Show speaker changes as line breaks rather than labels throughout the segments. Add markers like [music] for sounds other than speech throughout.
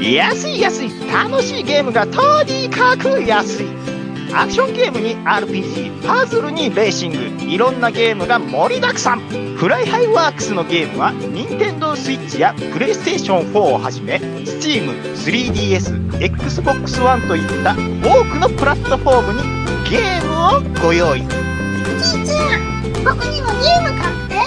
安い安い楽しいゲームがとにかく安いアクションゲームに RPG パズルにレーシングいろんなゲームが盛りだくさんフライハイワークスのゲームは NintendoSwitch や PlayStation4 をはじめ Steam3DSXbox One といった多くのプラットフォームにゲームをご用意
じいちゃん僕にもゲーム買って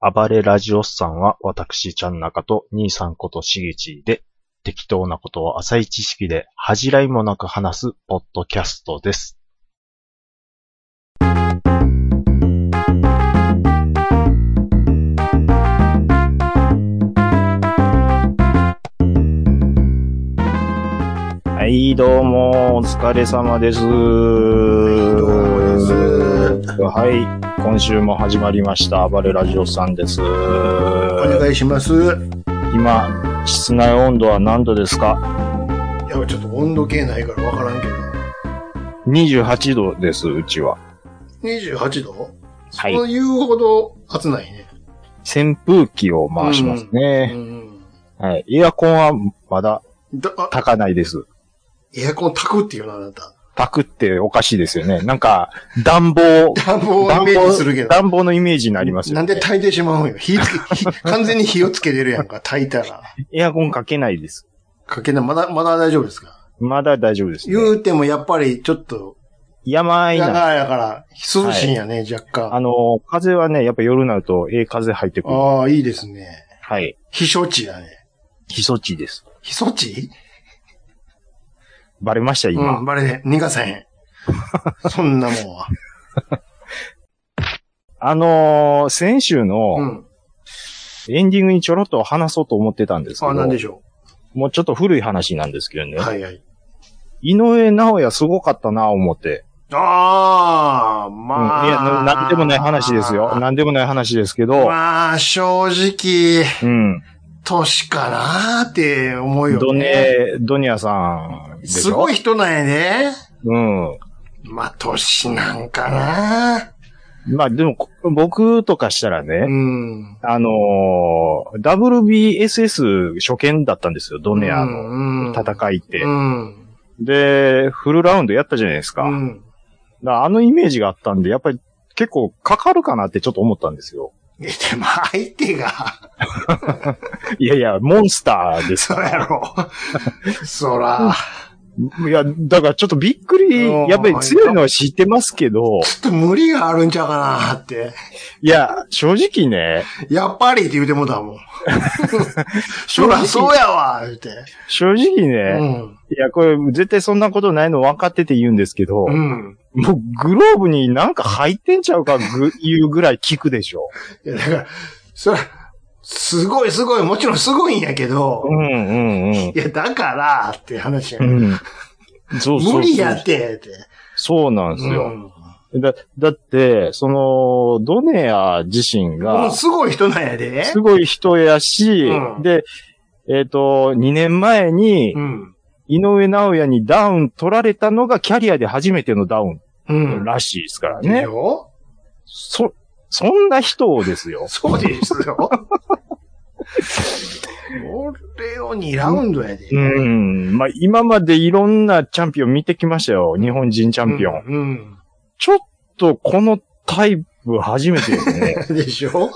暴れラジオスさんは私、ちゃんなかと兄さんことしげちで、適当なことを浅い知識で恥じらいもなく話すポッドキャストです。はい、どうも、お疲れ様です。はい、今週も始まりました、暴れラジオさんです。
お願いします。い
今、室内温度は何度ですか
や、ちょっと温度計ないからわからんけど。
?28 度です、うちは。
28度
は
そういうほど暑ないね。
扇風機を回します
う
ね。
ん。
はい。エアコンはまだ
だあ、
炊かないです。
エアコン炊くっていうのあなた。
炊くっておかしいですよね。なんか、暖
[laughs]
房、
暖房をイメージするけど。
暖房のイメージになりますよ
なん
ね。
で炊いてしまうんよ。火つ
[laughs]
け、火完全に火をつけてるやんか。炊いたら。
エアコンかけないです。
かけな、まだ、まだ大丈夫ですか
まだ大丈夫です、ね。
言うてもやっぱりちょっと、
山あい
長い
な。
だから、涼しいんやね、若
あ
干。
の、風はね、やっぱ夜になると、ええ風入ってくる。
ああ、いいですね。
はい。
避暑地だね。
避暑地です。
避暑地
バレました、今。
うん、バレへん。逃がさへん。
[laughs]
そんなもんは。
あのー先週の、
うん。
エンディングにちょろっと話そうと思ってたんですけ
あ、なんで
ど、
しょ
もうちょっと古い話なんですけど
う。
ね。
はいはい。
井上直也すごかったな、思って。
ああ、
うん、い
まあ。
や、ななんでもない話ですよ。なんでもない話ですけど、
まあ、正直、
うん。
年かなーって思うよね。
ドネ、ドニアさんでしょ
すごい。人なんやね。
うん。
まあ、年なんかな
まあでも、こ僕とかしたら
ーう
ね、
ん。
あのー WBSS 初見だったんですよ、ドネアの
の
戦いって
う。ん。
で、フルラウンドやったじゃないですか。
うん。
だからあのイメージがあったんで、やっぱり結構かかるかなってちょっと思ったんですよ。
え、でも相
[laughs]
手が、
いやいや、モンスターです
そ
から
や
[laughs]
ろ。そら、
いや、だからちょっとびっくり、
うん
やっぱり強いのは知ってますけど、
ちょっと無理があるんちゃうかなーって。
いや、正直ね、
やっぱりって言うてもうた
[laughs]
もん。そら、そうやわーって。
正直
う
ね、
ん。
いや、これ絶対そんなことないの分かってて言うんですけど、
うん。
もうグローブになんか入ってんちゃうかぐ、 [laughs] いうぐらい聞くでしょ。
いや、だから、それすごいすごい、もちろんすごいんやけど、
うんうんうん。
いや、だから、って話や、。
うんん、そうそうそう
無理やって、って。
そうなんです
う
よ。
ん
だ、だって、その、ドネア自身
もう
が、
すごい人なんやで。
すごい人やし、
うん
で、えっ、と、2年前に
う、ん。
井上直也にダウン取られたのがキャリアで初めてのダウ
うん。
ンらしいですから
で
ね。
しょ
そ、そんな人をですよ。
そうですよ。俺を2ラウンドやで。
う
うん。
ん。まあ、今までいろんなチャンピオン見てきましたよ。日本人チャンピオン。
うん。
ちょっとこのタイプ初めてよね。
[laughs] でしょ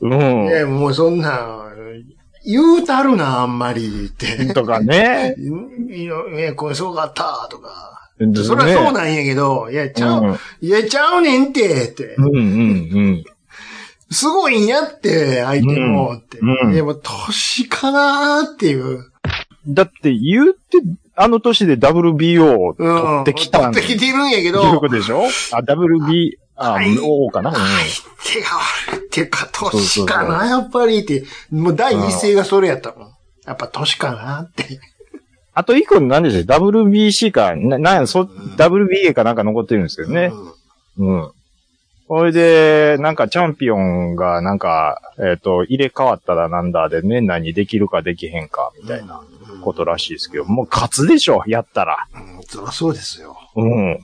うん。
いや、もうそんな、言うたるな、あんまり、
[laughs]
って。
とかね。
いや、いやこれすごかった、とか。
ね
そりゃそうなんやけど、いや、ちゃう、いや、ちゃうねんって、って
う。んうん
すごいんやって、相手も、って。
うん
でも、年かなーっていう。
うん。だって言って、あの年で WBO を
うん。
取ってきたん
取ってきてるんやけど、
いうこと
相
でしょあ、WB、あ、
はい
O かな、うん
手が悪いっていうか、
うそうそ
年
う
かな、やっぱりって。もう第一声がそれやったもん。やっぱ年かなって。
あと一個何でしたっけ ?WBC か、な、なんや、そ、WBA かなんか残ってるんですけどね。うん。それで、なんかチャンピオンが、なんか、えっ、と、入れ替わったらなんだで、年内にできるかできへんか、みたいな
な
ことらしいですけど、もう勝つでしょ、やったら。
うん、そりゃそうですよ。
うん。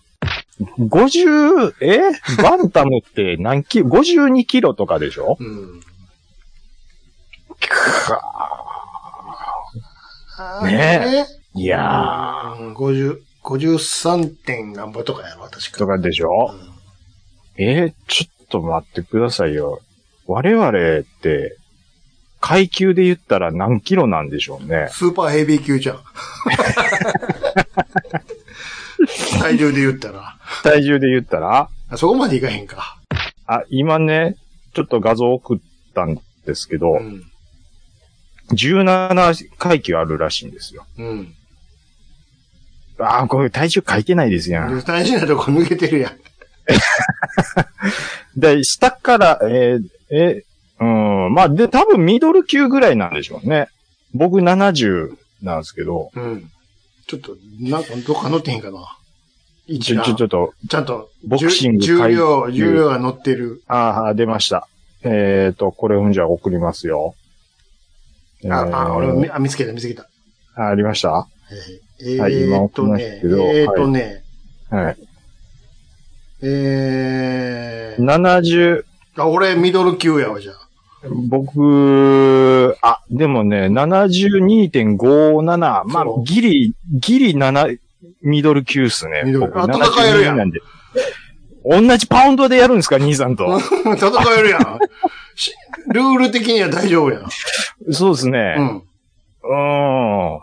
50、えバンタムって何キロ ?52 キロとかでしょ
うん。
ね [laughs] い
え
や
うん、50、53点何ぼとかやろ、確
ー、
か。
とかでしょ
うん
えー、ちょっと待ってくださいよ。我々って、階級で言ったら何キロなんでしょうね。
スーパーヘビー級
[laughs]
じゃん。体重で言ったら。
体重で言ったら
あそこまでいかへんか。
あ、今ね、ちょっと画像送ったんですけど、
うん。
17階級あるらしいんですよ。
うん。
ああ、これ体重書いてないですやん。
で大事なとこ抜けてるやん。
で、下から、えーえーうん、まあ、で、多分ミドル級ぐらいなんでしょうね。僕70なんですけど、
うん。ちょっと、なんかどっか乗ってへんかな。
ち
一
ょ、
覧
ちょ、ちょっと、
ちゃんと、
ボクシング
重重量、
階級
重量が乗ってる。
ああ、出ました。えっ、と、これ、じゃあ送りますよ。えー
あ、あ、俺見、あ、見つけた、見つけた。
あ、ありました
えー
はい今
えーっと
送りま
ね、
した
え
けど
ーっとね、
はい。
えー、
70、
あ、俺ミドル級やわ、じゃあ。
僕、あ、でもね、72.57。まあ
そ、う
ギリ、ギリ7、ミドル級っすね。
ミドル
僕
あ戦えるやん
72なんで。同じパウンドでやるんですか、兄さんと。
[laughs] 戦えるやん。しルール的には大丈夫やん。
そうです
う
ね。
ん。
うーん。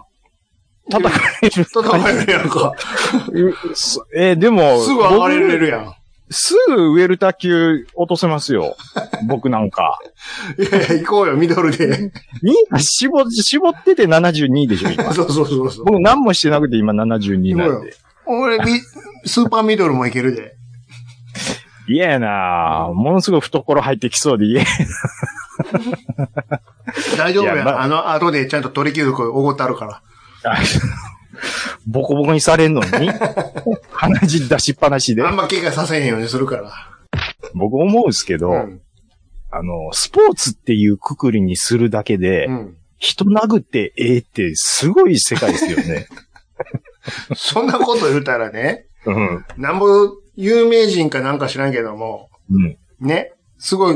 戦える。
戦えるや
[laughs]
んか。
うそえーでも、
すぐ上がれるやん。
僕すぐウェルター級落とせますよ。 [laughs] 僕なんか。
いやいや、行こうよ、ミドルで。 [laughs]
兄さん絞、絞ってて72でしょ、今。
そうそうそうそう。
僕何もしてなくて今72なんで。
俺、みスーパーミドルもいけるで。
嫌やなぁ。ものすごい懐入ってきそうで嫌や。 [laughs]
大丈夫や
いやまあ
あの、後でちゃんと鳥貴族おごってあるから。
ボコボコにされんの
[laughs]
に鼻血出しっぱなしで
あ。んま怪我させへんようにするから。
僕思うんですけど、
うん。
あの、スポーツっていうくくりにするだけで、
うん。
人殴ってええってすごい世界ですよね。
そんなこと言うたらね、
[laughs] うん。
なんぼ有名人かなんか知らんけども、
うん。
ね、すごい、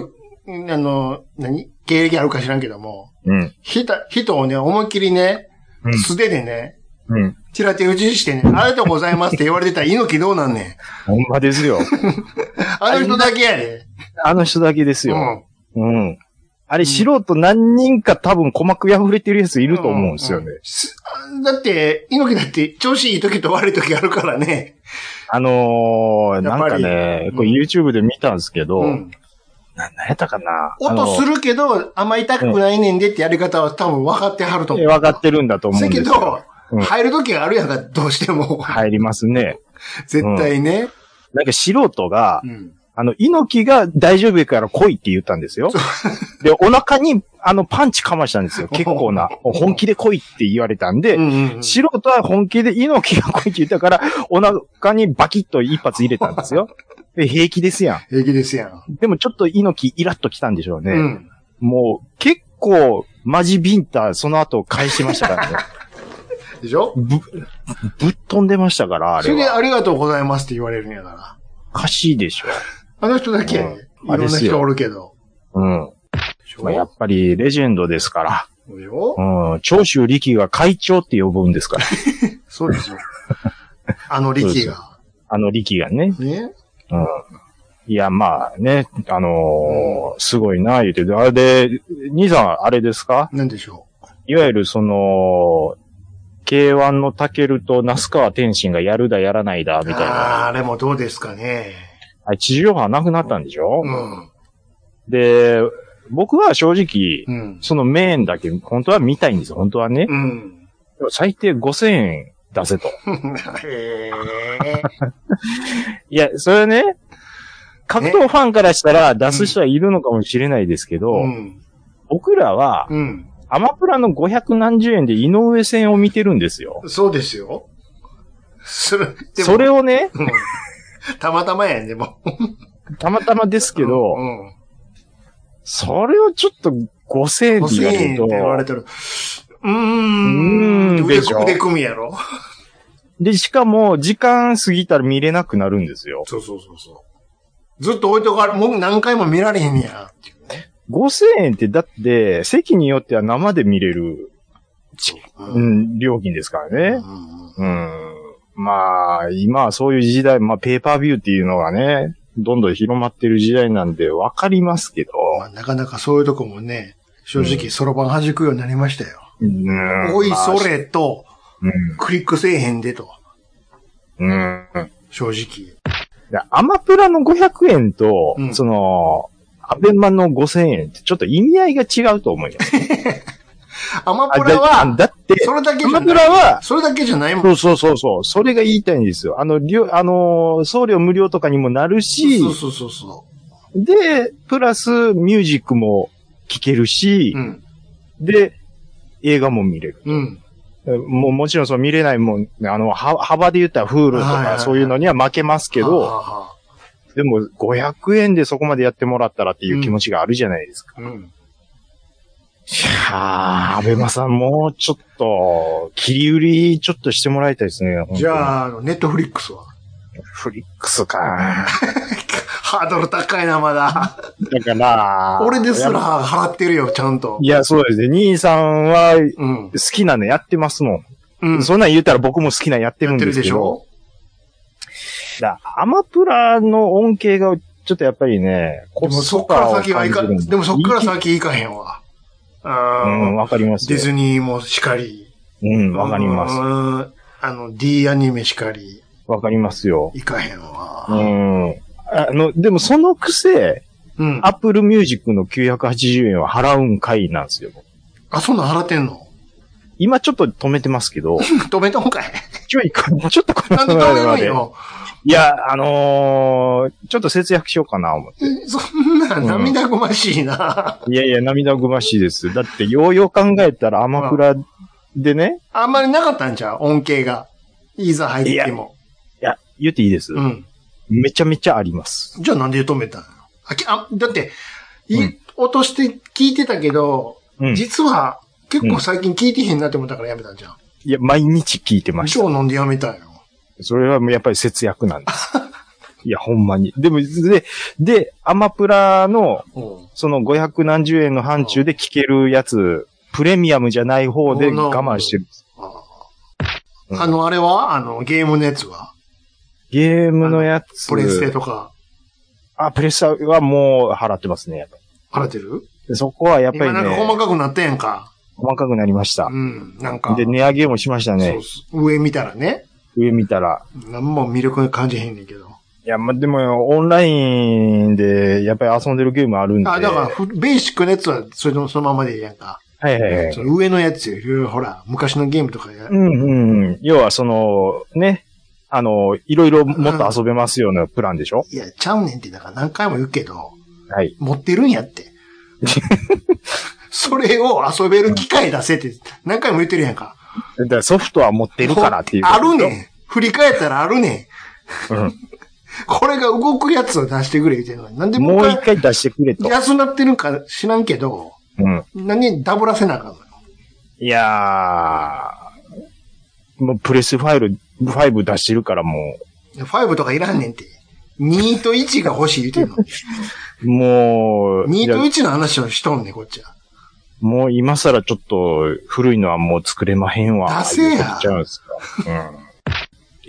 んあの、何経歴あるか知らんけども、
うん。
ひた、人をね、思いっきりね、
うん
素手でね、
うん。
ちら手打ちしてね、ありがとうございますって言われてたら猪木どうなんねん。
ほんまですよ。
あの人だけやで。
あの人だけです
う
よ。
ん。
うん。あれ、素人何人か多分鼓膜破れてるやついると思うんですよね。
うすあだって、猪木だって調子いい時と悪い時あるからね。
あのー、
や
な
っ
ん
ぱ
か
り
ね、これ
うん
YouTube で見たんですけど、
うん。
な、なんやったかな
音す
る
るけど、あんま痛くないねんでってやり方は多分分かってはると思う。
分かってるんだと思うん
せ
で
け
すけ
ど
ど、、うん
入る時があるやんか、どうしても。
入りますね。
絶対ね。
なんか素人が、
うん。
あの、猪木が大丈夫やから来いって言ったんですよ。で、お腹に、あの、パンチかましたんですよ。結構な。本気で来いって言われたんで、
うんうんうん
素人は本気で猪木が来いって言ったから、お腹にバキッと一発入れたんですよ。で平気ですや
平気ですやん。
ん。でもちょっと猪木イラッと来たんでしょうね。
うん。
もう、結構、マジビンタ、その後返してましたからね。
[laughs] でしょ
ぶ、ぶっ飛んでましたから、あ
それ
れ
で
は。
ありがとうございますって言われるんやから。
おかしいでしょ。
あの人だけやで、
うん
いろんな人おるけど。
うん。
でしょ
まあ、やっぱりレジェンドですか
でしょ
ら。うん。長州力が会長って呼ぶんですから。
[laughs] そうで
[laughs]
すよ。あの力が。
あの力がね。
ね。
うん。いや、まあね、あのーすごいな、言うてて。あれで、兄さん、あれですか
なんでしょ
いわゆるその、K1 のタケルと那須川天心がやるだやらないだ、
う。
みたいな。
あーあれもどうですかね。
あれ地上波なくなったんでしょ、
うん。
で、僕は正直、
うん。
そのメーンだけ、本当は見たいんですよ、本当はね。
うん。
でも最低5000円出せと。
へ
いや、それはね、格闘ファンからしたら出す人はいるのかもしれないですけど、
うん。
僕らは、
うん。
アマプラの500何十円で井上戦を見てるんですよ。
そうですよ。それ、でも
それをね、
うんたまたまやん、でも。
たまたまですけど、
うん。
それをちょっと5000円
5000
で
円って言わ
や
れ
ると、
てる。うー
う
ん。
ーんでしょ
腕組みやろ。
で、しかも、時間過ぎたら見れなくなるんですよ。
そうそうそうそう。ずっと置いとかれ、もう何回も見られへんねや。
5000円って、だって、席によっては生で見れる、
う。
うんん、料金ですから
う
ね。
ん
うん。まあ、今はそういう時代、まあ、ペーパービューっていうのがね、どんどん広まってる時代なんで、わかりますけど。
まあなかなかそういうとこもね、正直、そろばん弾くようになりましたよ。
うん
おい、
まあ
それと、
うん
クリックせえへんでと、
うん。
正直。
でアマプラの500円と、
うん
その、アベマの5000円ってちょっと意味合いが違うと思う
[laughs]
よ。
アマ
あ
プラ
だ
は、
だって、
それだけじ
ア
ゃ
マプ
ない。
ラは、
それだけじゃないもん。
そうそうそうそう、それが言いたいんですよ。あの、りょあのー送料無料とかにもなるし、
そうそうそうそ
で、プラスミュージックも聴けるし
う。う、ん。
で、映画も見れる。
うん。
もうもちろんそう見れないもん、あの、は幅で言ったらフールと
はいはいは
か
い
そういうのには負けますけ
はあ
ど、
はあ
でも500円でそこまでやってもらったらっていう気持ちがあるじゃないですか。
うん。
いやー、アベマさん、もうちょっと、切り売りちょっとしてもらいたいですね。
じ
あ、
ゃああの、ネットフリックスは
フリックスか。
[laughs] ハードル高いな、まだ。
だから、
俺です
やっぱ
ら払ってるよ、ちゃんと
い。や、そうですね。兄さんは、好
うん。
きなのやってますもん。
うん。
そんなん言うたら僕も好きなのやってる
や
ん
って
で
る
す
で
け
し
ど。
ょ
だアマプラの恩恵が、ちょっとやっぱりね、
で
コ
も
ス
そっ
ト
から
パを
先はいか
感じるん
ん、でもそっから
い
先いかへんわ。
う
あ
ん、わかります
ディ
よ。
ズニーもしかり。
うん、わかります。
す。あの、D アニメしかり、
わかりますよ。
いかへん
う
わ。
ん。あの、でもそのくせ、
うん。
アップルミュージックの980円は払うんかいなんですよ。
あ、そんなん払ってんの [laughs]
今ちょっと止めてますけど、
止めたんかい
ちょいか、ちょっとこ [laughs] の
なんで止めるんよ。
いや、あのーちょっと節約しようかな、思って。
そんな涙ぐましいな。
いやいや、涙ぐましいです。だって、ようよう考えたらアマプラでね、
あんまりなかったんじゃう恩恵が。いざ入っても。
いや、言っていいです。
うん。
めちゃめちゃあります。
じゃあなんで止めたんよあきあ、だって、い、
うん
落として聞いてたけど、
うん。い
実は結構最近聞いてへんなって思ったからやめたんじゃん。
や、毎日聞いてまし
超飲んでやめたんよ。
た。それはもうやっぱり節約なん
[laughs]
です。いや、ほんまに。でも、で、で、アマプラの、
うん。
その500何十円の範疇で聞けるやつ、プレミアムじゃない方で我慢してる。
あ
うん
あの、あれはあの、ゲームのやつは
ゲームのやつ。
プレステとか
あ、プレステはもう払ってますね。やっぱ
払ってる
りそこはやっぱり
今なんか
ね、
細かくなったやんか。
細かくなりました
う。ん。なんか、
で、値上げもしました
そう
ね
っ。す上見たらね、
上見たら。
なんも魅力感じへんねんけど。
いや、ま、でも、オンラインで、やっぱり遊んでるゲームあるんで。
あ、だからふ、ベーシックのやつは、それでもそのままでいいやんか。
はいはいはい
そ。の上のやつよ、いろいろほら、昔のゲームとかや、
うんうんうん。要は、その、ね、あの、いろいろもっと遊べますようなプランでしょ
いや、ちゃうねんって、だから何回も言うけど、
はい。
持ってるんやって。それを遊べる機会出せって、何回も言ってるやんか。
[laughs] だからソフトは持ってるからっていう。
ある
[laughs]
ねん。振り返ったらあるねん。
うん
これが動くやつを出してくれ、言ってるのに。なんで
も
も
う
う
一
一
回出してくれと
回、。安なってるんか知らんけど、
うん。
何ダブらせなあかんのよ。
いやー、もうプレスファイル、ファイブ出してるからも
5とかいらんねんって。2と1が欲しい言
[laughs]
うてんの。
う、もう、
2と
いや
1の話をしとんねん、こっちは。
もう今更ちょっと古いのはもう作れまへんわ。
出せや
言っちゃうんですか。うん。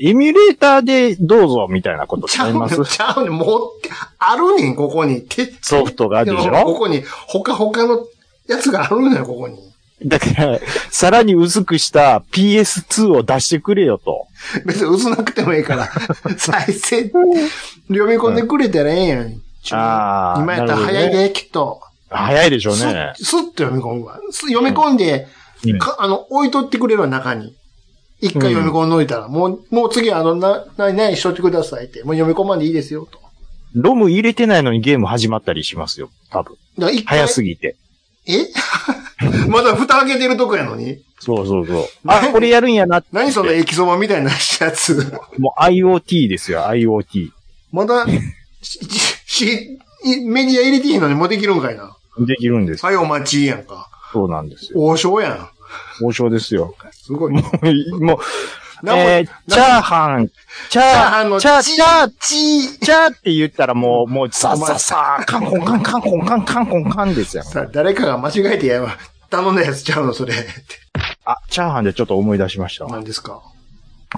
エミュレーターでどうぞみたいなこと
ち
ち
ゃ
ゃいう
ね
ます
ん、ちゃうねん、持って、あるねん、こ
[laughs]
こに。て
ソフトがあるでし
こ
ょ
こに、ほかほかのやつがあるんだよ、ここに。
だから、さらに薄くした PS2 を出してくれよと。
別に薄なくてもいい
[laughs]
から、再生、読み込んでくれたらええやん。
あー
今やったら早い
な
で、きっと。
早いでしょう
す
ね。
すっと読み込むわ。す読み込んで、
うん
かあの、置いとってくれるわ、中に。一回読み込んどいたら、もう、もう次あの、な、な、なにしとってくださいって。もう読み込まんでいいですよ、と。
ロム入れてないのにゲーム始まったりしますよ。多分。
だから一回。
早すぎて。
え [laughs] まだ蓋開けてるとこやのに
そうそう
[laughs]
そう。あ、これやるんやなって。
何そのエキソマみたいなやつ [laughs]
もう IoT ですよ、IoT。
まだ、し、し、いメディア入れていいのにもうできるんかいな。
できるんです。
はい、お待ちやんか。
そうなんですよ。
王将やん。
王将ですよ。 [laughs]
[laughs] すごいな。
もう、
なんも
えー、チャーハン、チャ
チャーハン
ー、
の
チャー、チャー、
チー
チャーって言ったらもう、もう、さささ、カンコンカンカンコンカンカンコンカンですよ。
さ、誰かが間違えてやば、頼んだやつちゃうの、それ。って
あ、チャーハンでちょっと思い出しました。
何ですか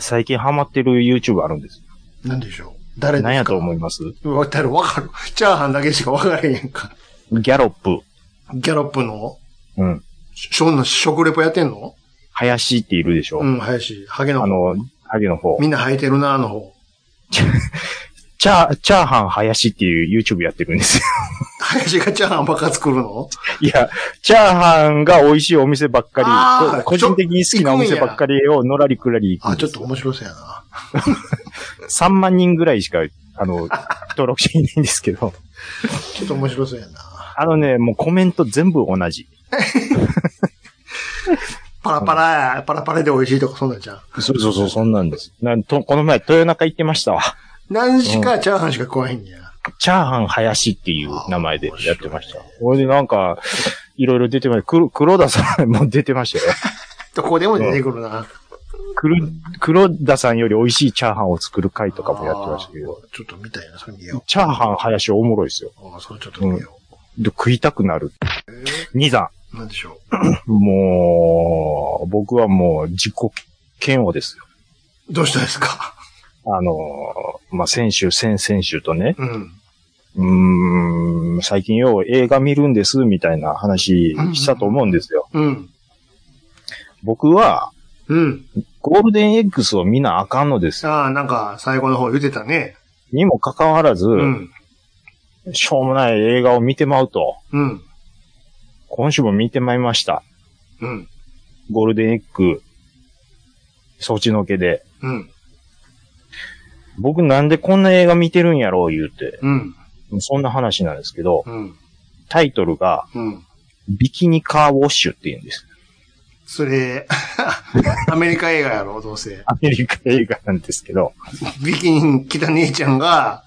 最近ハマってる YouTube あるんです。
何でしょう誰ですか
何やと思います
わかる、わかる。チャーハンだけしかわからへんやんか。
ギャロップ。
ギャロップの、
うん。
ショーンの食レポやってんの
林っているでしょ、
うん、林。ハゲの
あ
方。
の、ハゲの方。
みんな生えてるな、あの方。
チャー、チャーハン林っていう YouTube やってるんですよ。 [laughs]
林がチャーハンばっか作るの
いや、チャーハンが美味しいお店ばっか
あ
り、
ー
個人的に好きなお店ばっかりをのらりくらり行く
あ、
んで
ち
す
ょっと面白そうやな。
3万人ぐらいしか、あ [laughs] の、登録していないんですけど、
ちょっと面白そうやな。
あのね、もうコメント全部同じ。
パラパラや、パラパラで美味しいとかそんなんじゃん。
そうそうそう、そんなんです。なんとこの前、豊中行ってましたわ。
何しかチャーハンしか食わへんねや。
チャーハン林っていう名前でやってました。 [laughs] これでなんか、いろいろ出てました。黒黒田さんも出てました [laughs] よ。
どこでも出てくるな。
黒黒田さんより美味しいチャーハンを作る会とかもやってましたけど。
あーちょっと見たいな、それ見よ
チャーハン林おもろいですよ。
う。あーそれちょっと見よ
で食いたくなる。二段。
う。なんでしょ
もう、僕はもう自己嫌悪ですよ。
う。どうしたんですか
あのー、まあ、先週、先々週とね、
うん。
うーん、最近よう映画見るんです、みたいな話したと思うんですよ。
うん。
僕は、
うん。
ゴールデン X を見なあかんのですよ。
ああ、なんか、最後の方言ってたね。
にもかかわらず、
うん。
しょうもない映画を見てまうと、
うん。
今週も見てまいりました。
うん。
ゴールデンエッグ、そっちのけで。
うん。
僕なんでこんな映画見てるんやろう言うて。
うん。
そんな話なんですけど、
うん。
タイトルが、
うん。
ビキニカーウォッシュって言うんです。
それ、 [laughs] アメリカ映画やろ、どうせ。
アメリカ映画なんですけど。
ビキニ着た姉ちゃんが、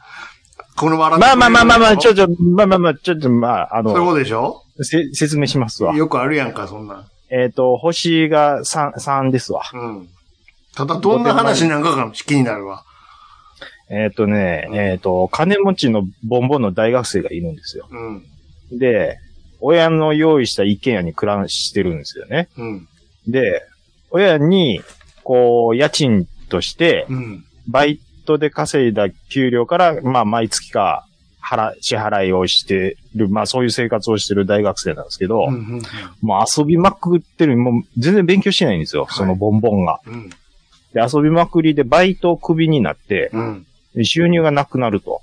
この笑ってくれ
まあ
る
まあまあまあまあ、ちょ
っ
ちょ、まあまあまあ、ちょっと、まあ、あ
そういうこ
の、
とでしょ
せ説明しますわ。
よくあるやんか、そんなん。
えっ、と、星が3、3ですわ。
うん。ただ、どんな話なんかが気になるわ。
えっ、とね、
うん
えっ、と、金持ちのボンボンの大学生がいるんですよ。
うん。
で、親の用意した一軒家に暮らしてるんですよね。
うん。
で、親に、こう、家賃として、
うん。
バイトで稼いだ給料から、まあ、毎月か、払、支払いをしてる、まあ、そういう生活をしてる大学生なんですけど、
うん。うん。
もう遊びまくってる、もう全然勉強してないんですよ、
はい
そのボンボンが。
うん。
で、遊びまくりでバイトをクビになって、
うん。
収入がなくなると。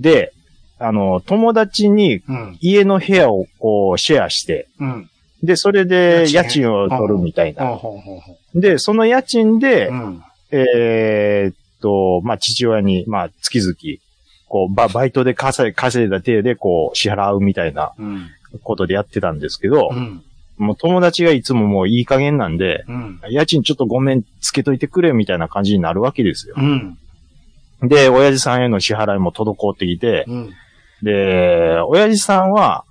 で、あの、友達に
うん。
家の部屋をこう、シェアして、
うん。
で、それで
家
家
賃ね
賃を取るみたいな。
ほうほうほうほ
で、その家賃で、
う。うん。
えーっと、まあ、父親に、まあ、月々、こう、ババイトで稼い稼いだ手で、こう、支払うみたいな
うん。
ことでやってたんですけど、
うん。
もう友達がいつももういい加減なんで、
うん。
家賃ちょっとごめん、つけといてくれ、みたいな感じになるわけですよ。
うん。
で、親父さんへの支払いも滞ってきて、
うん。
で、親父さんは、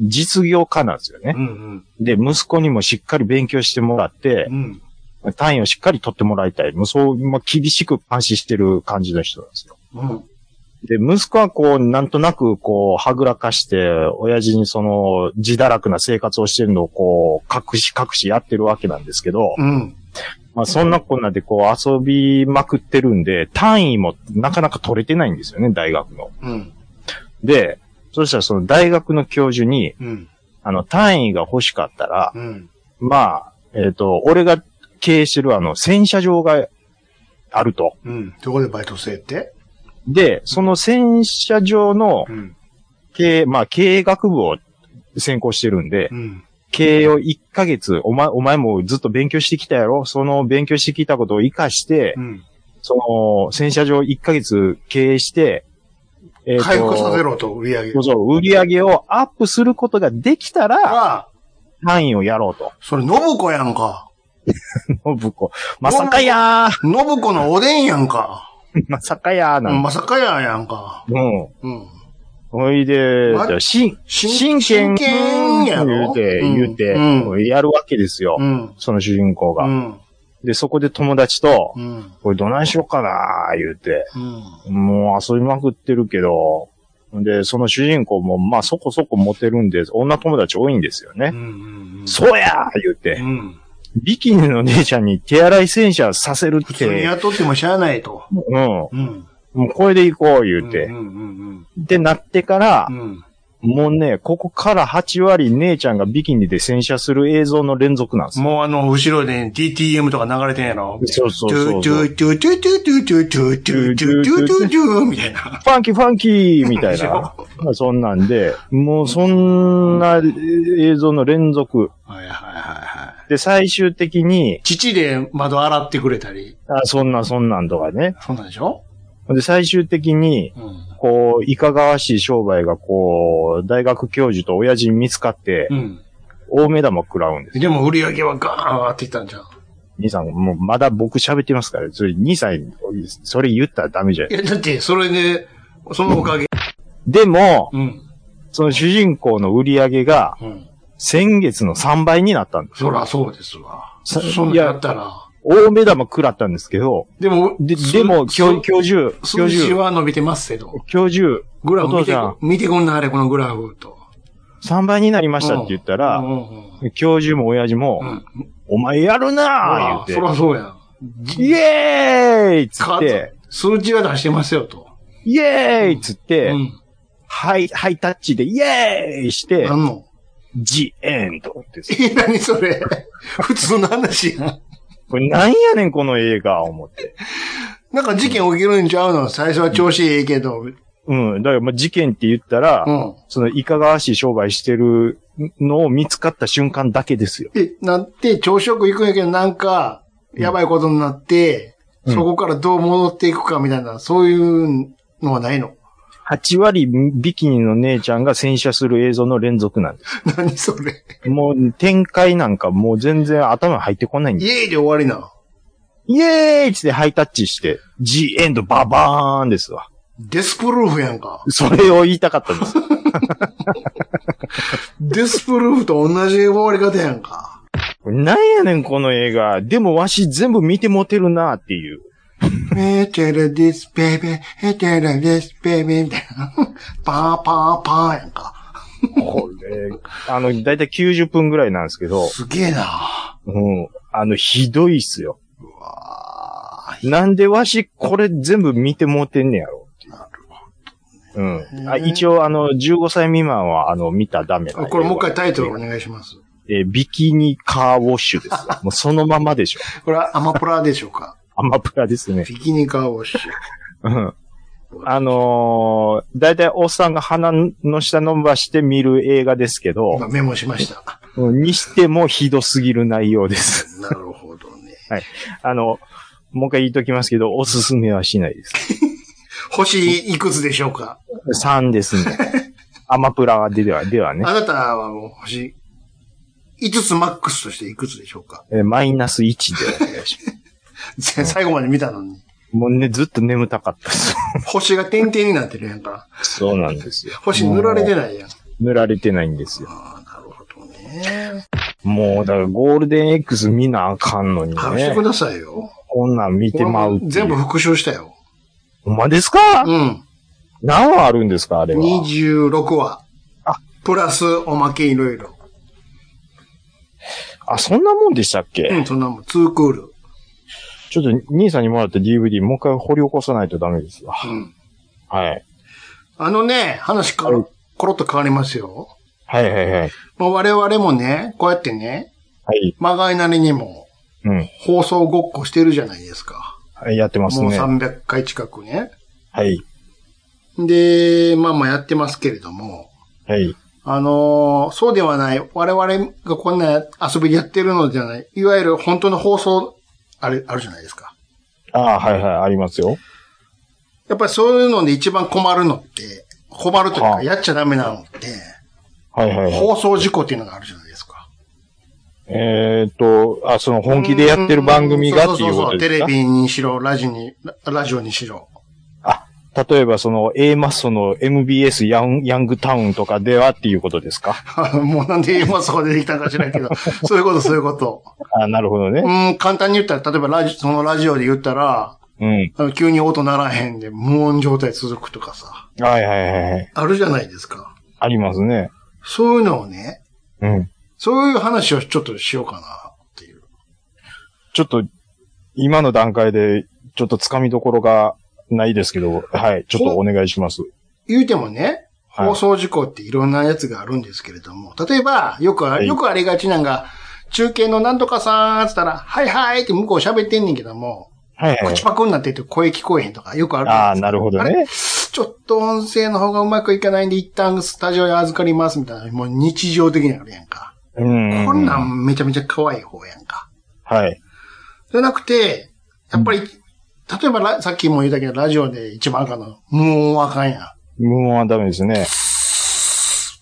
実業家なんですよね
う。ん。
で、息子にもしっかり勉強してもらって
う、ん。
単位をしっかり取ってもらいたい。もうそう、まあ、厳しく監視してる感じの人なんですよ。
うん。
で、息子はこう、なんとなくこう、はぐらかして、親父にその、自堕落な生活をしてるのをこう、隠し隠しやってるわけなんですけど、
うん。
まあそんなこんなでこう、遊びまくってるんで、単位もなかなか取れてないんですよね、大学の。
うん。
で、そしたらその大学の教授に、
うん。
あの、単位が欲しかったら、
うん。
まあ、えっ、と、俺が経営してるあの、洗車場があると。
うん。どこでバイトせえって
で、その洗車場の
うん。
経営、まあ、経営学部を専攻してるんで
う、ん。
経営を1ヶ月、お前、お前もずっと勉強してきたやろその勉強してきたことを活かして
う、ん。
その、洗車場1ヶ月経営して、えーと
回復させろと、売り上げ
そう。そう、売り上げをアップすることができたら、
ああ、
単位をやろうと。 [laughs]
それ、信子やんか。
信子。まさかやー
信子のおでんやんか。
まさかやー
う、
なんん
まさかややんか。
うん。
うん。
ほいで、
ま
し真剣
真真剣
言
や
う
ろ
て、
うん
言うて、
うん
やるわけですよ。
うん。
その主人公
う
が。
ん。
で、そこで友達と、
うん。
これどないしよっかなー言うて、
うん。
もう遊びまくってるけど、で、その主人公も、まあそこそこモテるんで、女友達多いんですよ
う
ね。
ん。
そうやー言うて
う、ん。
ビキニの姉ちゃんに手洗い洗車させるっ
普通に
て、
雇ってもしゃあないと。
うん、も
うん。
うこれで行こう言う
う
て、
んうん
でなってから
うんう、ん。
もうね、ここから8割姉ちゃんがビキニで洗車する映像の連続なんですよ。
もうあの、後ろで DTM とか流れてんやろ。
そうそう
ト
そ
ゥ
う
ト
そう。
ゥトゥトゥトゥトゥトゥトゥトゥトゥトゥトゥみたいな。
ファンキーファンキーみたい
でし
な [laughs]
ょ。
まあそんなんで、もうそんな映像の連続。
はいはいはいはい。
で、最終的に、
父で窓洗ってくれたり、
あそんなそんなんとかね。
そうなんでしょ
で、最終的に、
うん。
こう、いかがわしい商売が、こう、大学教授と親父に見つかって、
うん。
大目玉食らうんです。
でも売り上げはガーン上がっていったんじゃん。
兄さん、もうまだ僕喋ってますから、それ兄さん、それ言ったらダメじゃん
い。や、だって、それで、そのおかげ。
でも、
うん。
その主人公の売り上げが、
うん。
先月の3倍になったんです。
そらそうですわ。
そ
そ、そんなん
いや
やったら。
大目玉食らったんですけど、
でも、
で、
数
でも、教、
数
教授、教
数字
授、
は伸びてますけど。
教授、
グラフ見て
お父、
見てこんなあれ、このグラフと。
3倍になりましたって言った
う
ら、
んうん
教授も親父も、
うん。うん。
お前やるな
あ
ー
あ、そ
言う
らそうやん。
て、イエーイっつ
か
って、
数字は出してますよと。
イエーイっつっ
う
て、
ん。
ハイ、ハイタッチでイエーイして、
なんの [laughs]
ジエンドってさ。
え、何それ [laughs] 普通の話やん。
これなんやねんこの映画、思って。
なんか事件起きるんちゃうの最初は調子いいけど。うん。
うん。だから、まあ、事件って言ったら、その、いかがわしい商売してるのを見つかった瞬間だけですよ。
え、なって、朝食行くんやけど、なんか、やばいことになって、
うん
そこからどう戻っていくかみたいな、そういうのはないの [laughs]
8割ビキニの姉ちゃんが洗車する映像の連続なんです。
何それ。
もう展開なんかもう全然頭入ってこないんで
イエーイで終わりな。
イエーイっつってハイタッチして、G エンドババーンですわ。
デスプルーフやんか。
それを言いたかったんです。
デスプルーフと同じ終わり方やんか。
なんやねんこの映画。でもわし全部見てモテるなっていう。
メテレディスベベ、ヘテレディスベベみたいな。パーパーパーやんか。
これ、あの、だいたい90分ぐらいなんですけど、
すげえな。
うん。あの、ひどいっすよ。
あ
なんでわしこれ全部見てもうてんねやろっていう。うん。あ
へー
一応、あの、15歳未満は、あの、見たらダメな
ーこれもう一回タイトルお願いします。
えービキニカーウォッシュですよ。 [laughs] もうそのままでしょ。
これはアマプラでしょうか。
アマプラですね。
ビキニカーウォッシュ。
うん。あのー、だいたいおっさんが鼻の下伸ばして見る映画ですけど
今、メモしました。
うんにしてもひどすぎる内容です。 [laughs]
なるほどね。
あの、もう一回言いときますけど、おすすめはしないです。
星いくつでしょうか
3です
[laughs]
ね。アマプラでは、ではね
あ、なたはもう星5つマックスとしていくつでしょうか
えーマイナス1でお願いします。
ぜ最後まで見たのに。
もうね、ずっと眠たかったです。
星が点々になってるやんか。
そうなんですよ。
星塗られて
い。
ないやん。
塗られてないんですよ。
ああ、なるほどね。
もう、だからゴールデン X 見なあかんのに
話して
ね
く。ださいよ。
こんなん見てまうっていう
全部。復習したよ。
ほんまですか、
うん。
何話あるんですかあれは。
26話
あ。
プラスおまけいろいろ。
あ、そんなもんでしたっけ、
うん、そんなもん。ツークール。
ちょっと兄さんにもらった DVD もう一回掘り起こさないとダメですわ。
うん。
はい。
あのね、話か
はい
ら、コロッと変わりますよ。
はいはいはい。
まあ、我々もね、こうやってね、
はい。
まがいなりにも
うん
放送ごっこしてるじゃないですか。
はい。やってます
もう
ね。
300回近くね。
はい。
で、まあまあやってますけれども、
はい。
あのーそうではない、我々がこんな遊びでやってるのじゃない、いわゆる本当の放送、あれ、あるじゃないですか。
ああ、はいはい。ありますよ。
やっぱりそういうので一番困るのって、困るという
はあ
か、やっちゃダメなのって、
はいはいはい。
放送事故っていうのがあるじゃないですか。
えーっと、あ、その本気でやってる番組がっていう
そ
こと
そそそ
です
テレ
か
ビにしろ、ラジに、ララジオにしろ。 [laughs]
あ、例えばその A マッソの MBS ヤンヤングタウンとかではっていうことですか
もうなんで今そこ出てきたんか知らんけど、
[laughs]
そういうこと、そういうこと。
あなるほど
う
ね。
ん、簡単に言ったら、例えばラジ、そのラジオで言ったら、
うん。
あの急に音ならへんで、無音状態続くとかさ、
はいはいはいはい。
あるじゃないですか。
ありますね。
そういうのをね、
うん。
そういう話をちょっとしようかなっていう。
ちょっと、今の段階で、ちょっと掴みどころがないですけど、はい、ちょっとお願いします。
言うてもね、
はい
放送事故っていろんなやつがあるんですけれども、例えば、よくあ、
はい
よくありがちなんが、中継のなんとかさーんってったら、はいはいって向こう喋ってんねんけども、
はいはい。
口パクになってて声聞こえへんとか、よくある
ああ、なるほど
あれ
ね。
ちょっと音声の方がうまくいかないんで、一旦スタジオに預かりますみたいな、もう日常的にあるやんか。
うん。
こんなんめちゃめちゃ可愛い方やんか。
はい。
じゃなくて、やっぱり、例えばラさっきも言ったけど、ラジオで一番あかんの、無音はあかんやん。
無音はダメですね。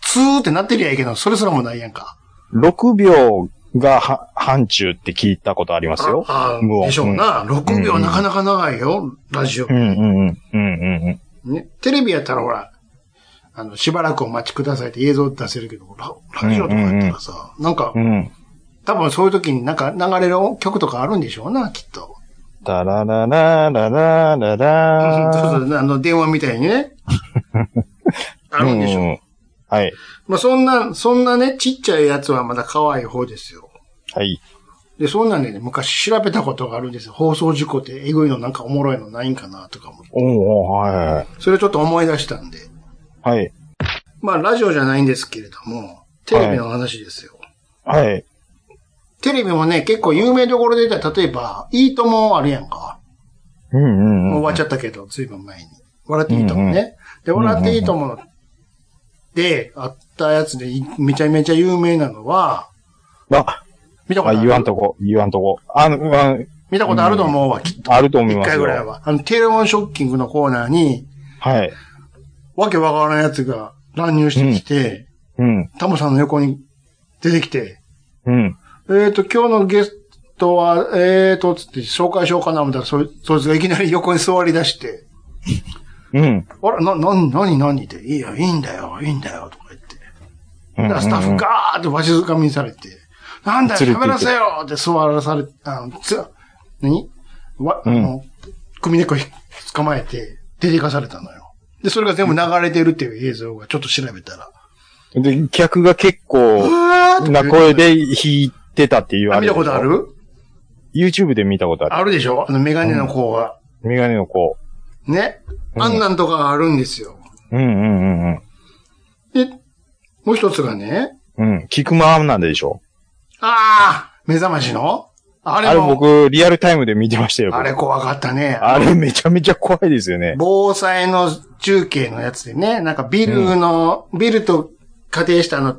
ツーってなってりゃいいけど、それすらもないやんか。
6秒がは範疇って聞いたことありますよ。
ああ
無音
でしょうな。6
う
秒
ん
なかなか長いよ、ラジオ
う。んうんうん。うんうんうん。
ね。テレビやったらほら、あの、しばらくお待ちくださいって映像出せるけど、ララジオとかやったらさ、なんか
う、ん。
多分そういう時になんか流れる曲とかあるんでしょうな、きっと。
だらららららら
そう
ら
そう、あの、電話みたいに
[laughs]
ね。あるんでしょう。
うんはい。
まあ、そんな、そんなね、ちっちゃいやつはまだ可愛い方ですよ。
はい。
で、そんなんでね、昔調べたことがあるんですよ。放送事故ってえぐいのなんかおもろいのないんかなとかも。
おおは
それちょっと思い出したんで。
い。はい。
まあ、ラジオじゃないんですけれども、テレビの話ですよ。
はい。
テレビもね、結構有名どころで言ったら、例えば、いいともあるやんか。
うんうんうん。
もう終わっちゃったけど、ずいぶん前に。笑っていいともね。で、
んうん
笑っていいともで、あったやつで、いめちゃめちゃ有名なのは、
あ、
見たこ
あ
とあ
言わん
る
とこ、言わんとこ。あの、うん
見たことあると思うわ、きっと。
あると思い
一
ますよ。
回ぐらいは。あの、テレモンショッキングのコーナーに、
はい。
わけわからない奴が乱入してきて、
うん。
タモさんの横に出てきて、
うん。
えっ、と、今日のゲストは、えっ、と、つって紹介しようかな、みたいな、そいそいつがいきなり横に座り出して、
うん。
あれ、な、な、なになにって、いいよ、いいんだよ、いいんだよ、とか言って。
うん
だからスタッフガーってわしづかみにされて、なんだよ、
連れて行って
喋らせよって座らされ、あの、つ、何わ、
うん
あの、組猫ひ捕まえて、出てかされたのよ。で、それが全部流れてるっていう映像がちょっと調べたら。
で、客が結構
うわーって
な声で弾いてたっていう
あ
あ
見
れ
たことある
?YouTube で見たことある。
あるでしょあの、メガネの子が。
メガネの子。
ね。
うん
あんなんとかがあるんですよ。
うんうんうんうん。
で、もう一つがね、
うん。キクマなんでしょ
あー目覚ましのあ
あれ
れも、
僕、リアルタイムで見てましたよ。
あれ怖かったね。
あれめちゃめちゃ怖いですよね。
防災の中継のやつでね、なんかビルの、ビルと仮定したあの、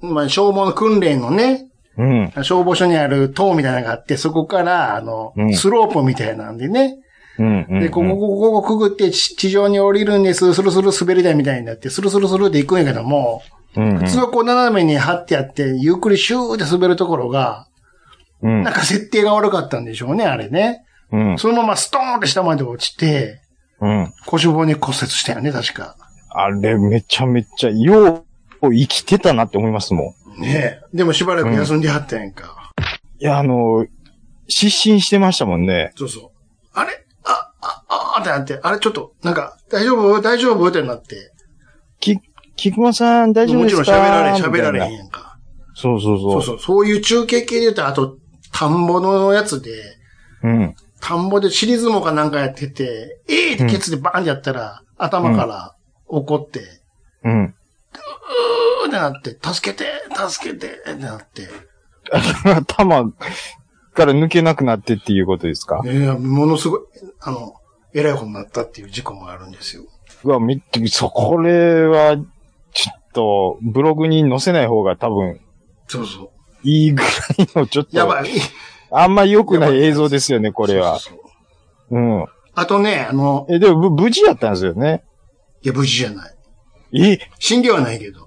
まあ、消防の訓練のね、
うん。
消防署にある塔みたいなのがあって、そこから、あの、
うん
スロープみたいなんでね、
うんうん。
で、ここ、ここ、ここくぐって地地上に降りるんです、スルスル滑り台みたいになって、スルスルスルって行くんやけども、
うん
普通はこう斜めに張ってあって、ゆっくりシューって滑るところが、
うん。
なんか設定が悪かったんでしょうね、あれね。
うん。
そのままストーンって下まで落ちて、
うん。
腰棒に骨折したよね、確か。
あれめちゃめちゃ、よう生きてたなって思いますもん。
ねえ。でもしばらく休んではったやんか。
いや、あの、失神してましたもんね。
そうそう。あれあ、あ、あ、あってなって、あれちょっと、なんか、大丈夫大丈夫ってなって。
き、菊間さん大丈夫
も
で
ち
す
ろ
か
ん喋られん、
み
喋
た
ら
いな
れへんやんか。
そうそうそう。
そうそう。そういう中継系で言うと、あと、田んぼのやつで、
うん。
田んぼで尻相撲かなんかやってて、ええー、ってケツでバーンってやったら、頭から怒って、
うん。 [laughs]
うーってなって、助けて、助けて、ってなって。
頭から抜けなくなってっていうことですか
いや、ものすごい、あの、偉い方になったっていう事故もあるんですよ。
うわ、めっちゃ、そ、これは、ちょっと、ブログに載せない方が多分、
そうそう。
いいぐらいの、ちょっと、
やばい。
あんま良くない映像ですよね、これは。
[laughs] そうそうそう
うん。
あとね、あの、
え、でも、ぶ無事やったんですよね。
いや、無事じゃない。
え、
死んではないけど。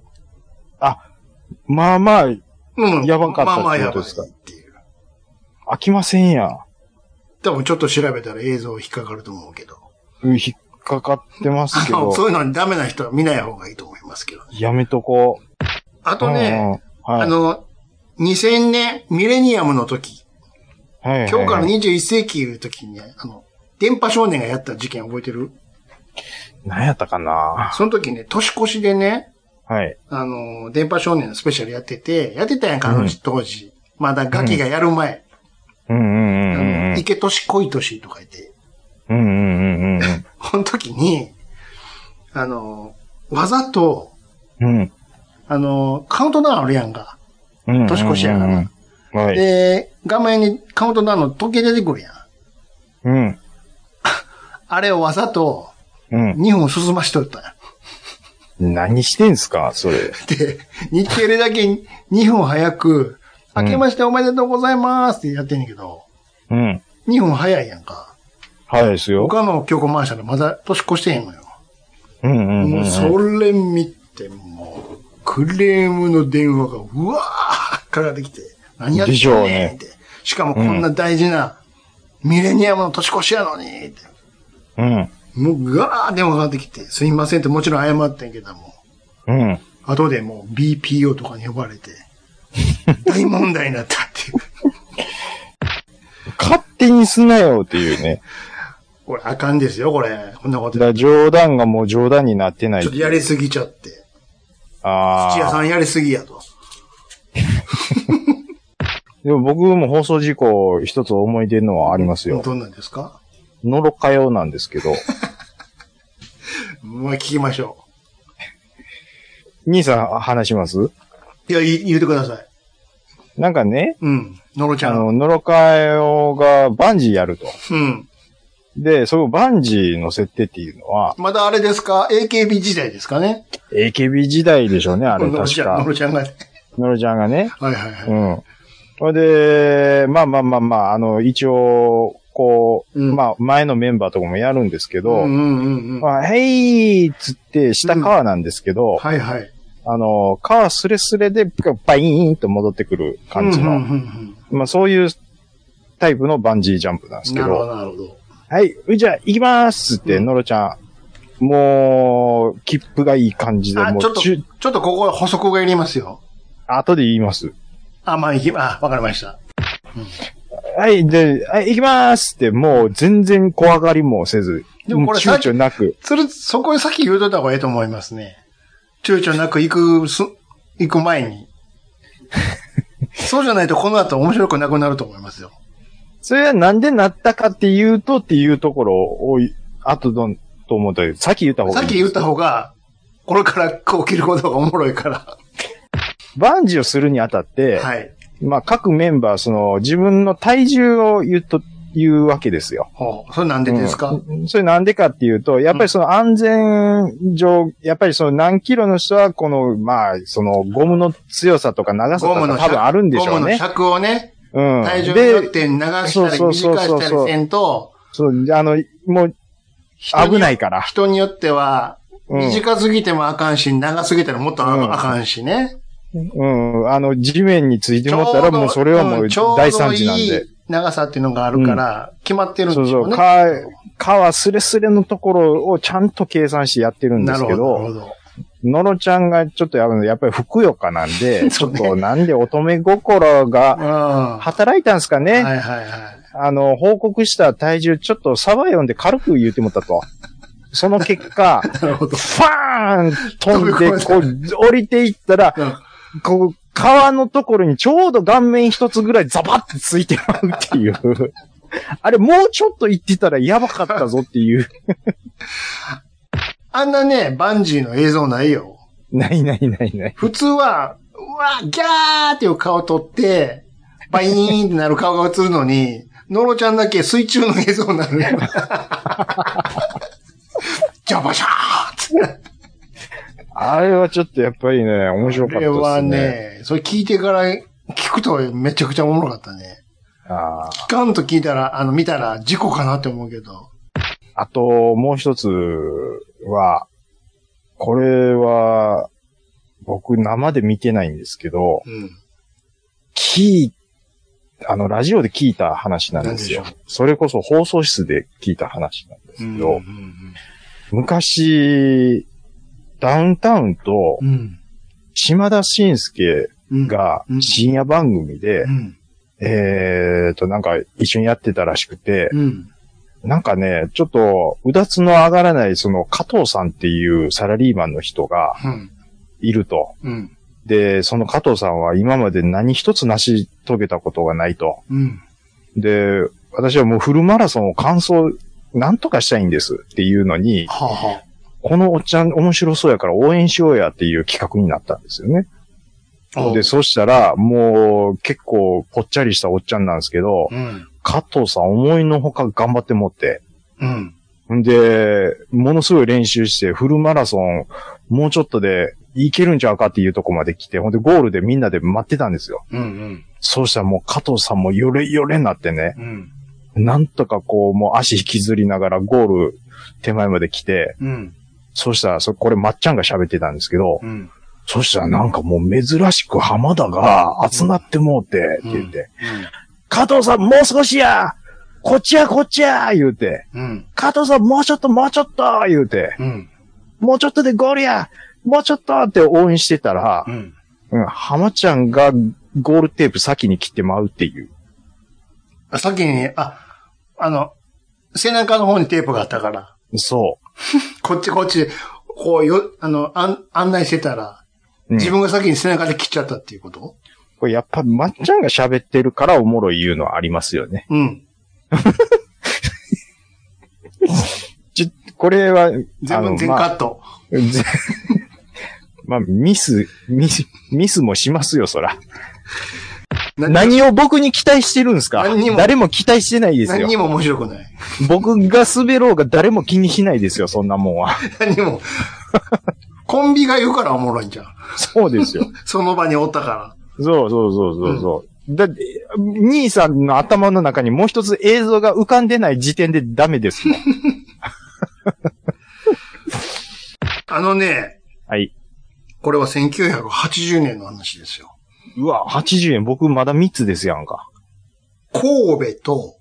まあまあ、
うん
やばかった
まあまあ
って
や
こと
ばい
ですか
っていう。
飽きませんやん。
多分ちょっと調べたら映像引っかかると思うけど。
うん、引っかかってますけ
あの
ど、
そういうのにダメな人は見ない方がいいと思いますけどね。
やめとこう。
あと
う
ね、
んうん、はい
あ、の、2000年、ミレニアムの時、
はいはい
今日から21世紀いう時にね、あの、電波少年がやった事件覚えてる
何やったかな
その時ね、年越しでね、
はい。
あの、電波少年のスペシャルやってて、やってたやんか、あの当時。まだガキがやる前。
うんうんうんうん
あ
う
の
ん。
池年恋年とか言って。
うんうんうんうん
この時に、あの、わざと、
うん。うん
あの、カウントダウンあるやんか。
うんうん。
年越しやから
ら。はい。
で、画面にカウントダウンの時計出てくるやん。
うん。
あれをわざと
うん。
2分進ましとったんや
何してんすかそれ。
で、日テレだけ2分早く、
うん
明けましておめでとうございますってやってんねんけど、
うん。
2分早いやんか。
はいですよ。
他の曲回したらまだ年越してへんのよ。
うんうんうんう
も
ん。
うそれ見て、もう、クレームの電話が、うわーかかってきて、何やってん
でしょう
ねん
ね
って。しかもこんな大事な、ミレニアムの年越しやのに、って。
うん。
もう、ガー電話かかってきて、すいませんってもちろん謝ってんけども、
うん。
後でもう BPO とかに呼ば
[laughs]
れて、大問題になったっていう。
勝手にすなよっていうね。
これあかんですよ、これ。こんなこ
だ
と
か
で。
ら冗談がもう冗談になってない。
ちょっとやりすぎちゃって。
あ
土屋
あ。
さんやりすぎやと。
でも僕も放送事故一つ思い出のはありますよ。
どんなんですか
のろかよなんですけ
[laughs]
ど。
まあ聞きましょ
兄さん話します
う。いや、い言うてください。
なんかね、
うん。のろちゃ
あ
ん。
の、のろかよがバンジーやると。
うん。
で、そのバンジーの設定っていうのは、
まだあれですか ?AKB 時代ですかね
AKB 時代でしょうね、あれ
のろ
確
ちゃん、
か。
のろちゃんがね。
のろちゃんがね。
はいはいは
う
い。
ん。それで、まあまあまあまあ、あの、一応、こう、
うん
まあ、前のメンバーとかもやるんですけど、
うんうんうんうん。
まあ、へいっつって、下川なんですけど、
はいはい。
あの、川スレスレで、バイーンと戻ってくる感じの、
うんうんうん
まあ、そういうタイプのバンジージャンプなんです
うん
け
な
ど、
るほどなるほど。
はい、じゃあ行きますっつって、
うん
のろちゃん、もう、切符がいい感じで、
あ、
も
ちょっ
う
と、
ちゅ、
ちょっとここ補足がいりますよ。
後で言います。
あ、まあ、いき、あ、わかりました。
はい、で、はい、行きますって、もう全然怖がりもせず、
でもこれ
う躊躇なく、
それ、そこさっき言うといた方がいいと思いますね。躊躇なく行く、す、行く前
[laughs]
に。そうじゃないとこの後面白くなくなると思いますよ。
それはなんでなったかっていうとっていうところを、後の、と思ったけど、さっき言った方が
さ
いい。
っき言った方が、これからこう切ることがおもろいから。
バンジーをするにあたって、
はい。
まあ各メンバー、その自分の体重を言うと、言うわけですよ。
ほう。それなんでですか、
うんそれなんでかっていうと、やっぱりその安全上、やっぱりその何キロの人は、この、まあ、そのゴムの強さとか長さと
ゴ
か
ムの
多分あるんでしょ
ゴ
う
ムの
ね。
尺をね、
うん。
体重によっ
で、
て長したり
そうそ
短
う
した
そう
り
そう
せんと、。
そう、あの、もう、危ないいから。
人によっては、
うん
短すぎてもあかんし、長すぎたらもっとああかんしね。
うん。あの、地面についてもったら、もうそれはもう大惨事なん
ちょうど
で
い。い長さっていうのがあるから、決まってるん
そう
でし
そ
ょう
う。
ね。
か、川スレスレのところをちゃんと計算してやってるんで
な
す
る
け
ほど。な
ど
るほ、ど。
のろちゃんがちょっとやるのやっぱりふくよかなん [laughs] で、ちょ
そう
っ
ね
となんで乙女心が
うん。は
働いたんですか
い
ね。
はいはい。
あの、報告した体重、ちょっとサバ読んで軽く言うてもったと。その結 [laughs] 果、フ
なるほど。
ァーン飛んで、こ
飛
う、降りていったら、
うん
こう、川のところにちょうど顔面一つぐらいザバってついてまうっていう。あれ、もうちょっと行ってたらやばかったぞっていう。
あんなね、バンジーの映像ないよ。
ないないないない。
普通は、うわ、ギャーっていう顔撮って、バイーンってなる顔が映るのに、 [laughs] ノロちゃんだけ水中の映像にな
[laughs]
るよ。ジャバシャーって。
あれはちょっとやっぱりね、面白
こ
かった
れ
ですね。
はね、それ聞いてから聞くとめちゃくちゃおもろかったね。
あー
聞かんと聞いたら、あの、見たら事故かなって思うけど。
あと、もう一つは、これは、僕生で見てないんですけど、
うん。
聞い、あの、ラジオで聞いた話なんですよ
なん。
それこそ放送室で聞いた話なんですけど、
うん
昔、ダウンタウンと
うん。
島田紳介
うん。
が
うん
深夜番組で
う、ん。
えーと、なんか一緒にやってたらしくて、
うん。
なんかね、ちょっと、うだつの上がらない、その、加藤さんっていうサラリーマンの人が
うん。
いると。
うん。
で、その加藤さんは今まで何一つ成し遂げたことがないと。
うん。
で、私はもうフルマラソンを完走、なんとかしたいんですっていうのに、
はあ、は
このおっちゃん面白そうやから応援しようやっていう企画になったんですよね。
あ。おう
で、そしたら、もう結構ぽっちゃりしたおっちゃんなんですけど、
うん。
加藤さん思いのほか頑張ってもって。
うん。
んで、ものすごい練習して、フルマラソン、もうちょっとで、いけるんちゃうかっていうとこまで来て、ほんでゴールでみんなで待ってたんですよ。
うん。うん。
そうしたらもう加藤さんもよれよれになってね、
うん。
なんとかこう、もう足引きずりながらゴール手前まで来て、
うん。
そうしたら、そこれまっちゃんが喋ってたんですけど、
うん。
そうしたらなんかもう珍しく浜田が集まってもうて、って言って、加藤さんもう少しやこっちやこっちや言うて、
うん。
加藤さんもうちょっともうちょっと言うて、
うん。
もうちょっとでゴールやもうちょっとって応援してたら
う、ん。
うん、浜ちゃんがゴールテープ先に切ってまうっていう。
あ、先に、あ、あの、背中の方にテープがあったから、
そ
こっちこっち、こうよ、あの、案案内してたら、
う。うん
自分が先に背中で切っちゃったっていうこと
これやっぱまっちゃんが喋ってるからおもろい言うのはありますよね。
うん。
ちこれは、
全
あの
部全カット。
まあぜ [laughs] まあ、ミス、ミス、ミスもしますよ、そら。
な
何を僕に期待してるんですか
何にも
誰も期待してないです
何
よ
に。も面白くない。 [laughs]
僕が滑ろうが誰も気にしないですよ、そんなもん
[laughs]
は。
何も。コンビが言うからおもろいんじゃん。
そうですよ。
その場におったか
そうそうそうそうそう。だって、兄さんの頭の中にもう一つ映像が浮かんでない時点でダメですも
[laughs]
ん。
ら。あのね、
はい。
これは1980年の話ですよ。
うわ、80円、僕まだ3つですやんか。
神戸と、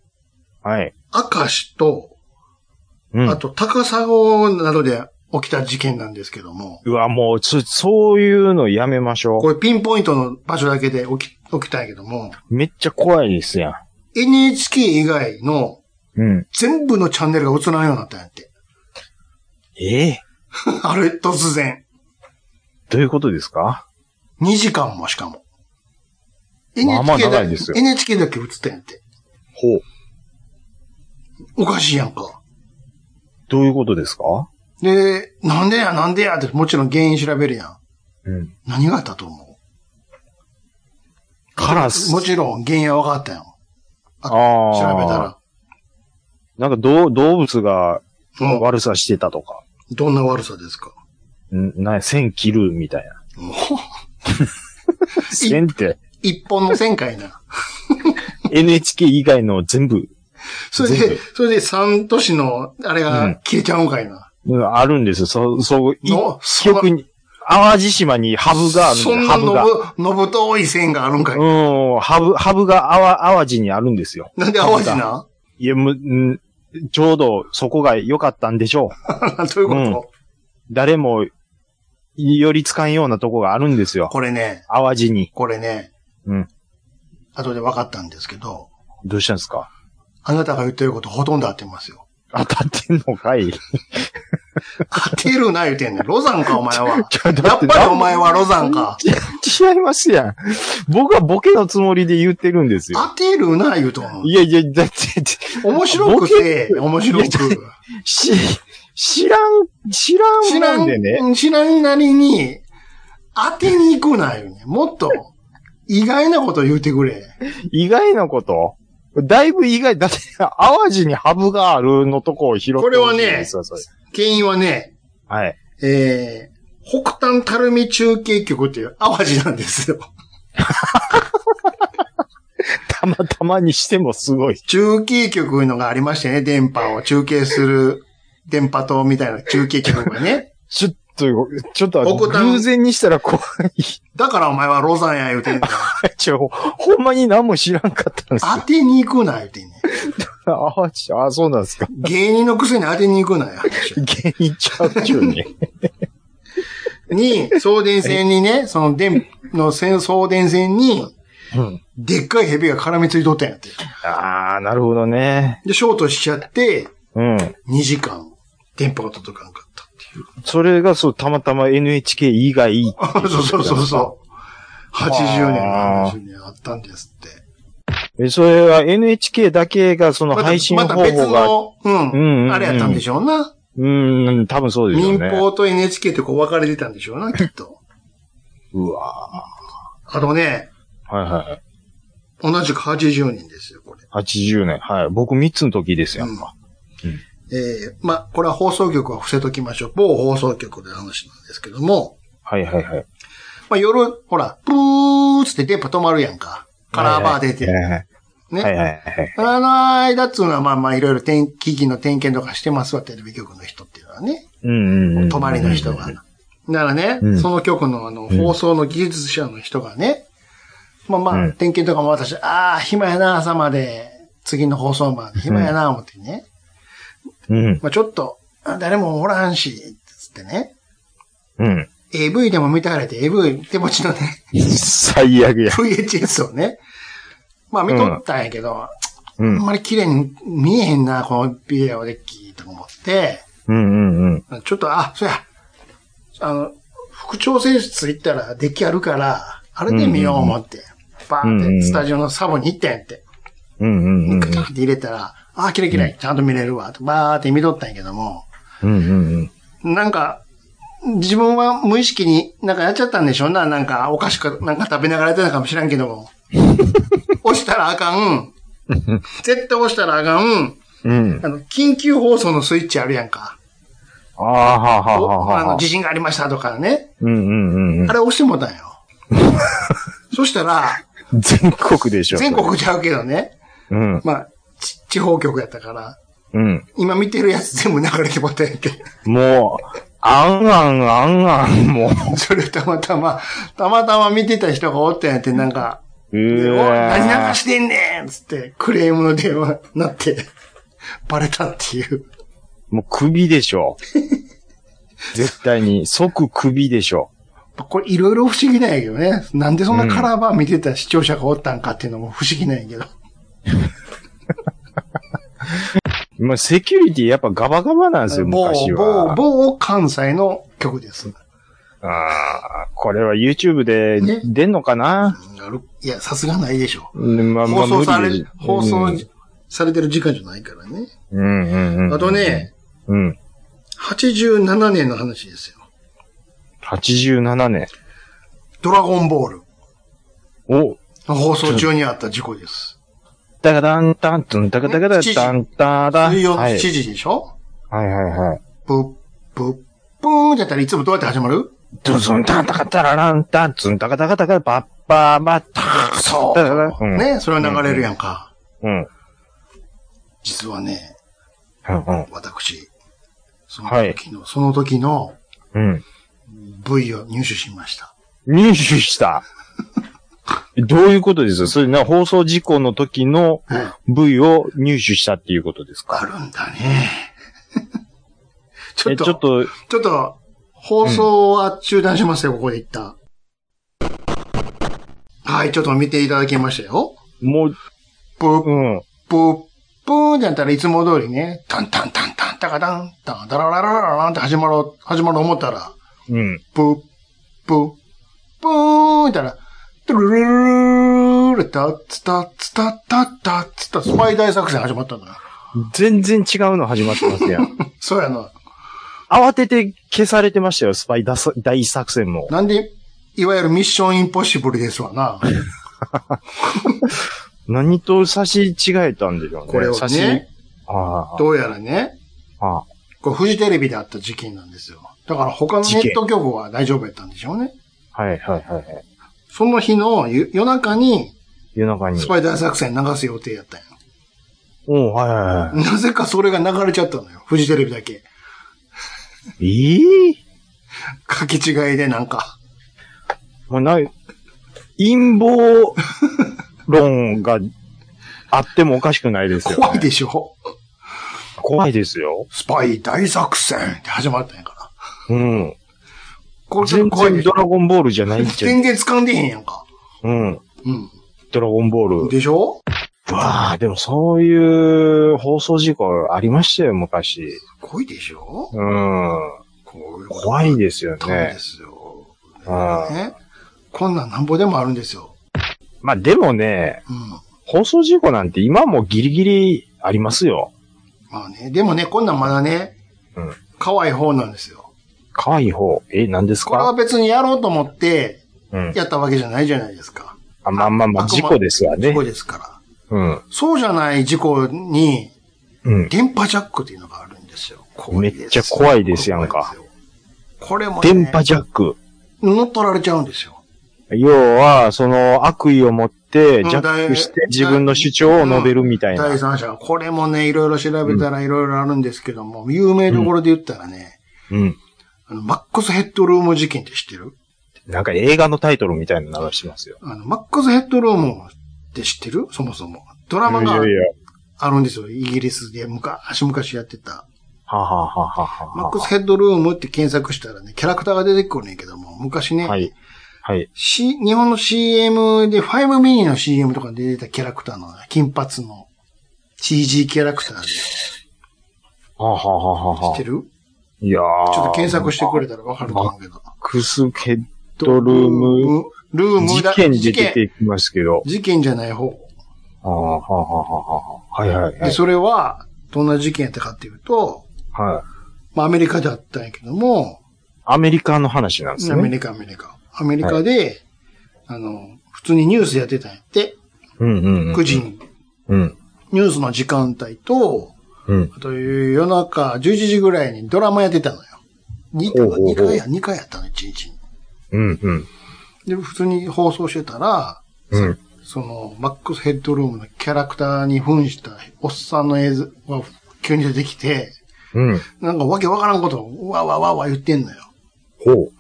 はい。
明石と、
うん。
あと高砂などで起きた事件なんですけども、
うわ、もう、そ、そういうのやめましょ
これピンポイントの場所だけで起き、起きたんやけども、
う。めっちゃ怖いですや
NHK 以外の
ん。うん。
全部のチャンネルが映らんようになったんやって。 [laughs]
ええ
あれ、突然。
どういうことですか
2時間もしかも。
まあまあ
NHK だ
長いですよ
NHK だけ映ったんやって。
ほう。
おかしいやんか。
どういうことですか
で、なんでや、なんでやって、もちろん原因調べるやん。
うん。
何があったと思
カラ
う
ス。
もちろん原因は分かったやん。
あ
調
あ。
べたら。
なんか動動物が
も
悪さしてたとか。
う、どんな悪さですか。
うん、な、線切るみたいな。
もう
線って
一本の線か
[laughs]
いな。
NHK 以外の全部、
それ
全
で
部、
それで三都市の、あれ
う
が
ん
消えちゃうんかいな。
うんあるんですよ。そう、そう、い
のそ
特に、淡路島にハブがあるんです
そん
よ。
な
ハブ
の
が。
ぶ、のぶとい線があるんかい。
うん、ハブ、ハブが淡淡路にあるんですよ。
なんで淡路な
いや、む、んちょうどそこが良かったんでしょう。
[laughs] どういうこと、
誰も、よりつかんようなとこがあるんですよ。
これね、
淡路に。
これね、
うん。
後で分かったんですけど、
どうしたんですか
あなたが言ってることほとんど合ってますよ。
当たってんのかい
当てるな言うてんねん。ロザンか、お前は。
[laughs] ちょ
やっぱりお前はロザンか。
違いますやん。僕はボケのつもりで言ってるんですよ。
当てるな言うとん。
いやいや、だって、
面白くて、面白く。
し、知らん、知らん
知
も
ら
んでね。
ん、知らんなりに、当てに行くな言うねん。もっと、意外なこと言うてくれ。
意外なことだいぶ意外、だって、淡路にハブがあるのとこを拾って
これは
ほ
ね
しいんですよそれ
原因はね、
はい。
えー、北端たるみ中継局っていう淡路なんですよ。
たまたまにしてもすごい。
中継局いうのがありましてね、電波を中継する、電波塔みたいな中継局がね。
ちょっと、ちょっと、
僕た
偶然にしたら怖い。
だからお前はロザンや言うてんねん。
ちょ、ほんまに何も知らんかったんです
当
よ。
てに行くな言うてんねん。
ああ、ちあそうなんですか。
芸人のくせに当てに行くなよ。
芸人ちゃうっちゅう
[laughs]
ね。
に、送電線にね、その電、の線送電線に、
うん。
でっかい蛇が絡みついとったんやって。
ああ、なるほどね。
で、ショートしちゃって、
うん。
2時間、電波が届かなかったっていう。
それが、そう、たまたま NHK 以外。
あ [laughs] そうそうそうそう。80年の話にあったんですって。
え、それは NHK だけが、その
また
配信方
また別
法が、
の、うん、
うんうんうん
あれやったんでしょうな。
うん、多分そうですよ
民
ね。
放と NHK ってこう分かれてたんでしょうな、きっ
[laughs]
と。
うわ
あとね、
ーはいはい。
同じく80年ですよ、これ。
80年。はい。僕3つの時ですよ。
うん
うん
えー、まあ、これは放送局は伏せときましょう。某放送局で話なんですけども、
はいはいはい。
まあ、夜、ほら、プーっつって電波止まるやんか。カラーバー出て。
はいはい
ね。
はいはい。
あの間っつうのは、まあまあ、いろいろ天気機器の点検とかしてますわ、テレビ局の人っていうのはね。
うんうん。
泊まりの人が。。ならね、
うん
その局のあの、
ん
放送の技術者の人がね、まあまあ、
うん
点検とかも私、ああ、暇やな、朝まで、次の放送まで、暇やな、思ってね。
うん。
まあちょっと、あ誰もおらんし、つってね。
うん。
AV でも見てはれて、AV 手持ちのね、 [laughs]
最悪や。
VHS をね、まあ見とったんやけど、
う
あん
ん。
まり綺麗に見えへんな、このビデオデッキと思って、
うんうんうん。
ちょっと、あ、そや、あの、副調整室行ったらデッキあるから、あれで見よう思って、バーンっ
うんうん
てスタジオのサボに行ったんやって、
うんうんうん
カチャンって入れたら、あ、キラキラ、ちゃんと見れるわ、とバーって見とったんやけども、
うんうん
なんか、自分は無意識になんかやっちゃったんでしょうな。なんか、お菓子か、なんか食べながらやってたかもしらんけど
[laughs]
も。押したらあかん。絶対押したらあかん。
うん。うん。
あの、緊急放送のスイッチあるやんか。
ああ、はあはあ
お
は
あ
あは
の、
あ。
地震がありましたとかね。
うんうんうん
あ。れ押しても
[laughs]
うたんよ。そしたら、
全国でしょ。
全国ちゃうけどね。
うん。
まあ、ち地方局やったから、
うん。
今見てるやつ全部流れてもうたんや
[laughs]
って。
もう、あんあんあんあん、もう。
それたまたま、たまたま見てた人がおったんやって、なんか、
う
でおい何流
ー
してんねんつって、クレームの電話になって、バレたっていう。
もう首でし
[laughs]
ょ。絶対に、即首でしょ。
これいろいろ不思議なんやけどね。なんでそんなカラーバー見てた視聴者がおったんかっていうのも不思議なんやけど。
まあ、セキュリティやっぱガバガバなんですよ、
某、
昔
某、
は。
某関西の曲です。
ああ、これは YouTube で
ね
出んのかな、
なるいや、さすがないでしょ。
うんまあま
放
あ
送さ
無
れ
理で
る、放送
うん
されてる時間じゃないからね。
うんうんうん。
あとね、
うん。
87年の話ですよ。
87年。
ドラゴンボール
お
の放送中にあった事故です。
だがだんたんとん、だがだがだたんただ。
水曜
は
7
い
時でしょ、
はいはいはい。
ブッ、ブッ、ブーンだったらいつもどうやって始まる
ドズンタンタカタラランタンツンタカタカタカバッパーバッター
そ
だから
う。
うん
ね、それは流れるやんか。
うん。うん
実はね、
うん。
私、その
はい
時の、その時の
うん。
部位を入手しました。
入手した。 [laughs] どういうことですかそれな、放送事故の時の
はい。
部位を入手したっていうことですか
あるんだね。 [laughs] ちょっ
え、
と、
ち
ち
ょ
ょ
っと、
っと、放送は中断しますよ、ここで一旦。はい、ちょっと見ていただきましたよ。
もう、
ブッ
うん。
ブッブーンってなったらいつも通りね、タンタンタンタンタカタンタンダラララララランって始まろう、始まろう思ったら、
うん。
ブッ、ブッ、ブーンってなったら、トゥルルルルルタッツタッツタッタッタッツタスパイ大作戦始まったんだよ。
全然違うの始まってますや
[laughs]
ん。
そうやな。
慌てて消されてましたよ、スパイ大作大作戦も。
なんで、いわゆるミッションインポッシブルですわな。
何と差し違えたんでしょうね。
これを
差し、
ね、
あ
どうやらね、
あ、ああ。
これフジテレビであった事件なんですよ。だから他のネット局は大丈夫やったんでしょうね。
はいはいはいはい。
その日の夜夜中に
夜中に
ス。パイ大作戦流す予定やったんよ。
おうはいはいは
なぜかそれが流れちゃったのよ。フジテレビだけ。
い。ええ
書き違いでなんか。
もうない、陰謀論があってもおかしくないですよ、ね。
怖いでしょ
怖いですよ。
スパイ大作戦って始まったんやから。
うん。
これちょ
全
っと怖い
然
でしょ
ドラゴンボールじゃないんじゃ
全然掴んでへんやんか。
うん。
う
ドラゴンボ
ん。
ール。
でしょ
うわあでもそういう放送事故ありましたよ、昔。
怖いでしょ
うん。怖いですよ
ダメ
ね
で。すよ。
うん。
ね。こんなんなんぼでもあるんですよ。
まあでもね、
うん。
放送事故なんて今もギリギリありますよ。
まあね。でもね、こんなんまだね、
うん。
可愛い方なんですよ。
可愛い方。え、何です
これは
か
別にやろうと思って、
うん。
やったわけじゃないじゃないですか。
あまあまあまあ、
あくま
事故ですわ
事
ね
故。ですから。
うん。
そうじゃない事故に、
うん。
電波ジャックっていうのがあるんですよ。怖いです
めっちゃ怖いですやんか。
これも、ね、
電波ジャック。
乗っ取られちゃうんですよ。
要は、その悪意を持って、
うん
ジャックして
だい
自分の主張を述べるみたいな。
第三者。これもね、いろいろ調べたらいろいろあるんですけども、有名どころで言ったらね、
うん。
あの、マックスヘッドルーム事件って知ってる
なんか映画のタイトルみたいなの流してますよ。
あの、マックスヘッドルームって知ってるそもそも。ドラマ
いやい
が
や。
あるんですよ。イギリスで昔、昔やってた。
はあはあはあはあ
マッ
は
クスヘッドルームって検索したらね、キャラクターが出てくるねんけども、昔
あ。
ね、
はい。はい。
C、日本の CM で、5ミニの CM とかで出てたキャラクターの、金髪の CG キャラクターで、知
はあはあはあはあ
っ
はあ
て。る
いやー
ちょっと検索してくれたらわかると思うけど。
マックスヘッドルーム。
ルーム
事
だ。
件で出てきますけど。
事件じゃない方。
はあはあはあはあはあ。はいはいは
で、
い。
それは、どんな事件やったかっていうと、
はい。
まあアメリカだったんやけども、
アメリカの話なんです
アメ
ね。
リカ、アメリカ。アメリカで、あの、普通にニュースやってたんやって、
うんうんうん。
9時に、
うん。
ニュースの時間帯と、
うん。
あと夜中11時ぐらいにドラマやってたのよ。2,
ほうほうほう
回や、2回やったの、1日に。
うんうん。
で、普通に放送してたら、
うん。
その、マックスヘッドルームのキャラクターに扮したおっさんの映像が急に出てきて、
うん。
なんかわけわからんことをわわわわ言ってんのよ。
ほう。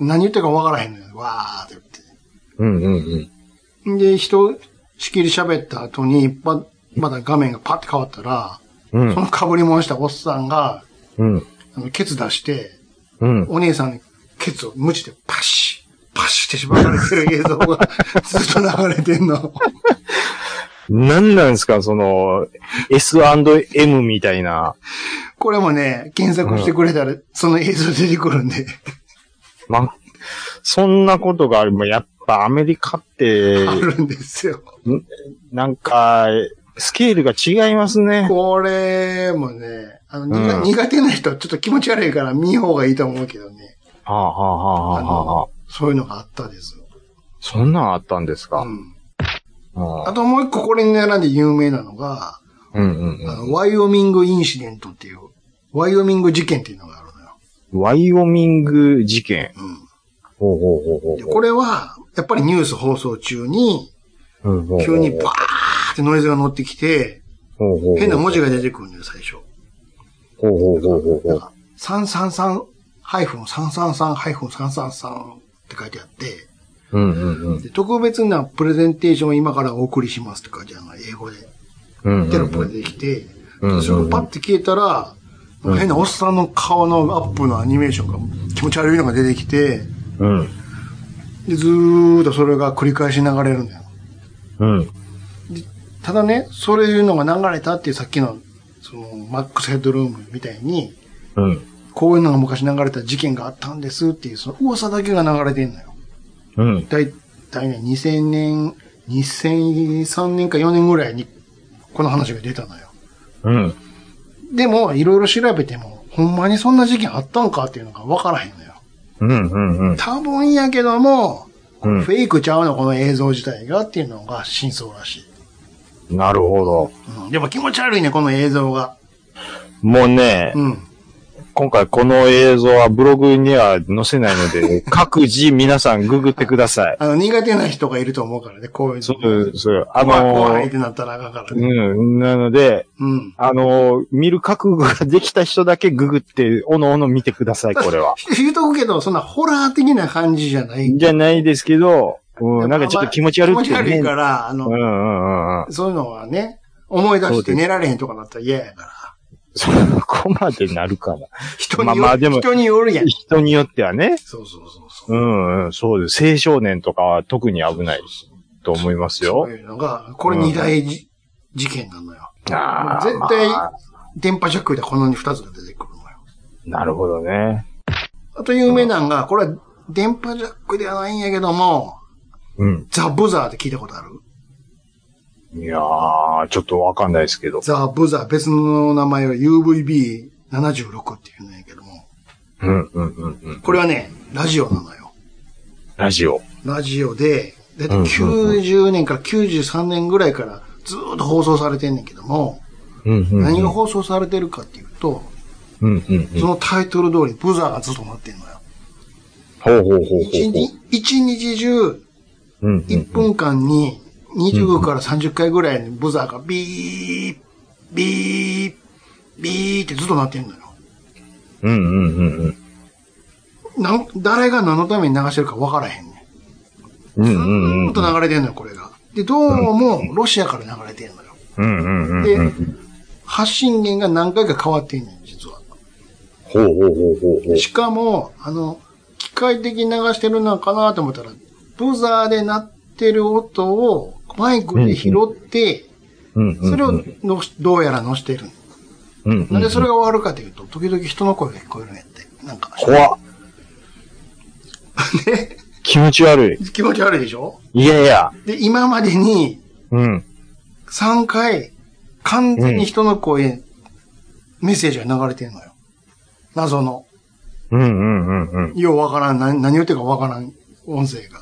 何言ってるかわからへんのよ。わーって
うんうんうん。
言って。で、人、しきり喋った後に、ま、まだ画面がパッて変わったら、
う
そ
ん。
の被り物したおっさんが、
うん。
あの、ケツ出して、
うん。
お姉さんにケツを無知でパシッ、パシッって縛られてる映像
[laughs]
がずっと流れてんの。
なんなんですか、その、S&M みたいな。
これもね、検索してくれたら、その映像出てくるんで。
ま、そんなことがあれば、やっぱアメリカ
[laughs]
って
あ、るんですよ。
なんか、スケールが違いますね。
これもね、あの、にが
うん
苦手な人はちょっと気持ち悪いから見ん方がいいと思うけどね。
はあはあはあは
あ
あはあ
の。、そういうのがあったですよ。
そんなんあったんですか
う。ん。
うん
あともう一個これに並んで有名なのが、
うんうん
あ
う
のワイオミングインシデントっていう、ワイオミング事件っていうのがあるのよ。
ん。ワイオミング事件。
う
ほ
ん。
うほうほうほう
でこれは、やっぱりニュース放送中に、
うんほうほう。
急にバーってノイズが乗ってきて、
ほうほうほう
変な文字が出てくるのよ、最初。
ほうほうほうほうほう。
333-333-333って書いてあって、
うんうんうん。
で特別なプレゼンテーションを今からお送りしますって書いてあるの、英語で。
うんうん
テ
う
ロップが
ん
出てきて、
うんうん
それをパッて消えたら、なんか変なおっさんの顔のアップのアニメーションが気持ち悪いのが出てきて、
うん。
でずーっとそれが繰り返し流れるんだよ。
うん。
ただね、そういうのが流れたっていうさっきの、その、マックスヘッドルームみたいに、
うん。
こういうのが昔流れた事件があったんですっていう、その噂だけが流れてんのよ。
うん。
だいたいね、2000年、2003年か4年ぐらいに、この話が出たのよ。
うん。
でも、いろいろ調べても、ほんまにそんな事件あったんかっていうのが分からへんのよ。
うん。うん。
多分やけども、
うん
フェイクちゃうの、この映像自体がっていうのが真相らしい。
なるほど。
うん、でも気持ち悪いね、この映像が。
もうね、
うん。
今回この映像はブログには載せないので、各自皆さんググってください。
あの、苦手な人がいると思うからね、こういうの。
そう、そう。あ
怖い怖いっ
の、
てなったらあかんからね。
うん。なので、
うん。
あの、見る覚悟ができた人だけググって、おのおの見てください、これは。
言うとくけど、そんなホラー的な感じじゃない。
じゃないですけど、うん、なんかちょっと気持ち悪いって
気持ち悪
ね。
いから、あ
うんうんう
の、
んうん。
そういうのはね、思い出して寝られへんとかなったら嫌やから。
そこまでなるかな。
人
まあ
によ
まあで
る、
も
人によるやん。
人によってはね。
そうそうそうそうう。
んうん、そうです。青少年とかは特に危ないと思います
そ
よ
う。いうのが、これ二大じ事件なのよ。
あー
絶対、電波ジャックでこの二つが出てくるのよ。
なるほどね。
あと有名なんが、これは電波ジャックではないんやけども、
うん。
ザ・ブザーって聞いたことある
いやー、ちょっとわかんないですけど。
ザ・ブザー、別の名前は UVB76 っていうんやけども、
うんうんうんうん。
これはね、ラジオなのよ。
ラジオ。
ラジオで、だいた
う
い
んうん
90年から93年ぐらいからずーっと放送されてんねんけども、
うんうんうん。
何が放送されてるかっていうと、
うんうんうん。
そのタイトル通りブザーがずっと鳴ってんのよ。
ほうほうほうほう
一
ほう。
日一日中、
うんうんうん
1分間に25から30回ぐらいにブザーがビー、ビー、ビーってずっと鳴ってんのよ。
うんうんうん
なん、誰が何のために流してるか分からへんね。
うん。うんうんん
ず
う
っ
ん。
と流れてんのよ、これが。で、どうもロシアから流れてんのよ。
うんうんうん。
で、発信源が何回か変わってんねん、実は。
ほうほうほうほうほう。
しかも、あの、機械的に流してるのかなと思ったら、ブザーで鳴ってる音をマイクで拾って、
うんうんうん
それをのしどうやら載してる。
うんうん
なんでそれが終わるかというと、時々人の声が聞こえるねって。なんか、 [laughs]
怖っ。気持ち悪い。
気持ち悪いでしょ
いやいや。
で、今までに
うん。
3回、完全に人の声、メッセージが流れてるのよ。謎の、
うんうんうんうん。
ようわからん、何何言ってるかわからん音声が。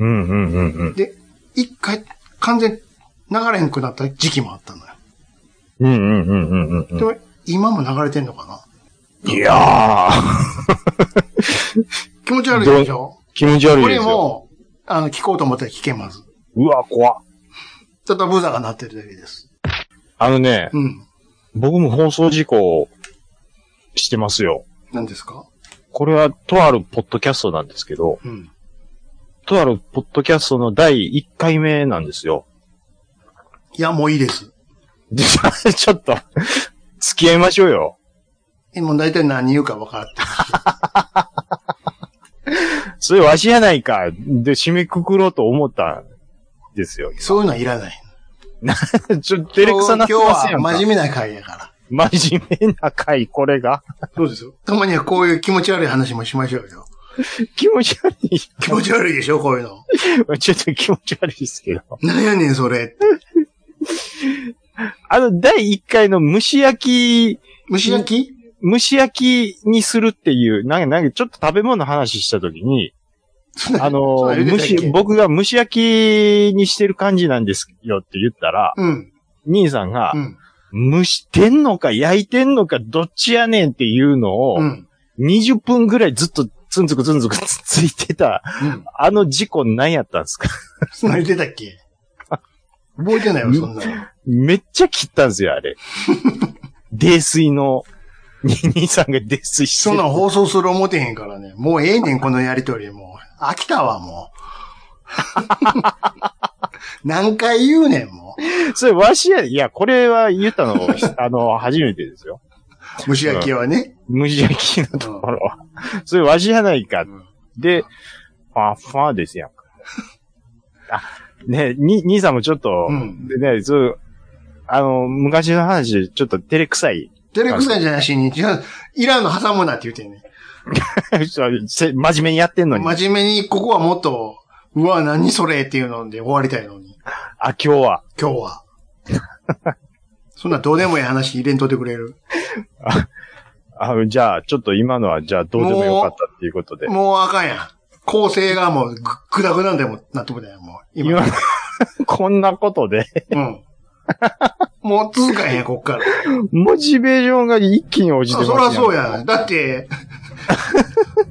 うんうんうんうん。
で、一回、完全に流れなくなった時期もあったのよ。
うんうんうんうんうんうん
で。も、今も流れてんのかない
やー、
気持ち悪いでしょ
気持ち悪い
こ
で
れ
すよ。
も、あの、聞こうと思ったら聞けます。
うわ、怖っ
ちょっとブザーが鳴ってるだけです。
あのね、
うん。
僕も放送事故をしてますよ。
何ですか
これは、とあるポッドキャストなんですけど、
うん。
とあるポッドキャストの第1回目なんですよ。
いや、もういいです。
で [laughs] ちょっと、付き合いましょうよ。
え、もう大体何言うか分かってる。
それわしやないか。で、締めくくろうと思ったんですよ。 [laughs]
そういうのはいらない。
ちょ、照れくさなって
今日
ます
は
やんか。
真面目な会やから。
真面目な回、これが。
そうですよ。たまにはこういう気持ち悪い話もしましょうよ。
気持ち悪い。
気持ち悪いでしょ、こういう
[laughs]
の。
ちょっと気持ち悪いですけど。
なんやねん、それ。
あの、第1回の蒸し焼き、
虫焼き
蒸し焼きにするっていう、なんか、なんかちょっと食べ物の話したとき
[laughs]
に、あの、蒸し、
僕。
僕が蒸し焼きにしてる感じなんですよって言ったら、
うん。
兄さんが
う、ん。
蒸してんのか焼いてんのかどっちやねんっていうのを
う、ん。
20分ぐらいずっとつんつくつんつくつついてた、
うん。
あの事故何やったんですか
そんな言ってたっけ覚えてないわ、そんなの。
めっちゃ切ったんですよ、
[laughs]
あれ。泥酔の、兄さんが泥酔して
そんなの放送する思てへんからね。もうええねん、このやりとり。もう。飽きたわ、も
[laughs]
う。何回言うねん、も
それ、わしや、いや、これは言った
[laughs]
の、あの、初めてですよ。
う。虫焼きはね。
無事焼きのところは。それ、わしやないか
う。ん
で、ファーファーですやんか。あ、ね、に、兄さんもちょっと、
うん
でね、そう、あの、昔の話でちょっと照れくさい。 [laughs]
照れくさいじゃなしに、違う、イランの挟むなって言うてんね。
そうせ真面目にやってんのに。あ、
真面目に、ここはもっと、うわ、何それっていうので終わりたいのに、
今日は。
今日は。 [laughs] そんなどうでもいい話入れんとってくれる。
あじゃあ、ちょっと今のは、じゃあ、どうでもよかったっていうことで。
もうあかんやん。構成がもうぐ、ぐだぐだんでもなってもだよ、もう。
今
[laughs] 今。、
こんなことで、
うん。もう続かへんやん、こっから。
モチベーションが一気に落ちて
そ
ま
り
すやん
ゃそうやん。だって、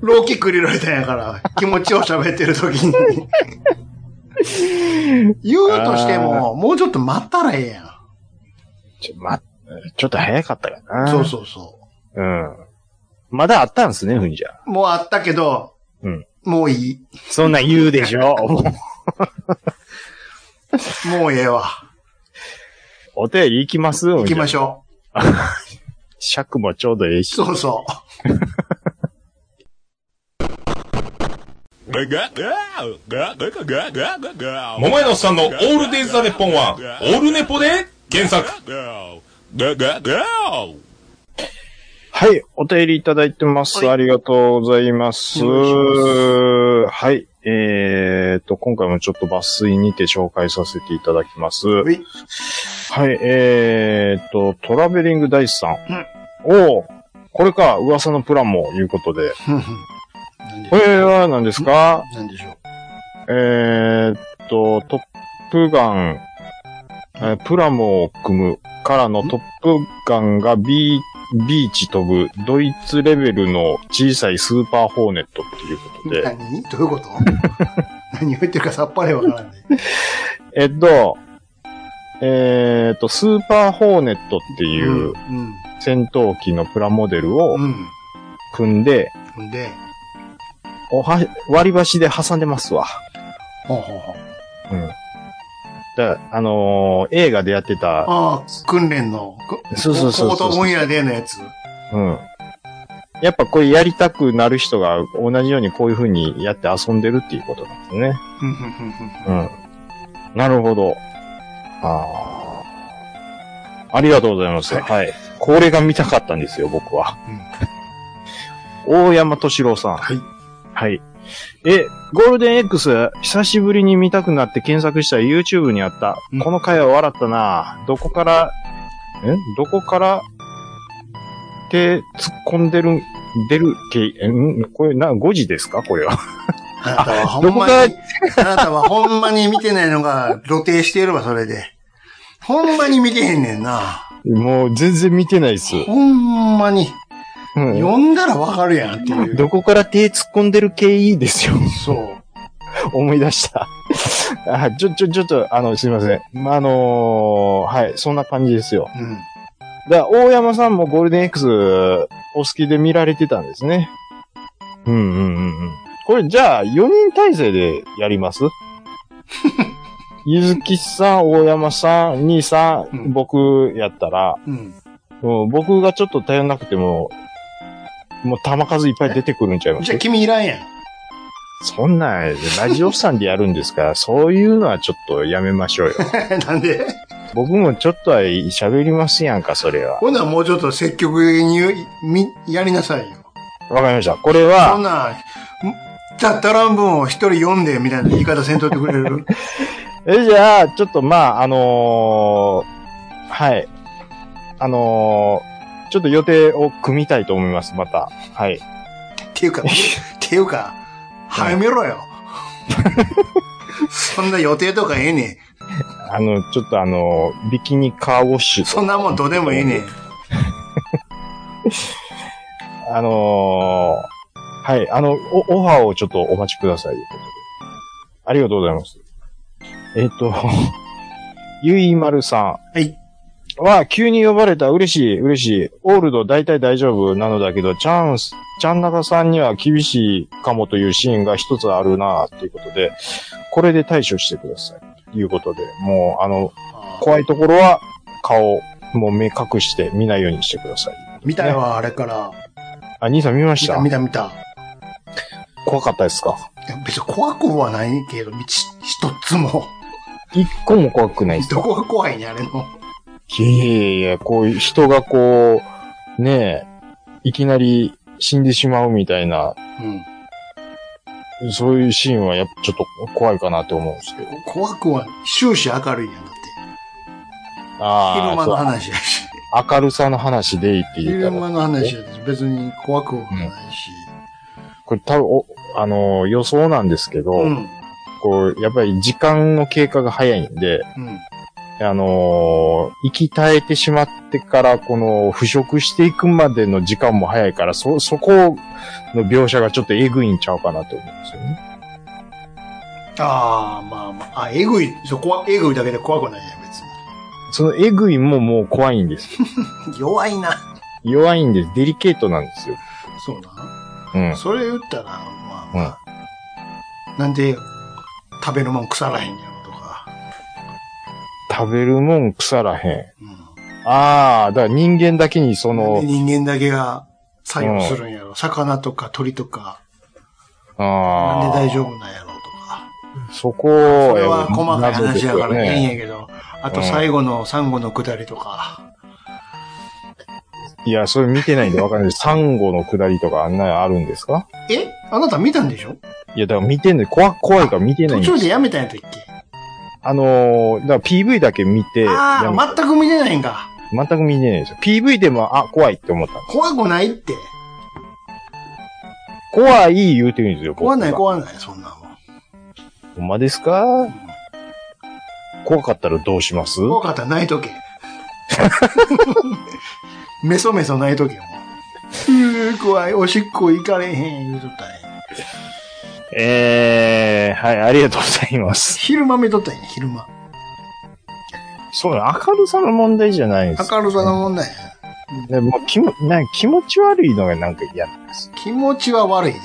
ローキック入れられたんやから、気持ちを喋ってる時に。言うとしても、もうちょっと待ったらええやん。
ちょ、ま、ちょっと早かったかな。
そうそうそ
うん。まだあったんですね、ふんじゃ。
う。もうあったけど、
うん
もういい。 [laughs]
そんなん言うでしょ。
もうええわ。
お便り行きます
行きまし
ょう。
ょ
尺もちょうどええ
う。
し。
そうそう。
桃井のおっさんのオールデイズ・ザ・ネッポンは、オールネポで原作。
はい、お便りいただいてます。
はい
ありがとうございます。
お
はい、えーと、今回もちょっと抜粋にて紹介させていただきます。はいい、えーと、トラベリングダイスさん。おおこれか、噂のプランも、いうことで。
なんで
これは何ですか
なんでしょう。
えーっと、トップガン、えープラモを組むからのトップガンがビービーチ飛ぶドイツレベルの小さいスーパーホーネットっていうことで。
何どういうこと [laughs] 何を言ってるかさっぱりわからない。
えっと、えーっと、スーパーホーネットって
う
い
ん
う。戦闘機のプラモデルを
うん。
組んで、
うん。で、
おは、割り箸で挟んでますわ。
ほうほうほう。
だあのー映画でやってた、
ああ、訓練の、こ
そうそうそうそ
高
うそう
等分野でのやつ。
うん。やっぱこれやりたくなる人が同じようにこういう風にやって遊んでるっていうことなんですね。
うんうんうんうん
うん。なるほど。ああ。ありがとうございます。
は
はいい。これが見たかったんですよ、僕は。大山敏郎さん。
はい。
はい。え、ゴールデン X、久しぶりに見たくなって検索したら YouTube にあった。
うん
この回は笑ったなどこから、えどこから、手突っ込んでる、出るけ、えんこれ、な、5時ですかこれは。 [laughs]
あなたはほんまに、
あ
あ
ど
なたはほんまに見てないのが露呈しているわ、それで。ほんまに見てへんねんな。
もう全然見てないっす。
ほんまに。
うん
読んだらわかるやんっていう。
どこから手突っ込んでる系ですよ。 [laughs]
そう。
思い出した。 [laughs] あ、ちょ、ちょ、ちょっと、あの、すいません。まあ、あのーはい、そんな感じですよ。
うん。
だから大山さんもゴールデン X お好きで見られてたんですね。うんうんうんうん。これじゃあ4人体制でやりますゆずきさん、大山さん、兄さん、
うん
僕やったら、
うん。
もう僕がちょっと頼んなくても、もう玉数いっぱい出てくるんちゃいま
じゃあ
す
君いらんや [laughs] ん。
そんなん、ラジオさんでやるんですから、そういうのはちょっとやめましょうよ。
なんで
僕もちょっとは喋りますやんか、それは。
ほんならもうちょっと積極的にみやりなさいよ。
わかりました。これ
そん
は、
な、んザ・タラン文を一人読んでみたいな言い方せんとってくれる
え、じゃあ、ちょっと、まあ、あのーはい。あのーちょっと予定を組みたいと思います、また。はい。
って
[laughs]
いうか、っていうか、はめろよ。そんな予定とかええねん。
あの、ちょっとあのービキニカーウォッシュと
そんなもんどうでもええねん。
あのーはい。あの、おオファーをちょっとお待ちください。ということでありがとうございます。えっ、と、 [laughs] ゆいまるさん。
はい。
は、急に呼ばれた。嬉しい、嬉しい。オールド大体大丈夫なのだけど、チャンス、ちゃん中さんには厳しいかもというシーンが一つあるなっていうことで、これで対処してください。ということで、もう、あの、怖いところは、顔、もう目隠して見ないようにしてください。
見たよ、あれから。
あ、兄さん見ま
見、
したた
見た、見た。
怖かったですか
いや別に怖くはないけど、道一つも。
一個も怖くないです。
どこが怖いねん、あれの。
いやいやいや、こういう人がこう、ねえ、いきなり死んでしまうみたいな、
うん。
そういうシーンはやっぱちょっと怖いかなって思うんですけど。
怖くは、終始明るいやん、だって。
あ
昼
あ、
間
そ
の
う
話やし。
明るさの話でいいって言
昼
ったら、
間の話やし、別に怖くはないし。
これ多分お、あのー予想なんですけど、
うん。
こう、やっぱり時間の経過が早いんで、
うん。
あのー息絶えてしまってから、この、腐食していくまでの時間も早いから、そ、そこの描写がちょっとエグいんちゃうかなと思うんですよね。
ああ、まあまあ、あ、えぐい、そこはえぐいだけで怖くないやん、別
そのエグいももう怖いんです。
に。弱いな。
弱いんです。デリケートなんですよ。
そうな。
うん。
それ言ったら、まあまあ、なんで、食べるもん腐らへんやろとか、
食べるもん腐らへん。ああ、だから人間だけにその、
人間だけが作用するんやろ。魚とか鳥とか、なんで
あ
大丈夫なんやろうとか。
あ、そこを、
これは細かい話やから
謎ですよ
ね、いいん
ね
やけど。あと最後のサンゴの下りとか。
いや、それ見てないんでわかんないです。サンゴの下りとかあんなのあるんですか
えあなた見たんでしょ
いや、だから見てんで、怖、怖いから見てない
途
んです
中でやめたんやったっけ
あのー、だから PV だけ見て、
あ
でも
あ、全く見てないんか。
全く見てないですよ。PV でも、あ、怖いって思ったんです。
怖くないって。
怖い言うてるんですよ、僕
怖ない
が
怖ない、そんなもん。
ほんまですか怖かったらどうします
怖かったら泣いとけ。 [laughs] メソメソ泣いとけよ、もう。うー怖い、おしっこ行かれへん、言うとったね。
えー、はい、ありがとうございます。
昼間見とったんや、昼間。
そうなの明るさの問題じゃないんです。
明るさの問題や。
でも気もなんか気持ち悪いのがなんか嫌なんです。
気持ちは悪いで。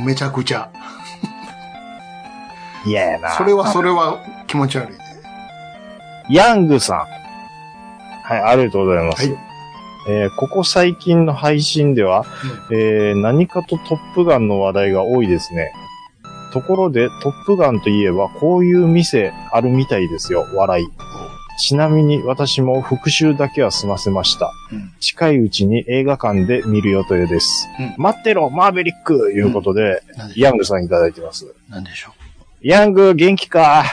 う
めちゃくちゃ。
ん。嫌やな。
それは、それは気持ち悪いで。
ヤングさん。はい、ありがとうございます。
はい
えーここ最近の配信では、えー何かとトップガンの話題が多いですね。ところで、トップガンといえば、こういう店あるみたいですよ、笑い。ちなみに私も復習だけは済ませました。
うん
近いうちに映画館で見る予定です。
うん
待ってろ、マーベリックいうことで、
なんで
ヤングさんいただいてます。
なんでしょ
ヤング、元気か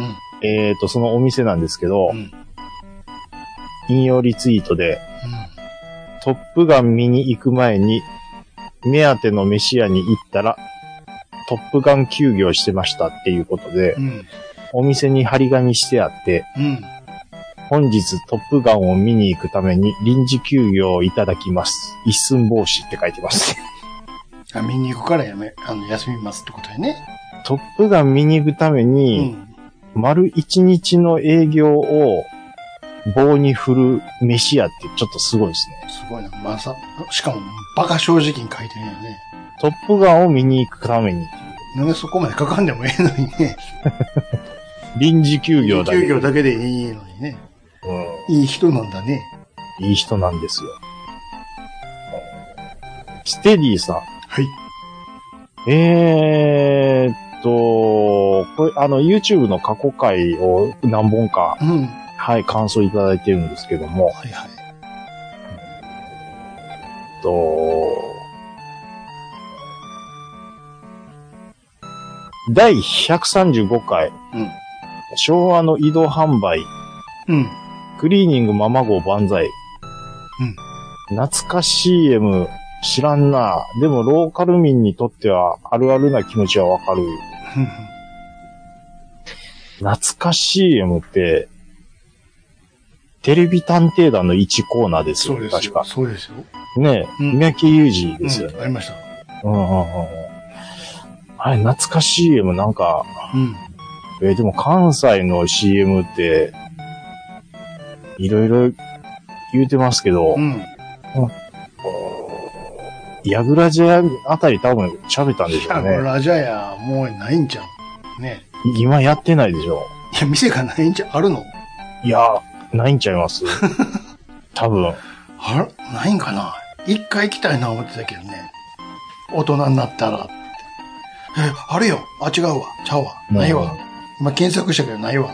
う。うん。
えっ、と、そのお店なんですけど、
うん
引用リツイートで、トップガン見に行く前に、目当ての飯屋に行ったら、トップガン休業してましたっていうことで、
うん。うん。
お店に張り紙してあって、
うん。
本日トップガンを見に行くために臨時休業をいただきます。一寸防止って書いてます。 [laughs]
あ、見に行くからやめ、あの、休みますってことやね。
トップガン見に行くため
う
に、
ん。
丸一日の営業を棒に振る飯屋ってちょっとすごいですね。
すごいな。まさ、しかも、バカ正直に書いてるよね。
トップガンを見に行くために、
なんでそこまで書かんでもええのにね。
臨時休業だけ。
休業だけでいいのにね。
う
いい人なんだね。
ん。いい人なんですよ。ステディさ
はい。
ん。えーっと、これ、あの、YouTube の過去回を何本か、
うん。は
はい、感想いただいてるんですけども、
いはい。
えっと、第135回、
うん
昭和の移動販売、
うん。
クリーニングママ号万歳。懐かしい M 知らんな。でもローカル民にとってはあるあるな気持ちはわかる。懐かしい M って、テレビ探偵団の1コーナーです
そ
よ。
うです
確
よ。
か。
そうですよ。
ねえ、
うん
三宅裕二
う
ですよ
ん。あ
ね。
りました。
うんうんうんうんあれ、懐かしい M なんか、
うん。
えーでも関西の CM って、いろいろ言うてますけど、
うん。
ヤグラジェあたり多分喋ったんで
い
しょ
や、
う
これ
ね。
ラジャヤもうないんじゃん。ね。
今やってないでしょ。
いや、店がないんじゃ、あるの
いや、ないんちゃいます
[laughs]
多分。
あらないんかな一回行きたいな思ってたけどね。大人になったら。え、あるよ。あ、違うわ。ちゃうわ。ないわ。今検索したけどないわ。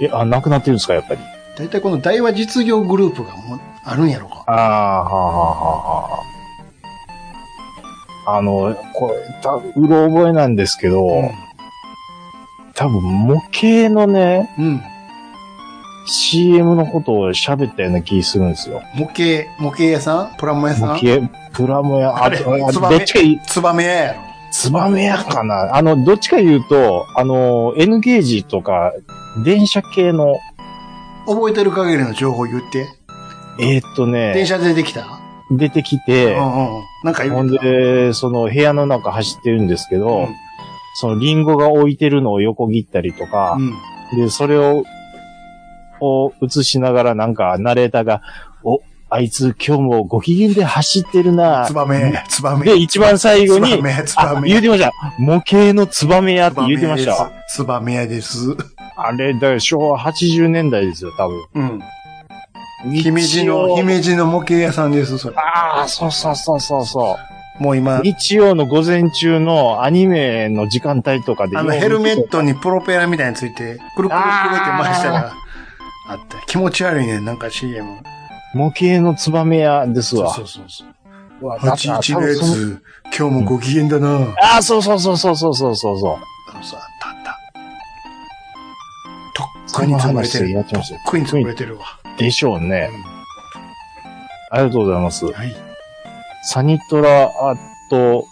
え、あ、なくなってるんですか、やっぱり。
だいたいこの大和実業グループがもうあるんやろか。
ああ、はあはあはあ。あの、これ、たうろ覚えなんですけど、多分模型のね、
うん。うん。
CM のことを喋ったような気するんですよ。
模型、模型屋さんプラモ屋さ
模
ん
型、プラモや、
あ
あ
れ
れ、
ツ
あ
バ
ど
メ
っちかい
ツバメ屋やろ。
ツバメやかなあの、どっちか言うと、あの、N ゲージとか、電車系の、
覚えてる限りの情報言って。
えーっと
電
ね、
車出てきた、
出てきて、
うんうん。なんか
ほ
言
ん
うてた。
で、その部屋の中走ってるんですけど、
うん
そのリンゴが置いてるのを横切ったりとか、
うん。
で、それを、を映しながらなんか、ナレーターが、お、あいつ今日もご機嫌で走ってるな
ツバメ、ツバメ。
で、一番最後に
ツバ、メ、ツバ
あ
メ。
言うてました。模型のツバメ屋って言うてましたわ。
ツバメ屋です。ツバメ屋です。
あれ、だから昭和80年代ですよ、多分。
うん。姫路の、
日曜。
姫路の模型屋さんです、それ。
ああ、そうそうそうそうそう。
もう今、
日曜の午前中のアニメの時間帯とかで。
あのヘルメッ。トにプロペラみたいについて、くるくるくるって回したら、あった。気持ち悪いね、なんか CM。
模型のツバメ屋ですわ。
そうそうそう。
うわだから
81のや
多分その
つ、今日もご機嫌だな、
ああ、そうそうそうそうそうそうそうそ
あそうあったあった。とっ
そ
く
ん
に
な
潰れて
話
る。
やっ
と
て
っ
ましたよ
くに潰れてるわ。
う。でしょうね。ありがとうございます。
はい。
サニトラアット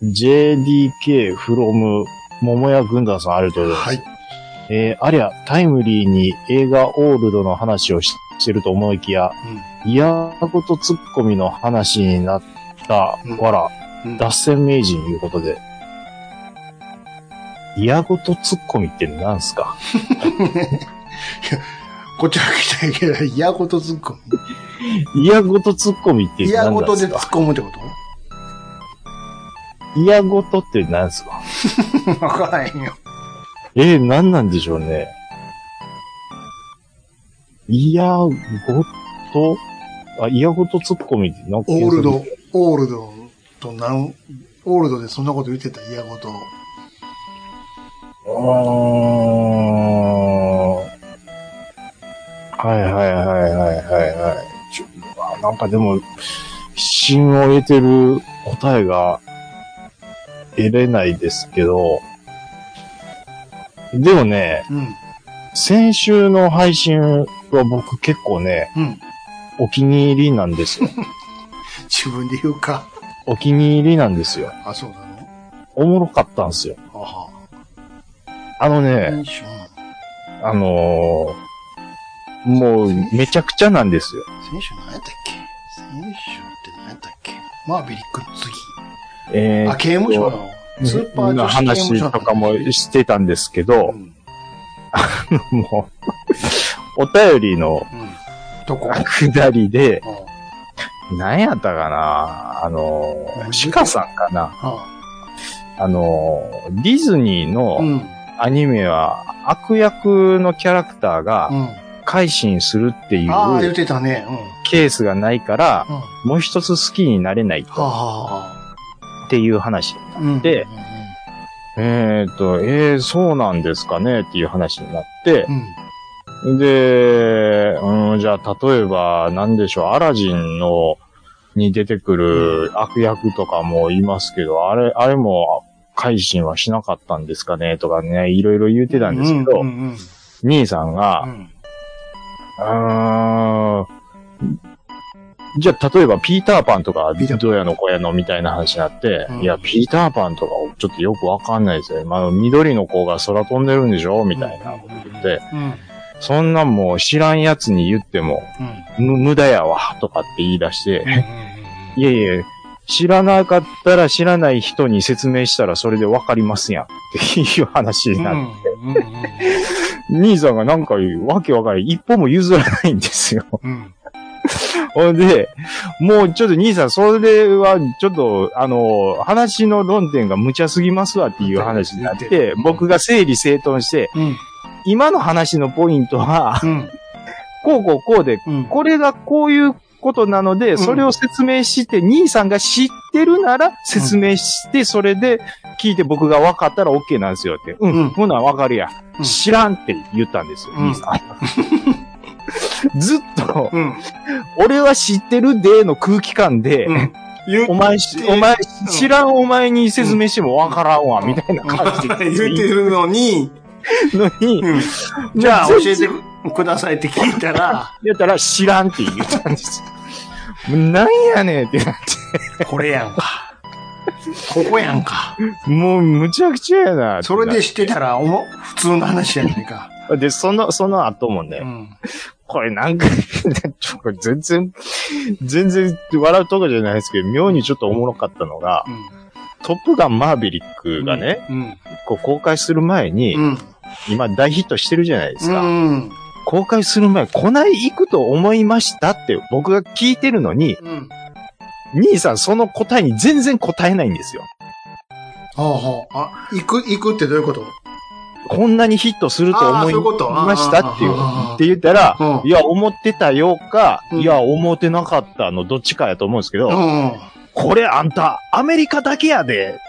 JDK from 桃屋軍団さんありがとうございます。
はい。
えーありゃ、タイムリーに映画オールドの話をししてると思いきや、嫌ごとツッコミの話になった
うん
わら、
うん
脱線名人いうことで。嫌ごとツッコミって何すか
こっちは来たいけど、嫌ごと突っ込む。
嫌ごとツッコミって何です
嫌
か
ごとで突っ込むってこと
嫌ごとって何すか
[laughs] わからへんよ。
えー、何なんでしょうね。嫌ごとあ、嫌ごとツッコミってなんか
オールド、オールドとなん、オールドでそんなこと言ってた嫌ごと。
うーんはいはいはいはいはいはいちょ。あなんかでも、芯を得てる答えが得れないですけど、でもね、
うん。
先週の配信は僕結構ね、
うん。
お気に入りなんですよ。
自分で言うか。
お気に入りなんですよ。
あ、そうなの
おもろかったんですよ。
あは。
あのね、
よいしょ
あのーもうめちゃくちゃなんですよ。
先週何やったっけ先週って何やったっけマーベリックの次。
えー
あ、刑務所の。スーパー女子刑務
話
所の
とかもしてたんですけ
う
ど、 [laughs]
ん。
もう、お便りの
うん。どこ
下りで、
あ
何やったかなあの
何、
シカさんかな
あ
あの、ディズニー
あ。うん。
の
うん。
アニメは悪役のキャラクターが改心するってい
ああ、言っ
う
てたね。うん。
ケースがないから、
うん。は
もう一つ好きになれない
あは
と
あは
っていう話。
あ。うん。
でえっと、えー、そうなんですかねっていう話になって、
うん。
で、うん、じゃあ、例えば、なんでしょう、アラジンの、に出てくる悪役とかもいますけど、あれ、あれも、改心はしなかったんですかねとかね、いろいろ言ってたんですけど、
うんうんうん。
兄さん
う
が、
ん
うーん、じゃあ、例えば、ピーターパンとか、
ピーターパン
どうやの子やのみたいな話になって、
うん
いや、ピーターパンとか、ちょっとよくわかんないですよ。まあ、緑の子が空飛んでるんでしょみたいなこと言って、
うん。
そんなんもう知らんやつに言っても、
うん。
む、無駄やわ、とかって言い出して
うん、
いやいや、知らなかったら知らない人に説明したらそれでわかりますやん、っていう話に
うん
なっ
うんうん
て、兄さんがなんかわけわからない、一歩も譲らないんですよ。 [laughs]
うん。
ほんで、もうちょっと兄さん、それはちょっと、あの、話の論点が無茶すぎますわっていう話になっ
言って
て
る、
僕が整理整頓して、
うん。
今の話のポイントは、
うん。
こうこうこうで、
うん。
これがこういうことなので、
ん
それを説明して、兄さんが知ってるなら説明して、それで聞いて僕が分かったら OK なんですよって。う、
うんん
ほ、な分かるや、
うん
知らんって言ったんですよ、
うん
兄さん。 [laughs] ずっと、
うん。
俺は知ってるでの空気感で、
うん。言う
お前し、お前
ん、
知らんお前に説明しても分からんわ、みたいな感じで
言ってるのに、
のに、
うんじゃあ教えて
く
くださいって聞いたら、
れたら知らんって言ったんです
[laughs]
よ。なんやねんってなって。
これやんか。ここやんか。
もう、むちゃくちゃやな。
それで、知ってたら、おも、普通の話やないか。
で、その、その後もね、
うん。
これなんか、ちょこれ全然、全然笑うとかじゃないですけど、妙にちょっとおもろかったのが、トップガンマーヴェリッ
う
ク
ん。
がね、
うん。
こう公開する前に、
うん。
今大ヒットしてるじゃないですか。
うん。
公開する前、こない行くと思いましたって僕が聞いてるのに、
うん。
兄さんその答えに全然答えないんですよ。
ほうほう。あ、行く、行くってどういうこと
こんなにヒットすると
あー
思い
そういうこと
ましたっていう
あー、
って言ったら
う、ん
いや、思ってたよか、
うん
いや、思ってなかったのどっちかやと思うんですけ
う
ど、
ん。
これあんた、アメリカだけやで。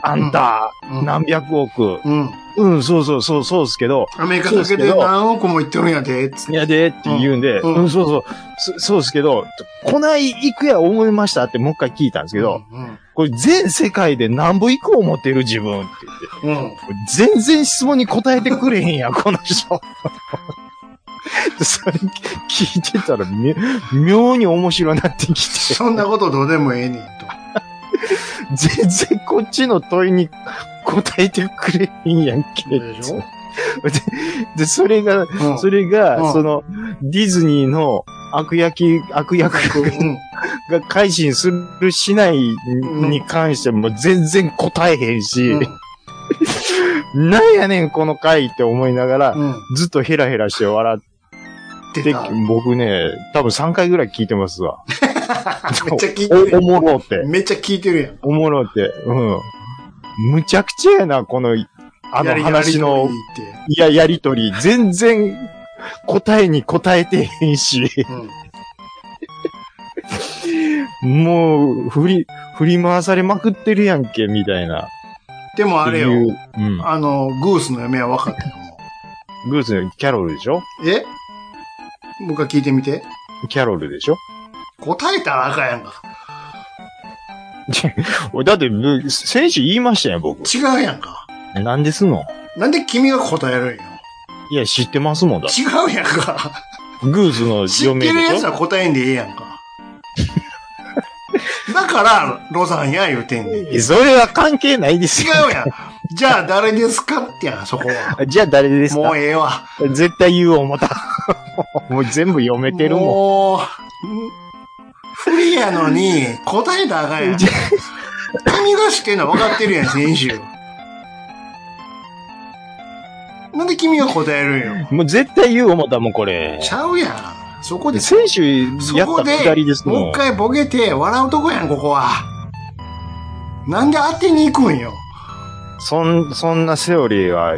あんた、
うん
何百億。
うん。
うん、そうそうそう、そうですけど、
アメリカだけで何億も行ってるんやで、つって。
いやで、って言うんで、
う
うんん、
うん
そうそう、そそうですけど、こない行くや思いましたってもう一回聞いたんですけど、
うん。
これ全世界で何歩以降思ってる自分って言って、
うん。
全然質問に答えてくれへん
[laughs]
やん、この人。それ聞いてたらみ、妙に面白なってきて、
そんなことどうでもええねんと。
全然こっちの問いに答えてくれへんやんけ。
でしょ
で、それが、
うん。
それ
うん
が、その、ディズニーの悪役、悪役
うん。
が改心するしないに関しても全然答えへんし、なんやねんこの回って思いながら、
うん。うん。
ずっとヘラヘラして笑っ
出
て
た。、
僕ね、多分3回ぐらい聞いてます
[laughs]
わ。
めっちゃ聞いてるや
おおもろって
ん。。めっちゃ聞いてるやん。
おもろって。うん。むちゃくちゃやな、この、あの話
や
の
り、とり
いや、やりとり。全然、答えに答えてへんし、
言って。
もう、振り、振り回されまくってるやんけ、みたいな。
うん。でもあれ
ってい
よ、
ううん。
あの、グースの嫁は分かったよ、も
グースのキャロルでしょ
う。えもう一回聞いてみて。
キャロルでしょ
答えたらあかんやんか。
俺だって、ぶ先週言いましたよ、僕。
違うやんか。
なんですの
なんで君が答えるんよ。
いや、知ってますもんだ。
違うやんか。
グースの
知っ
嫁
てる
で
や
し
つ
ょ
は答えんでええやんか。だから、ロザンや言うてんねん。違う
それは関係ないですよ。
やん。じゃあ誰ですかってやん、そこは。
じゃあ誰です
も
か
うええわ。
絶対言う思った。 [laughs] もう全部読めてるもん。
もう、不利やのに、答えたらあかんやん。君が知ってんのは分かってるやん、先週。なんで君が答えるんよ。
もう絶対言う思ったもん、これ。
ちゃうやん。そこで、そ
先週やっ
こ
た
で
くだりです、もん。
もう一回ボケて笑うとこやん、ここは。なんで当てに行くんよ。
そん、そんなセオリーは、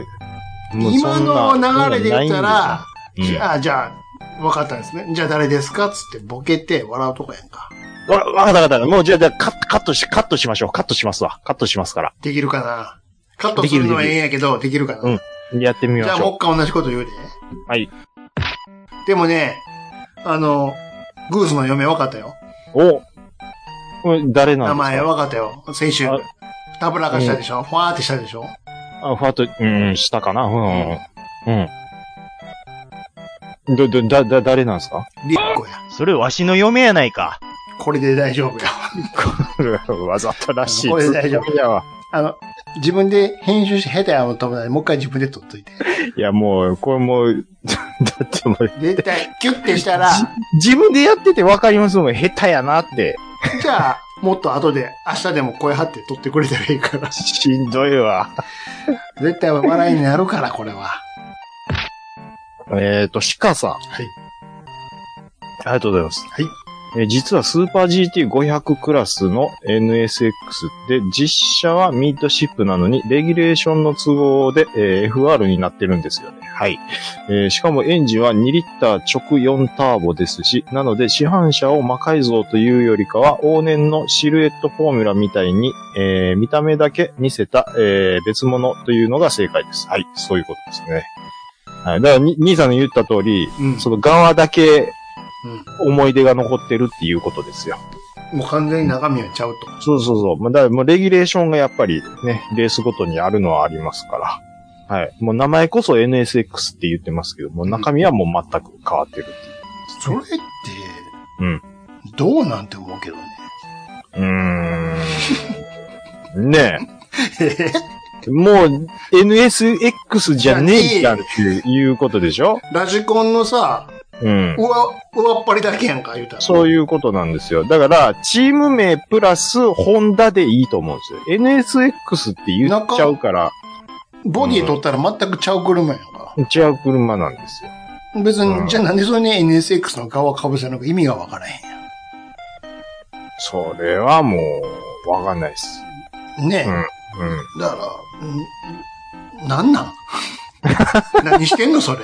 もうそ
今
んな
の流れで言っ
そ
たら、、
んなんないんですよ
あ、じゃあ、分かったんですね。じゃあ誰ですかつってボケて笑うとこやんか。
うんわ、わかったわかった。もうじゃあ、じゃあカットカットし、カットしましょう。カットしますわ。カットしますから。
できるかなカットするのはええんやけど、できるかな、
うんやってみま
じゃあ
し
もう
ょ
一回同じこと言うで。
う。はい。
でもね、あの、グースの嫁分かったよ。
おこれ誰な
名
んです
前
か
分かったよ。先週
あ。
たぶらかしたでしょふわーってしたでしょ
あ、ふわっと、うん、したかなうん。うん。ど、ど、だ、だ、誰なんですか
リッコや。
それわしの嫁やないか。
これで大丈夫よ。
[laughs] わざとらしい。
これ大丈夫
ツッコミやわ。
あの、自分で編集して下手や思ったもんねもう一回自分で撮っといて。
いや、もう、これもう、 [laughs] だってもう、
絶対、キュッてした [laughs] ら、
自分でやっててわかりますもん。下手やなって。
じゃあ、もっと後で、明日でも声張って撮ってくれたらいいから。
しんどいわ。
絶対笑いになるから、これは。
えっ、ー、と、シカさん。
はい。
ありがとうございます。
はい。
えー実はスーパー GT500 クラスの NSX で実車はミッドシップなのにレギュレーションの都合で、えー FR になってるんですよね。はい、えーしかもエンジンは2リッター直4ターボですし、なので市販車を魔改造というよりかは往年のシルエットフォーミュラみたいに、えー見た目だけ見せた、えー別物というのが正解です。はい。そういうことですね。はい。だからに、兄さんの言った通り、
うん。
その側だけ
うん
思い出が残ってるっていうことですよ。
もう完全に中身はちゃうと。
そうそうそう。まあだからもうレギュレーションがやっぱりね、レースごとにあるのはありますから。はい。もう名前こそ NSX って言ってますけど、もう中身はもう全く変わってるっていう。
それって、
うん。
どうなんて思うけどね。
うーん。 [laughs] ねえ。もう NSX じゃねえじゃんっていうことでしょ
[laughs] ラジコンのさ、
うん
う。わ、上っぱりだけやんか、言うたら。
そういうことなんですよ。だから、チーム名プラスホンダでいいと思うんですよ。NSX って言っちゃうから、
ボディ取ったら全くちゃう車やんか。
違う車なんですよ。
別に、
うん
じゃあなんでそれに NSX の側被せるのか意味がわからへんや
それはもう、わかんないです。
ん。ね、
うん。
だから、なんなん [laughs] 何してんのそれ。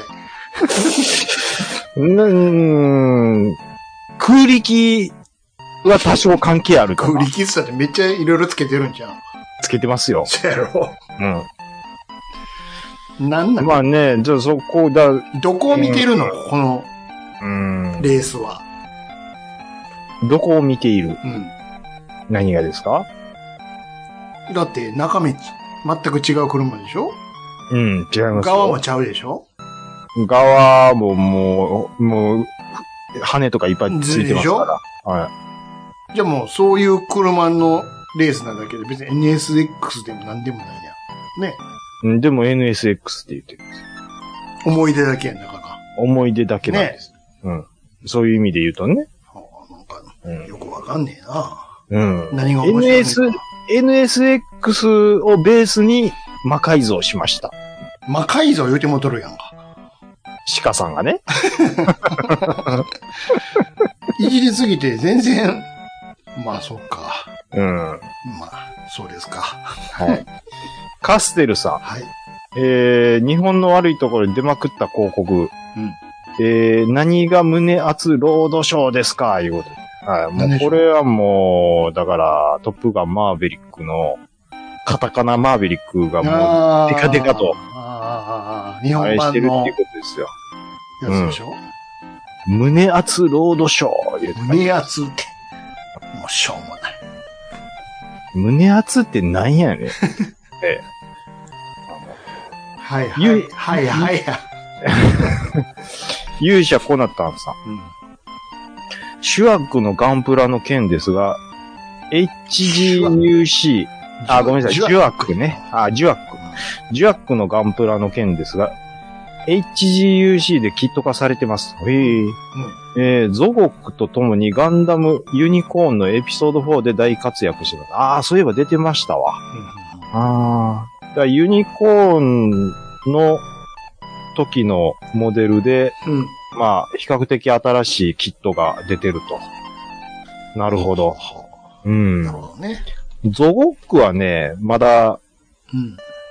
うーん、空力は多少関係あるか
ク
な
リ。キッサってめっちゃいろいろつけてるんじ
[laughs]
ゃん。
つけてますよ。
そやろ。
う。
なんなんん、
まあね、じゃあそこだ、う
どこを見てるのこの
ん、
レースは。
どこを見ている
うん。
何がですか
だって中身全く違う車でしょ
うん、違います
側も
よ。
ちゃうでしょ
側ももう、もう、羽とかいっぱいついてますから。はい。
じゃあもうそういう車のレースなだけで別に NSX でも何でもないやん。ね。
うんでも NSX って言ってる。
思い出だけやんだから。
思い出だけなんです。うん。そういう意味で言うとね。
あなんか
うん。
よくわかんねえな。
うん。
何が面白
NS
いのか、
NSX をベースに魔改造しました。
魔改造言うてもとるやんか。
鹿さんが
[laughs]
ね。
いじりすぎて全然、 [laughs] まあそっか。
うん。は
まあ、そうですか。
い。カステルさん。
はい。
えー、日本の悪いところに出まくった広告。えー、何が胸熱ロードショーですかいうことで。はい。も
何
う
でしょ
こ
う
れはもう、だから、トップガンマーヴェリックの、カタカナマーヴェリックがもう、
あー
デカデカと。
あーあーあー日本
愛してる
版
っ
の
てい
や
うことですよ。
つでしょ、
胸熱ロードショー言うて
胸圧って。もうしょうもない。
胸熱ってなんやねん。
はいは
ゆ
い。はいはいはい。
勇者コナタンさん。シュワックのガンプラの件ですが、HGUC、あ、ごめんなさい、ジュアックね。あ、ジュアック。ジュアックのガンプラの件ですが、HGUC でキット化されてます。へえ。えー、ゾゴックと共にガンダムユニコーンのエピソード4で大活躍してます。ああ、そういえば出てましたわ。ああ。だからユニコーンの時のモデルで、
うん。うん。
まあ、比較的新しいキットが出てると。なるほど。う
な
ん。
るほどね。
ゾゴックはね、まだ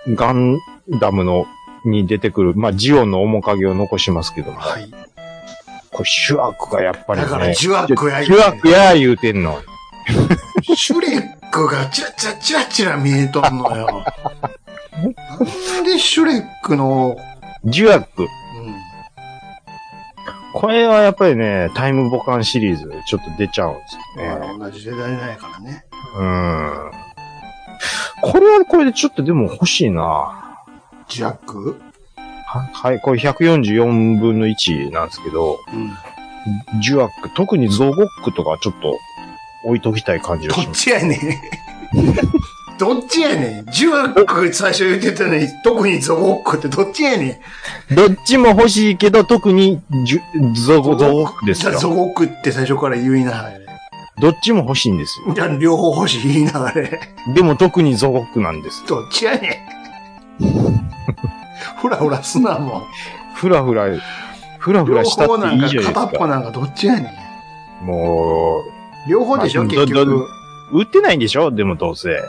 うん。
ガンダムのに出てくる、まあ、ジオンの面影を残しますけども、
はい。
これシュアクがやっぱりね。
だからジュアックや
ジュアックや言うてんの。
シュレックがチラチラチラチラ見えとんのよ。なんでシュレックの、
ジュアック。
うん。
これはやっぱりね、タイムボカンシリーズちょっと出ちゃうんですよね。
まあ同じ世代ないからね。
うん。これはこれでちょっとでも欲しいな。
ジャック
ははい、これ144分の1なんですけど、
うん。
ジュアック、特にゾゴックとかちょっと置いときたい感じが
ど
し
っ
ます。
ちやねん。どっちやねん。ジュアック最初言ってたのに、特にゾゴックってどっちやねん。
どっちも欲しいけど、特にジュゾゴ、ゾゴックです
じゃあゾ
よ。
ゴックって最初から言いながらね。
どっちも欲しいんですよ。
じゃあ両方欲しい言いながら [laughs] ね。
でも特にゾゴックなんです。
どっちやね [laughs] ん。ふらふらすなもん。
ふらふら、ふらふ
両
らしたっ
方な
てい
ん
い
か
じゃない
片
で
っ
す
ぽ
か。
なんかどっちやねん。
も
両方でしょ、
まあ
結
どど
局。
う、売ってないんでしょでもどうせ。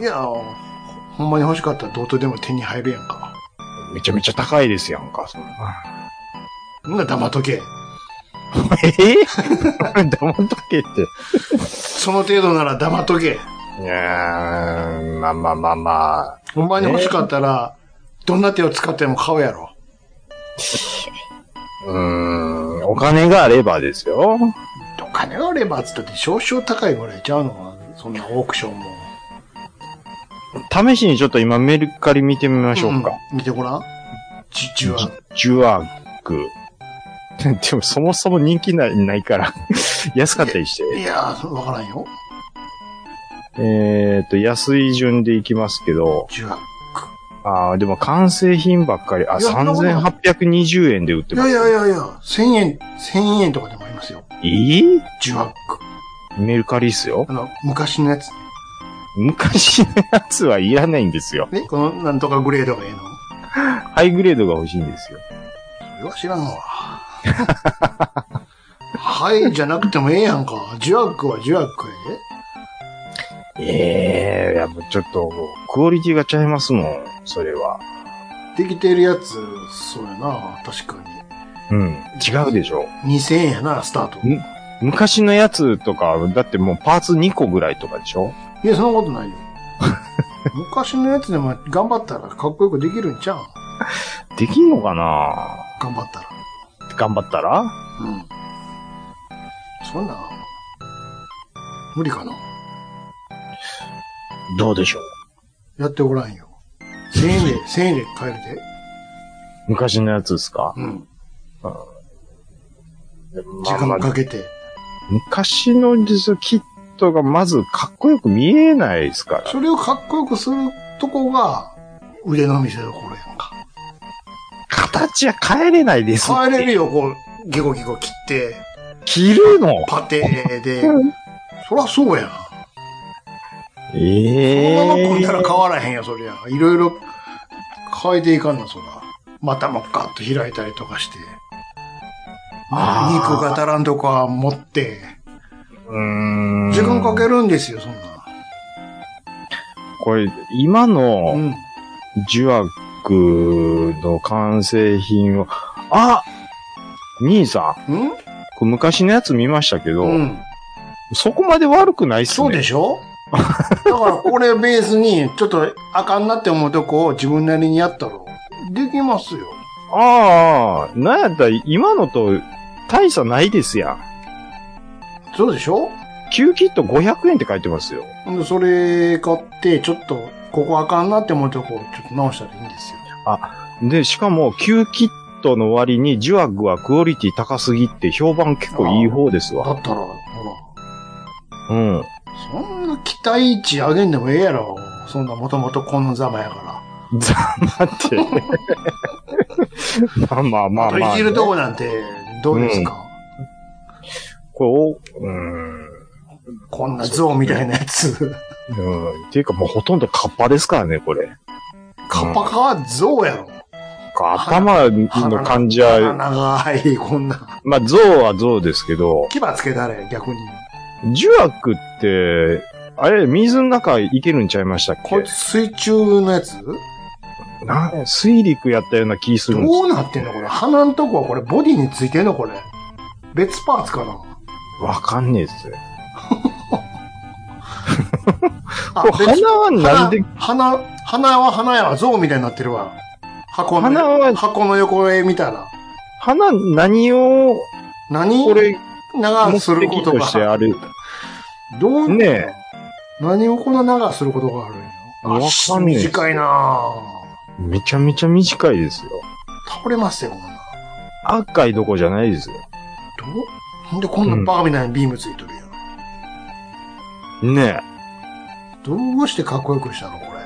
いや、ほんまに欲しかったらどうとでも手に入るやんか。
めちゃめちゃ高いですやんか、そんな。
そんな黙っとけ。
えぇ黙っとけって。
その程度なら黙っとけ。
いやー、まあまあまあまあ。
ほんまに欲しかったら、どんな手を使っても買うやろ。
うーん、お金があればですよ。
お金があればっつったって少々高いぐらいちゃうのかなそんなオークションも。
試しにちょっと今メルカリ見てみましょうか。
ん見てごらん。じ、じは。
ジュアック。 [laughs] でもそもそも人気ないないから、 [laughs] 安かったりして。
いやー、わからんよ。
えっと、安い順でいきますけど、
じは。
あーでも完成品ばっかり、あ、
いやそんなことない
3820円で売って
い
ま
や
す。
いやいやいや、千円、千円とかでもありますよ。
え
ジュワック。
ーメルカリっすよ
あ。の、昔のやつ。
昔のやつはいらないんですよ。
ね、このなんとかグレードがええの。
ハイグレードが欲しいんですよ。
それは知らん [laughs] わ。はい、じゃなくてもええやんか。ジュワックはジュワックやで。
ええいやもうちょっと、クオリティがちゃいますもん、それは。
できてるやつ、そうやな、確か
うん。違うでしょ。
に。2000円やな、スタート。
ん昔のやつとか、だってもうパーツ2個ぐらいとかでしょ
いや、そんなことないよ。昔のやつでも頑張ったらかっこよくできるんちゃう
できんのかな
頑張ったら。
頑張ったら
うん。そんな、無理かな。
どうでしょう
やっておらんよ。1000円
[laughs]
で、1000円で買えるで。
昔のやつですか、
うん。
ま
時
あま
間
あ
かけて。
昔の実はキットがまずかっこよく見えないですから。
それをかっこよくするとこが、腕の見せ所やんか。
形は変えれないですって。
変えれるよ、こう、ギコギコ切って、
切るの
パテで。そらそうやん。
ええ
このまま組んだら変わらへんや、そりゃ。いろいろ変えていかんな、そら。股もカッと開いたりとかして。
あー
肉が足らんとか持って。
うーん
時間かけるんですよ、そんな。
これ、今
う
の
ん。
ジュアクの完成品を、あ兄さん、
うん
これ昔のやつ見ましたけど、
うん。
そこまで悪くないっすね。
そうでしょだからこれベースに、ちょっとあかんなって思うとこを自分なりにやったら、できますよ。
ああ、なんやったら今のと大差ないですやん。
そうでしょ
旧キット500円って書いてますよ。
でそれ買って、ちょっと、ここあかんなって思うとこをちょっと直したらいいんですよ。
で、しかも旧キットの割にジュアグはクオリティ高すぎって評判結構いい方です
だ
わ。
ったら、ほ
うん。
ら、そんな期待値上げんでもええやろ。そんなもともとこのざまやか
ざまって。 [laughs] まあまあまあ
ら。あ
ま
とい
あ、
じるとこなんて、どうですか、
これお、うん。
こんな像みたいなやつ。
うん。っていうかもうほとんどカッパですからね、これ。
カッパカは像やろ。
頭の感じは、
長い、こんな。
まあ象は象ですけど、
牙つけたれ、逆に。
ジュアクって、あれ、水の中行けるんちゃいましたっ
こいつ
け
水中のやつ
な水陸やったような気するんです
どうなってんのこれ。鼻んとこはこれ、ボディについてんのこれ。別パーツかな
わかんねえっすよ。
あ
これ鼻はなんで、
鼻、鼻は鼻やわ、象みたいになってるわ。箱の、
鼻は
箱の横へ見たら。
鼻、何を、
何
これ、
長く
目
するこ
的
と
として
が。
ある。
どう
ねえ
何をこんな長くすることがあるんや。
わ
足
かんねえ
短いなぁ。
めちゃめちゃ短いですよ。
倒れますよ、こんな。
赤いどこじゃないですよ。
どうほんでこんなバカみたいなビームついてるやん。
ね
どうしてかっこよくしたのこれ。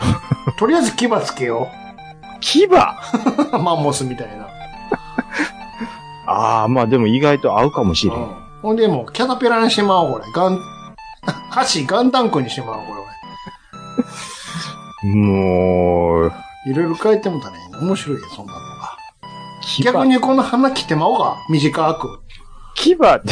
[laughs] とりあえず牙つけよ
え。牙あ
う。 [laughs] マンモスみたいな。
あ、まあでも意外と合うかもしれん。
うんほんでもう、キャタペラにしてまおう、これ。ガン、 [laughs] 箸、ガンタンクにしてまおう、これ。
もう、
いろいろ変えてもたね。面白いよ、そんなのが。
牙、
逆にこの鼻切ってまおうか。短く。
牙って、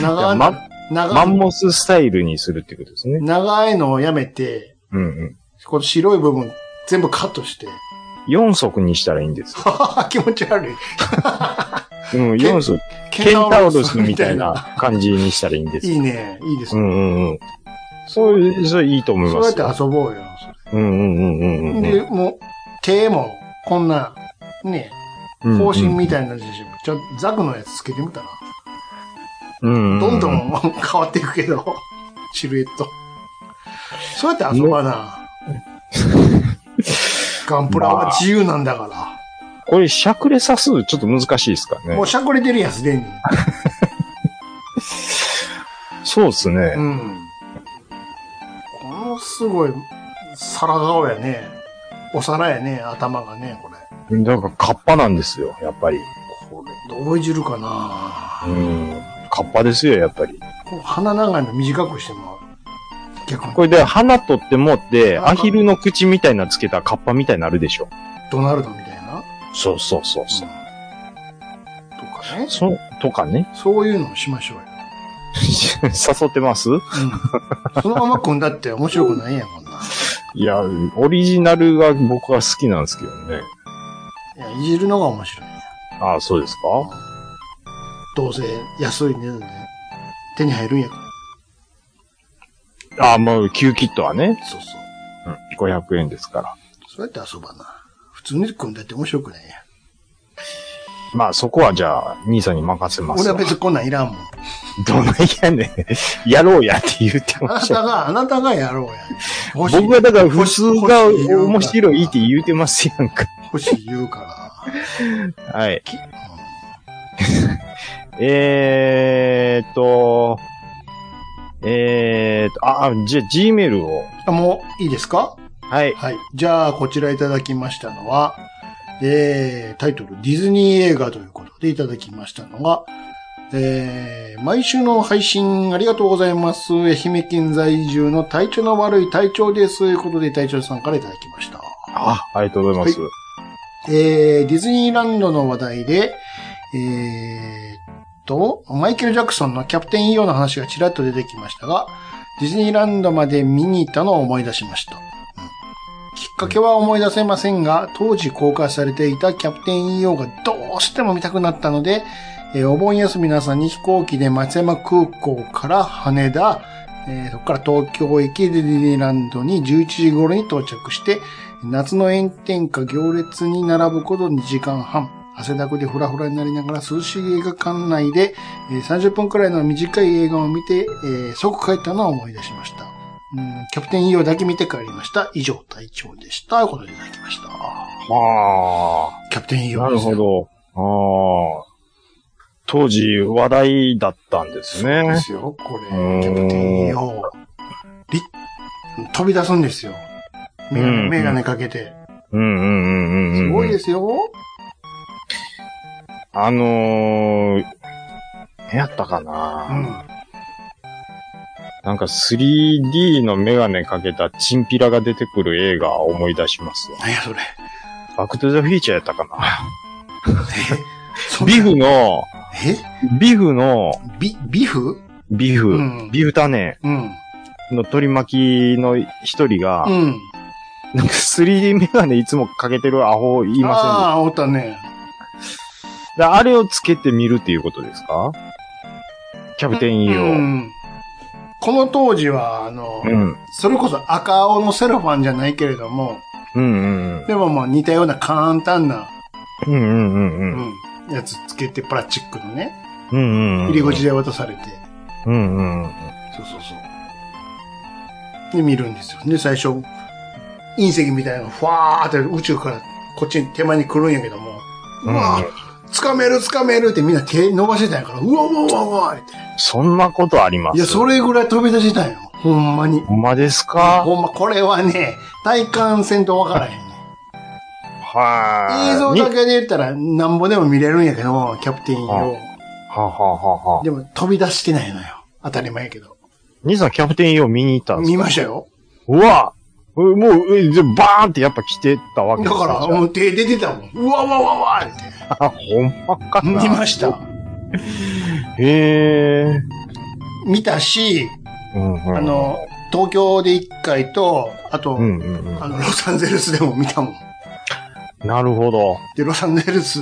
長い、
マ
長
マ
い
ン、モススタイルにするってことですね。
長いのをやめて、
うんうん。
この白い部分全部カットして。
4足にしたらいいんですよ。
ははは気持ち悪い。
うん、4足。ケンタウロスみたいな感じにしたらいいんです
い
よ。
いね。いいです
う
ね。
んうんうん。そういう、それいいと思い
そ
ま
うや
すよ。
って遊ぼうよ。
うんうんうんうんうん。
で、もう、手も、こんな、ね、方針みたいな自身、ちょっとザクのやつつけてみたら、
うん、
どんど
うん
変わっていくけど、 [laughs] シルエット。そうやって遊
[laughs]
ばな。ガンプラは自由なんだから。
これ、しゃくれさす、ちょっと難しいですかね
も。うしゃくれてるやん、すでに。
そうですね
う。ん。このすごい、皿顔やね。お皿やね、頭がね、これ。
なんか、カッパなんですよ、やっぱり。
これ、どういじるかな
うん。カッパですよ、やっぱり。
こう鼻長いの短くしても逆に。
これで、花取って持って、
あ
アヒルの口みたいなつけたらカッパみたいになるでしょ。
ドナルドみたいな。
そうそうそう
と
そう。
かね。
そ、とかね。 [laughs]
そういうのをしましょうよ。
誘ってます
うん。そのまま組んだって面白くないやん、こんな。
いや、オリジナルが僕は好きなんですけどね。
いや、いじるのが面白い。
ああ、そうですか
どうせ安い値段で手に入るんやから。
ああ、もう、旧キットはね、
そうそう。
うん、500円ですから。
そうやって遊ばな。普通に組んだって面白くないやん。
まあ、そこはじゃあ、兄さんに任せます
俺は
わ。
別にこんなんいらんもん。
どないやね [laughs] ん。やろうやって言って
あ
ま
な
した
た
よ。
が、あなたがやろうや。欲しい
僕はだから、普通が面白いって
欲し
言うてますやんか。
欲しい言うから。
はい。えーっと、えーっと、あ、あじゃあ G メールを。
あもういいですか
はい。
はい。じゃあ、こちらいただきましたのは、えー、タイトル、ディズニー映画ということでいただきましたのが、えー、毎週の配信ありがとうございます。愛媛県在住の体調の悪い体調です。ということで、体調さんからいただきました。
あ、ありがとうございます。
えー、ディズニーランドの話題で、えー、と、マイケル・ジャクソンのキャプテン・イオの話がちらっと出てきましたが、ディズニーランドまで見に行ったのを思い出しました。うんきっかけは思い出せませんが、当時公開されていたキャプテン EO がどうしても見たくなったので、えーお盆休みの朝に飛行機で松山空港から羽田、えーそこから東京駅ディズニーランドに11時頃に到着して、夏の炎天下行列に並ぶこと2時間半。汗だくでフラフラになりながら涼しい映画館内で、えー30分くらいの短い映画を見て、えー即帰ったのを思い出しました。うんキャプテン EO だけ見て帰りました。以上、隊長でした。ということでいただきました。
は
キャプテン
あ、
EO
なるほ。ど。ああ。当時話題だったんです
で
ね。
すよ、これ。キ
ん
ャプテン EO。り飛び出すんですよ。メガ
う
ネ
ん
メガネかけて。
うんうんうんうんうん。
すごいですよ。
あのー、何やったか
う
な、
ん。
なんか 3D のメガネかけたチンピラが出てくる映画を思い出しますわ。
何やそれ。
バックトゥザフィーチャーやったかな
そんな
ビフの、
え
ビフの、
ビ、ビフ
ビフ、
うん
ビフタネ
うん。
の取り巻きの一人が、
うん。
なんか 3D メガネいつもかけてるアホいま
ああ、おったね。
せんであれをつけてみるっていうことですかキャプテンイーを。
う
うん。
ん。この当時は、あの、
うん
それこそ赤青のセロファンじゃないけれども、
うん
でもまあ似たような簡単な、
うん。うんうんうんう。
うんん、やつつけて、プラスチックのね、
うんうんうん。
入り口で渡されて、
うんうんうん。
そうそうそう。で、見るんですよ。で、最初、隕石みたいなのがふわーって宇宙からこっちに手前に来るんやけども、うわー、つかめるつかめるってみんな手伸ばしてたんやから、うわうわうわうわって。
そんなことあります
いや、それぐらい飛び出してたんよ。ほんまに。
ほんまですか
ほんま、これはね、体感せんとわからへんね。
は
映像
に
だけで言ったら、なんぼでも見れるんやけど、キャプテンよ。
はははは。
でも、飛び出してないのよ。当たり前やけど。
兄さんキャプテンイーを見に行ったんですか
見ましたよ。
うわえもう、え、じゃあバーンってやっぱ来てたわけ
だ
ですね
から、
じゃ
もう手出てたもん。うわうわうわうわって。
あ、ほんまかな。
見ました。
へえ。
見たし、
うんうん。
あ、の、東京で一回と、あと、
うんうん
あの、ロサンゼルスでも見たもん。
うん。なるほど。
で、ロサンゼルス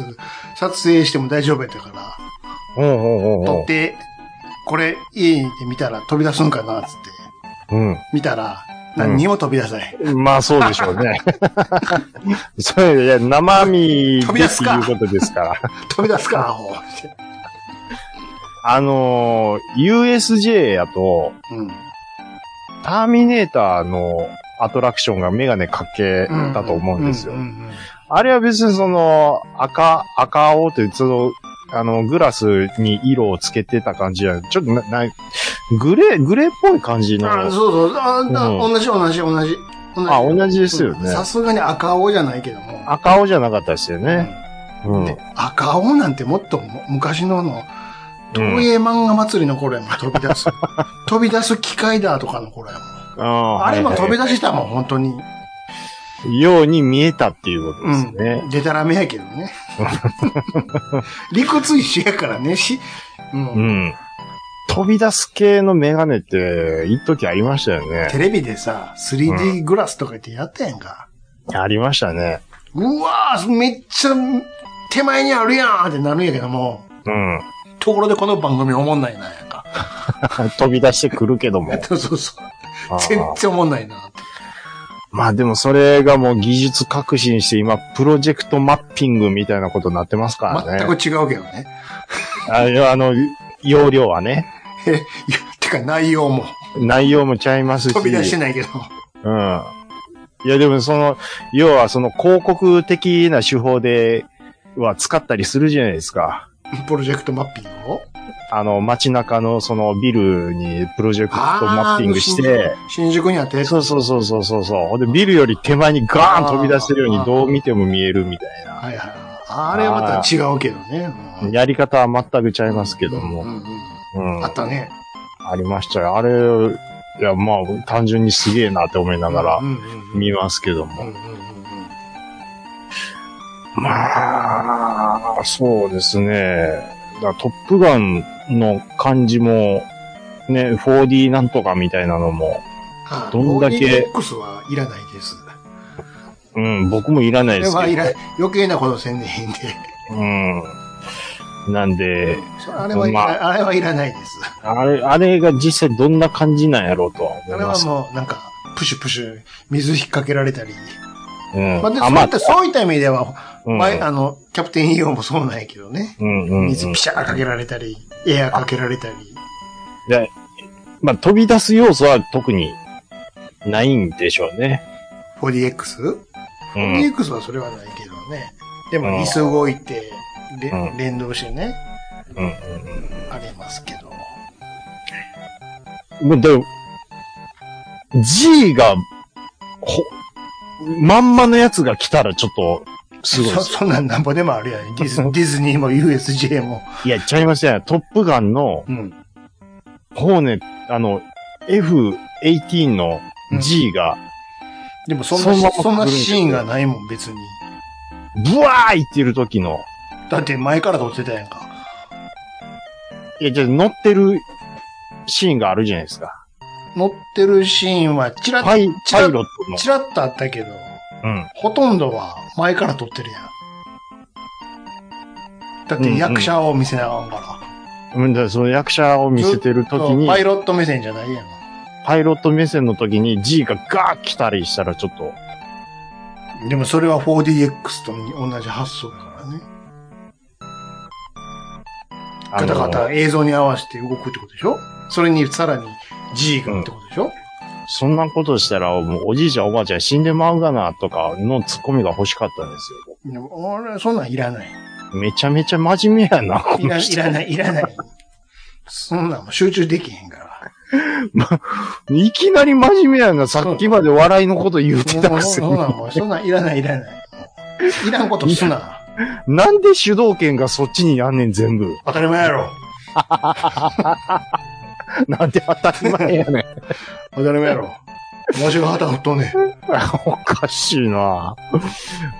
撮影しても大丈夫やったから、
うんうんうん
撮
う
って、これ家にいて見たら飛び出すんかなっつって、
ん。
見たら、
うん
何にも飛び出さない。
うん。まあそうでしょう
[laughs]
ね。それいや、生身で
飛
って
び出すか
いうことですから。
飛び出すか、アホって。
あのー、USJ やと、
うん。
ターミネーターのアトラクションがメガネかけたと思うんですよ
う。ん
あれは別にその、赤、赤青って、その、あの、グラスに色をつけてた感じや、ちょっとな、な、グレー、グレーっぽい感じ
うん
の。
あ
あ、
そうそう。あだ
うん
同じ同じ同じ。
同じで
です
よね。
さすがに赤青じゃないけども。
赤青じゃなかったですよね。う。
うんんで赤青なんてもっとも昔のあの、東映漫画祭りの頃やもん、飛
[laughs]
び出す。飛び出す機械だとかの頃やもん。
あ
あれも飛び
出
出してたもん、本当に。
ように見えたっていうことですね。
うん。でたらめやけどね。
[laughs]
理屈一緒やからね、し、う。
うんん。飛び出す系のメガネって、一時ありましたよ
テ
ね。
レビでさ、3D グラスとか言ってやったやんか。
ありましたね。
うわーめっちゃ、手前にあるやんってなるんやけども、
うん。 [laughs]
ところでこの番組おもんないなんやんか。
飛び出してくるけども。
そうそうそう。
あー
全然おもんないなって。
まあでもそれがもう技術革新して今、プロジェクトマッピングみたいなことになってますから
全
ね。
く違うけどね。
あの、あの容量はね。
え、いやてか内容も
内容もちゃいますし。
飛び出してないけど。
うん。いやでもその、要はその広告的な手法では使ったりするじゃないですか。
プロジェクトマッピングを
あの街中のそのビルにプロジェクトマッピングし
あ
て、
ー。新宿にあって、
そうそうそうそうそうそう。ほんでビルより手前にガーン飛び出してるようにどう見ても見えるみたいな。
はいはい。あれはまた違うけどね。うん
やり方は全くちゃいますけど
う
も。
んうん
うん。
あったね。
ありましたよ。あれ、いやまあ単純にすげえなって思いながら
うんうんうん
見ますけど
うんう
も。
んうん
まあ、そうですね。だからトップガンの感じも、ね、4D なんとかみたいなのも、
あ
どんだけ
ボディボックスはいらないです。
うん、僕もいらない
こ
です
れ
けど。
はいらない。余計なことせんでいいんで。
うん。なんで、
そうあれはいらない、あれはいらないです。
あれ、あれが実際どんな感じなんやろうとは
あ
思い
れ
ま
は
す。
もうなんか、プシュプシュ、水引っ掛けられたり。
うん。
まあ、で
あ、
そう
ま
い
あ
った、そういった意味では、
うん
前、あの、キャプテンイオンもそうなんやけどね。
うんうん、うん
水ピシャーかけられたり、エアーかけられたり。
でまあ、飛び出す要素は特にないんでしょうね。
4DX?4DX、
うん。
4DX はそれはないけどね。で
うん
も、椅子動いて、れ
うん
連動してね、
うんうん
ありますけど。
うん。でも、G が、ほ、まんまのやつが来たらちょっと、すごいで
そ [laughs]
すよ。
そんなんなんぼでもあるやん。ディズディズニーも USJ も。
いや、ちゃいましたよ。トップガンの、
うん。
ほうね、あの、F18 の G が、
でもそん
そ
な、
のまま
そんなシーンがないもん、別に。
ブワーいってる時の、
だって前から撮ってたやんか。
いや、じゃあ乗ってるシーンがあるじゃないですか。
乗ってるシーンはチラッ、
パイ、
ちら
パイロットの。
チラッとあったけど、
うん。
ほとんどは前から撮ってるやん。だって役者を見せなあかんから。
うんだからその役者を見せてる時に、
パイロット目線じゃないやん。
パイロット目線の時に G がガーッ来たりしたらちょっと、
でもそれは 4DX と同じ発想だからね。
あ
ガ
の
タガタ映像に合わせて動くってことでしょそれにさらに G がってことでしょ、
そんなことしたら、もうおじいちゃんおばあちゃん死んでまうがな、とかのツッコミが欲しかったんです
でも俺、そんなんいらない。
よ。めちゃめちゃ真面目やな、こ
い
の
ら
人
いらない、いらない。そんなんもう集中できへんから。
いきなり真面目やな、さっきまで笑いのこと言ってた
もう
くせ
そ
に
ん。なんもう、そんなんいらない、いらない。いらんことすな。
なんで主導権がそっちにやんねん、全部。 [laughs]
当たり前やろ。
なんで当たり前やねん。 [laughs]
当たり前やろ。わしが旗振っとんねん。
おかしいな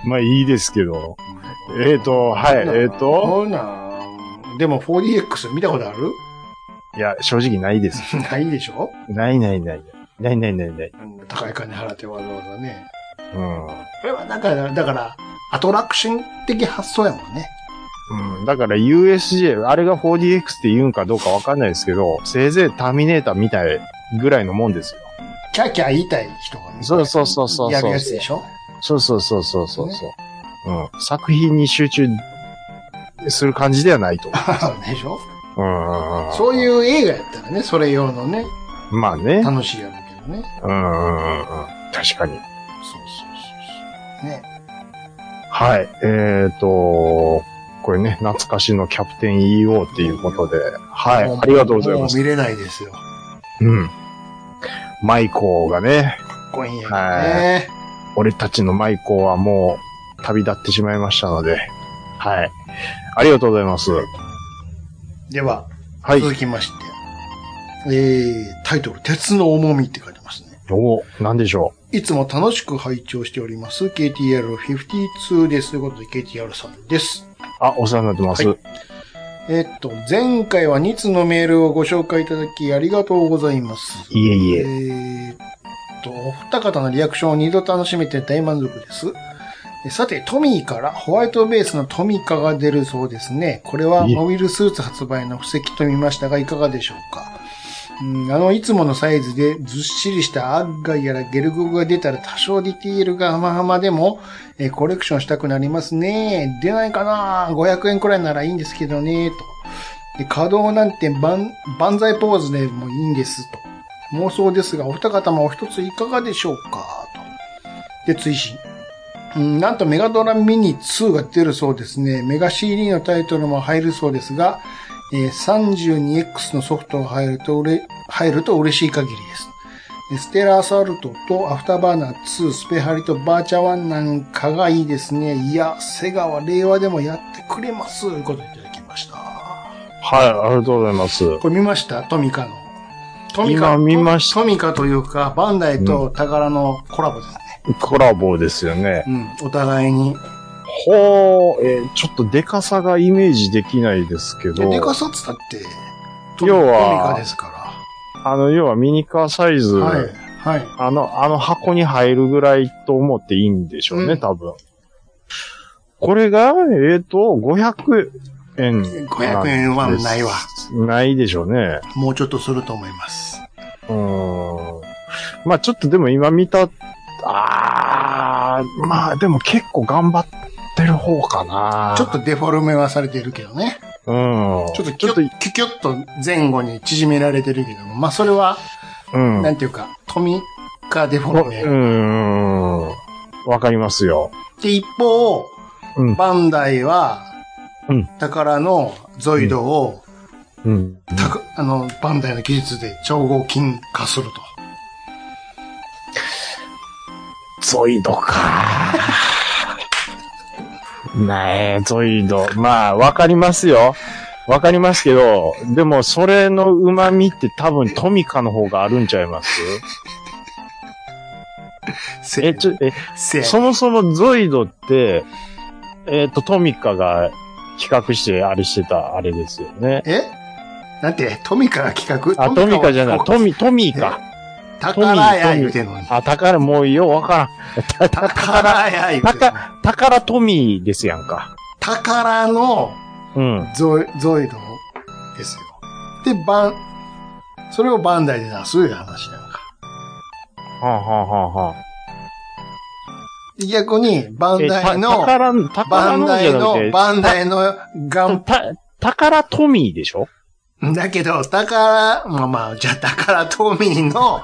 まあいいですけど。えっ、ー、と、はい、えっ、ー、と、
そんなん、でも 4DX 見たことある [laughs]
いや、正直ないです。
ないでしょ
ないないない。ないないないない。
高い金払ってわざわざね。
うん。
これはだから、だから、アトラクション的発想やもんね。
うん、だから USJ、あれが 4DX って言うんかどうかわかんないですけど、せいぜいターミネーターみたいぐらいのもんですよ。
キャーキャー言いたい人がね
そうそうそうそうそう
やるやつでしょ [laughs]
そうそうそうそうそうそう、うん。作品に集中する感じでは
[laughs]
ないと。
でしょ
うん。。
そういうう映画やったらね、それ用のね、
まあね。
楽しいやろうけどね。
うんうんうんうん。確かに。
そうそうそうそう。ね。
はい。えっ、ー、と、これね、懐かしのキャプテン EO っていうことで、はい。
も
ありがとうございま
も
す。
う見れないですよ。か
うん。マイコーがね、
っこいいんやけどね。
俺たちのマイコーはもう旅立ってしまいましたので、はい。ありがとうございます。は
では、
い。
続きまして。えー、タイトル、鉄の重みって書いてますね。
おなんでしょ
いつも楽しく拝聴しております。KTR52 です。ということで、KTR さんです。
う。あ、お世話になってます。
はいえっと、前回は2通のメールをご紹介いただきありがとうございます。
いえい
え
え。
ーっと、お二方のリアクションを二度楽しめて大満足です。えさて、トミーからホワイトベースのトミカが出るそうですね。これはモビルスーツ発売の布石と見ましたがいかがでしょうかうんあの、いつものサイズでずっしりしたアッガイやらゲルゴが出たら多少ディティールが浜までも、えーコレクションしたくなりますね。出ないかな ?500 円くらいならいいんですけどね、と。で、稼働なんて万、万歳ポーズでもいいんです、と。妄想ですが、お二方もお一ついかがでしょうかと。で、追伸。うん、なんとメガドラミニ2が出るそうですね。メガ CD のタイトルも入るそうですが、えー 32X のソフトが入るとうれ、入ると嬉しい限りです。えステラアサルトとアフターバーナー2、スペハリとバーチャ1なんかがいいですね。いや、セガは令和でもやってくれます。ということでいただきました。
はい、ありがとうございます。
これ見ましたトミカの。ト
今見ました
トミカというか、バンダイとタカラのコラボですね。
コラボですよね。
うん。お互いに。
ほう、えーちょっとデカさがイメージできないですけ
で、
ど、
でかさっつったって、トミ
要は
トミカですか
あの、要はミニカーサイズ、
ら。はい。はい。
あの、あの箱に入るぐらいと思っていいんでしょうね、
うん
多分。これが、えっ、と、500円。
500円はないわ。
ないでしょうね。
もうちょっとすると思います。
うーん。まあちょっとでも今見た、あー、まあでも結構頑張ってる方かな。
ちょっとデフォルメはされてるけどね。
うん。
ちょっとキ
ち
ュ
ょっ
ッ、キュキュッと前後に縮められてるけども、まあそれは、
と、うん。
なんていうか、トミカデフォルメ。
うーん。わかりますよ。
で、一方、
うん
バンダイは、
うん
宝のゾイドを、
うん。
たかあの、バンダイの技術で超合金化すると。
ゾイドか。 [laughs] ねえ、ゾイド。まあ、わかりますよ。わかりますけど、でも、それの旨味って多分トミカの方があるんちゃいます
せ
え、ちょ、え、
せ
そもそもゾイドって、えっ、と、トミカが企画して、あれしてた、あれですよね。
えなんて、トミカが企画
あ、トミカじゃない、ト
ミ
ミ、トミーか。
カ。宝や言うてんのに。
あ、宝、もうようわからん。た
宝や言
[laughs]
うてんのに。
宝トミーですやんか。
宝の
うん。
ゾイゾイドですよ。で、バン、それをバンダイで出すいう話なんか。
はあ、はあはあはあ、
で逆に、バン
え
ダイ
た
の、
宝の、宝
バン
の
ダ
じ
イ
ゃなく
の、
て
バンダイのガン、
た、宝トミーでしょ
だけど、宝、まあまあ、じゃあ宝トミーの、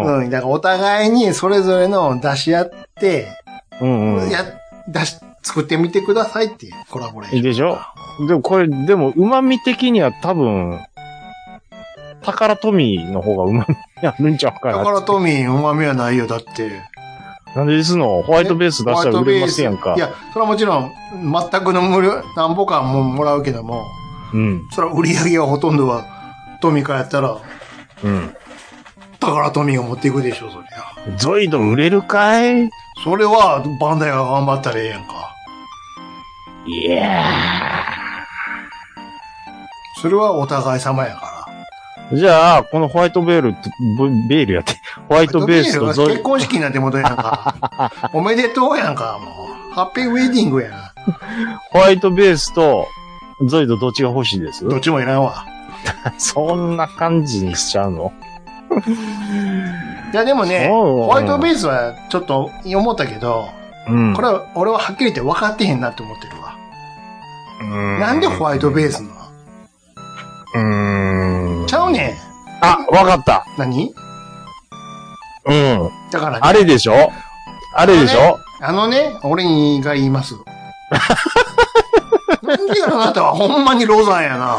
うん。
うん、だからお互いにそれぞれのを出し合って、
うんうん。
や、出し、作ってみてくださいっていうコラボレーション。
でしょでもこれ、でも、旨味的には多分、宝トミーの方が旨味あるんちゃうか
だ
な。
からトミー、旨味はないよ、だって。
なんでですのホワイトベース出したら売れますやんか。
いや、それはもちろん、全くの無料、なんぼかももらうけども、
うん。
それは売り上げはほとんどは、トミーからやったら、
うん。
宝トミーを持っていくでしょ、そりゃ。
ゾイド売れるかい
それは、バンダイが頑張ったらええやんか。
いや
それはお互い様やか
ー。
ら。
じゃあ、このホワイトベールって、ブベールやって、ホワイトベースとゾイ
結婚式なんてことやんか。
[laughs]
おめでとうやんか、もう。ハッピーウェディングやん。
ホワイトベースと、ゾイドどっちが欲しいです
どっちもいらんわ。
そんな感じにしちゃうの
いやでもね、
そう
ホワイトベースはちょっと思ったけど、
うん。
これは俺ははっきり言って分かってへんなって思ってるわ。なんでホワイトベースなの
うーん
ち。ゃうねん。
あ、わかった。
何
うん。
だからね、
あれでしょあれでしょ
あのね、俺が言います。
[laughs]
なんであなたはほんまにロザンやな。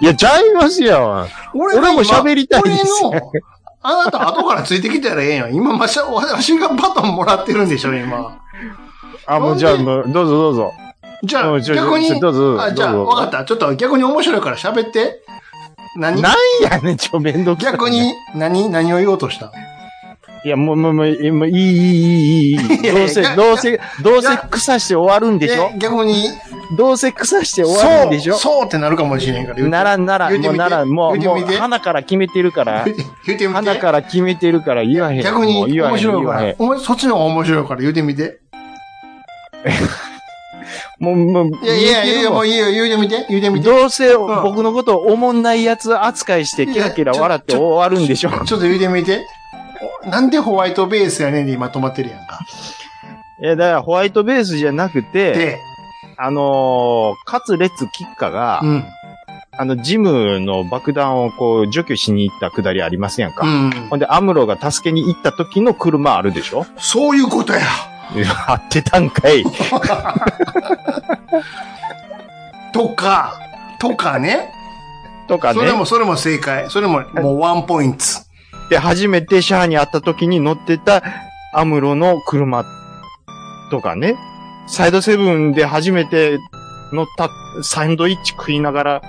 いや、ちゃいますよ。
俺が今
俺も喋りたいです
俺の、あなた後からついてきたらええやん。今、ましゃ、私がバトンもらってるんでしょ、今。
あ、もうじゃあ、もうどうぞどうぞ。
じゃ
う
あ、
んちょちょ
逆に、
どうぞどうぞ
あじゃあ、
どうぞ
わかった。ちょっと逆に面白いから喋って。何
なんやねん、ちょ、めんどくさい。
逆に、何、何を言おうとした
いや、もう、もう、もう、えもういい、いい、いい、いい、いい。
や
どうせ
いや、
どうせ、どう
い
せ
や
草して終わるんでしょ
え逆に、
どうせ草して終わる
そ
ん
う
でしょ
そうってなるかもしれんから。言うて
ならんなら
言
ん、もう
うてみて
ならん、もう、
言う
も
て
う、
みて
鼻から決めてるから
言、うて言うてみ
鼻
て。
から決めてるから言わへん。
逆に
もう言わへ
面
ん、
白い
言
か
わへ
ら
ん。。
お前そっちの方が面白いから言うてみて。
もう、もう、
いやいやいやいや、もういいよ、言うてみて。言うてみて。
どうせ
ん
僕のことをおもんないやつ扱いしてキラキラ笑って
いやちょ
終わるんでしょ。
ちょっと言うてみて。おなんでホワイトベースやねんで今止まってるやんか。
いや、だからホワイトベースじゃなくて、
で、
あのー、カツレツキッカが、
うん。
あの、ジムの爆弾をこう除去しに行ったくだりありますやん
う
か。
ん。
ほんで、アムロが助けに行った時の車あるでしょ
そういうことや。
[laughs] 合ってたんかい。
とか、とかね。
とか
そ
ね。
れも、それも正解。それも、もうワンポイント。
で、初めてシャアに会った時に乗ってたアムロの車とかね。サイドセブンで初めて乗った、サンドイッチ食いながら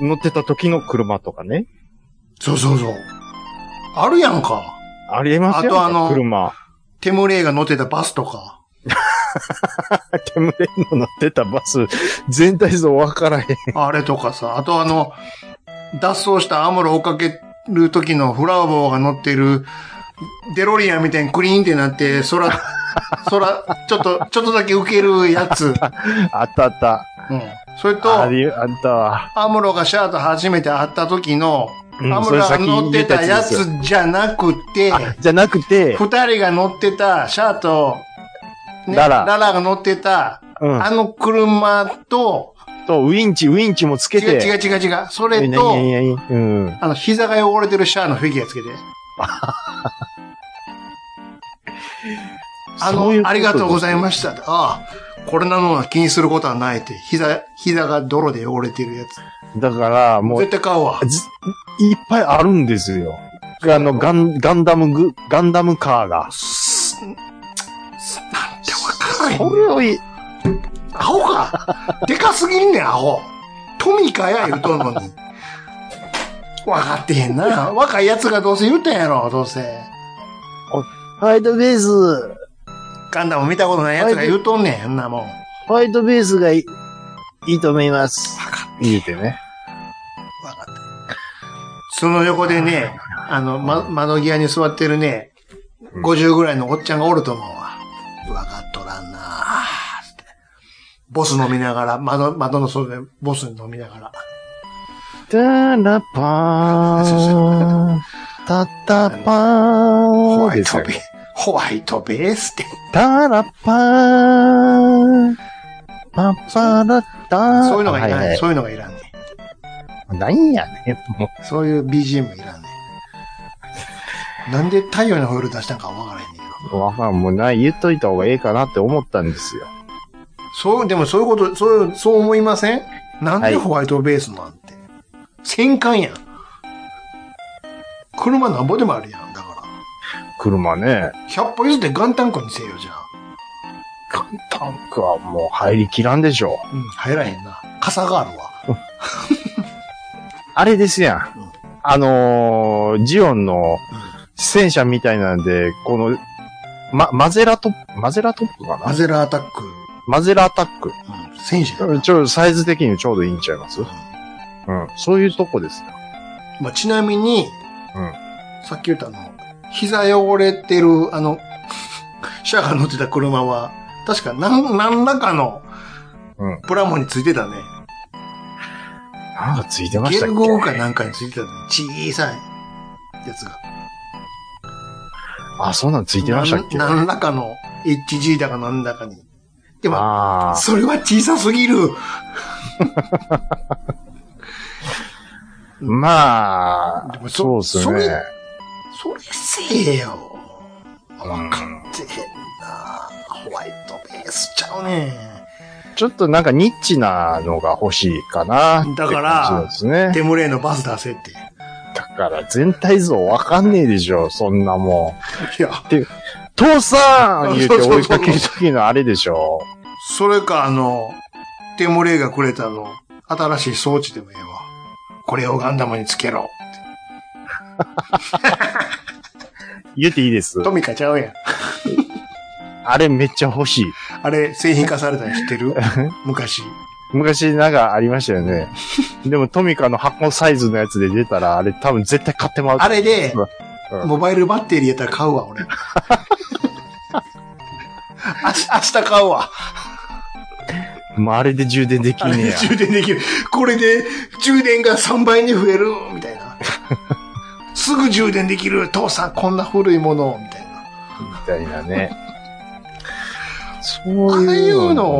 乗ってた時の車とかね。
そうそうそう。あるやんか。
ありえますよ、
あとあの
車。 [laughs]
テムレイが乗ってたバスとか。
テムレイの乗ってたバス、全体像わからへん。
あれとかさ、あとあの、脱走したアムロを追っかける時のフラウボーが乗ってる、デロリアンみたいにクリーンってなって、
[laughs]
空、空、ちょっと、ちょっとだけ受けるやつ。
あったあった。
うん。それと、
ありあったわ。
アムロがシャアと初めて会った時の、
うん
アムロが乗ってたや
それ先
つじゃなくて、
あじゃなくて、
二人が乗ってた、シャアと、ね
ララ
ララが乗ってた、
うん。
あの車と、
と、ウィンチ、ウィンチもつ
違
け
う
て。
違う違う違う、それ
いやい
と、
やいやいやうん。
あの、膝が汚れてるシャアのフィギュアつけて。あの、
そういうこと
ありがとうございました。ああ、これなのは気にすることはないって。膝、膝が泥で汚れてるやつ。
だから、もう、
絶対買
[laughs]
うわ。
ずいっぱいあるんですよ。あの、ガン、ガンダムグ、ガンダムカーが。
すなんてわからへん
これをい、
アホか。でかすぎんねん、アホ。トミカや言うとんのに。わかってへんな。若いやつがどうせ言うたんやろ、どうせ。
ファイトベース、フ
ガンダム見たことないやつが言うとんねん、そんなもん。
ァイトベースがいい、いいと思います。言うてね。
その横でね、あの、ま、窓際に座ってるね、50ぐらいのおっちゃんがおると思うわ。わかっとらんなあってボス飲みながら、窓、窓の外でボス飲みながら。
タラパーン、タッタパ
ホ
ーン
ワイ
です
ト
よ
ベー。ス、ホワイトベースって。
タラパーン、パッパラッターン。
そういうのがいらん、
はは
そういうのがいらんねん。
なんやねん、もう。
そういう BGM いらんね
[laughs]
ん。なんで太陽のホイール出したんかわからへんねんけど。
わかん、もうない、言っといた方がええかなって思ったんですよ。
そう、でもそういうこと、そういう、そう思いませんなん
はい
でホワイトベースなんて。戦艦やん。車なんぼでもあるやん。だか
車ね。
ら。100歩譲って元旦湖にせよ、じゃあ。
タンクはもう入りきらんでしょ。
うん、入らへんな。傘があるわ。
あれですやん。あのー、ジオンの戦車みたいなんで、この、ま、マゼラトップ、マゼラトップか
マ
な
ゼラアタック、
マゼラアタック。
うん、戦士だな
ちょ、サイズ的にちょうどいいんちゃいますうん。そういうとこですよ。
まあ、ちなみに、
うん
さっき言ったあの、膝汚れてる、あの、 [laughs] シャアが乗ってた車は、確か何、何らかの
うん、
プラモについてたね。
なんかついてまし
ゲ
たっ
ル
け
ゴかなんかについてたね。小さいやつが。
あ、そんなんついてましたっけ
なん何らかの HG だかなんだかに。でも、
ああ。
それは小さすぎる。
ま
で
あ、
もそ
そうっす
それ
ね。
それせえよ。
うん
わかってへんな。ホワイトベースちゃうね
ちょっとなんかニッチなのが欲しいかな。
だから
そうですね。
テムレイのバス出せって。
だから全体像わかんねえでしょ、そんなも
いや、
ん。父さ
[laughs]
ん言うて
そうそうそ
追いか
う
ける時のあれでしょ。
それかあの、テムレイがくれたあの、新しい装置でもええわ。これをガンダムにつけろ。
言っていいです。
トミカちゃうやん。
あれめっちゃ欲しい。
あれ、製品化されたの知ってる昔。
昔なんかありましたよ
[laughs]
ね。でもトミカの箱サイズのやつで出たら、あれ多分絶対買ってもらう。
あれで
う、ん
モバイルバッテリーやったら買うわ、俺。あし明日買うわ。
まあ、あれで充電でき
あ
ん
れ
ね
で
や。
充電できる。これで充電が3倍に増える、みたいな。すぐ充電できる。父さん、こんな古いものを、みたいな。
みたいなね。そう
ああい
いうう
の
の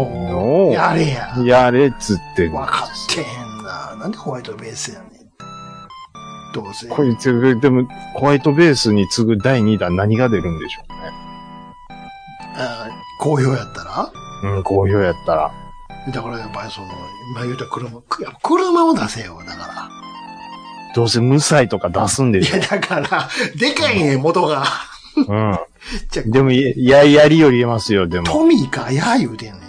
を
を
やれや。
やれっつってんの
わかってへんな。なんでホワイトベースやねん。どうせ。
こいつ、でも、ホワイトベースに次ぐ第2弾何が出るんでしょ
あ好評やったら
うね。うん、好評やったら。
だからやっぱりその、今言うた車、くやっぱ車を出せよ、だか
どうせ無罪とか出すんでし
ら。いや、だから、でかいね、元が。
ょ。うん。
[laughs] じゃあ
でも、いや、やりより言えますよ、でも。
トミーか、や言うてんねん。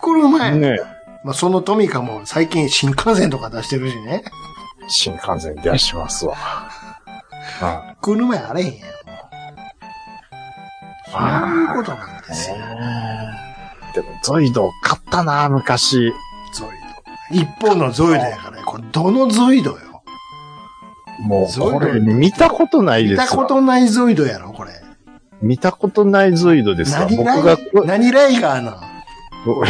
車や。
ね
まあ、そのトミカも最近新幹線とか出してるしね。
新幹線出します
[laughs]
わ。あ
車やあれへんやん。そういう
あ
ことなんですよ。
ー。でも、ゾイド買ったな、昔。
ゾイド。一方のゾイドやからね。これ、どのゾイドよ。
もう、こ
ゾ
れ、
イド
見たことない
見
ですわ
たことないゾイドやろ、これ。
見たことないゾイドですわ。
何
僕
ラ
が
イ
こ、
何ライガーなん
僕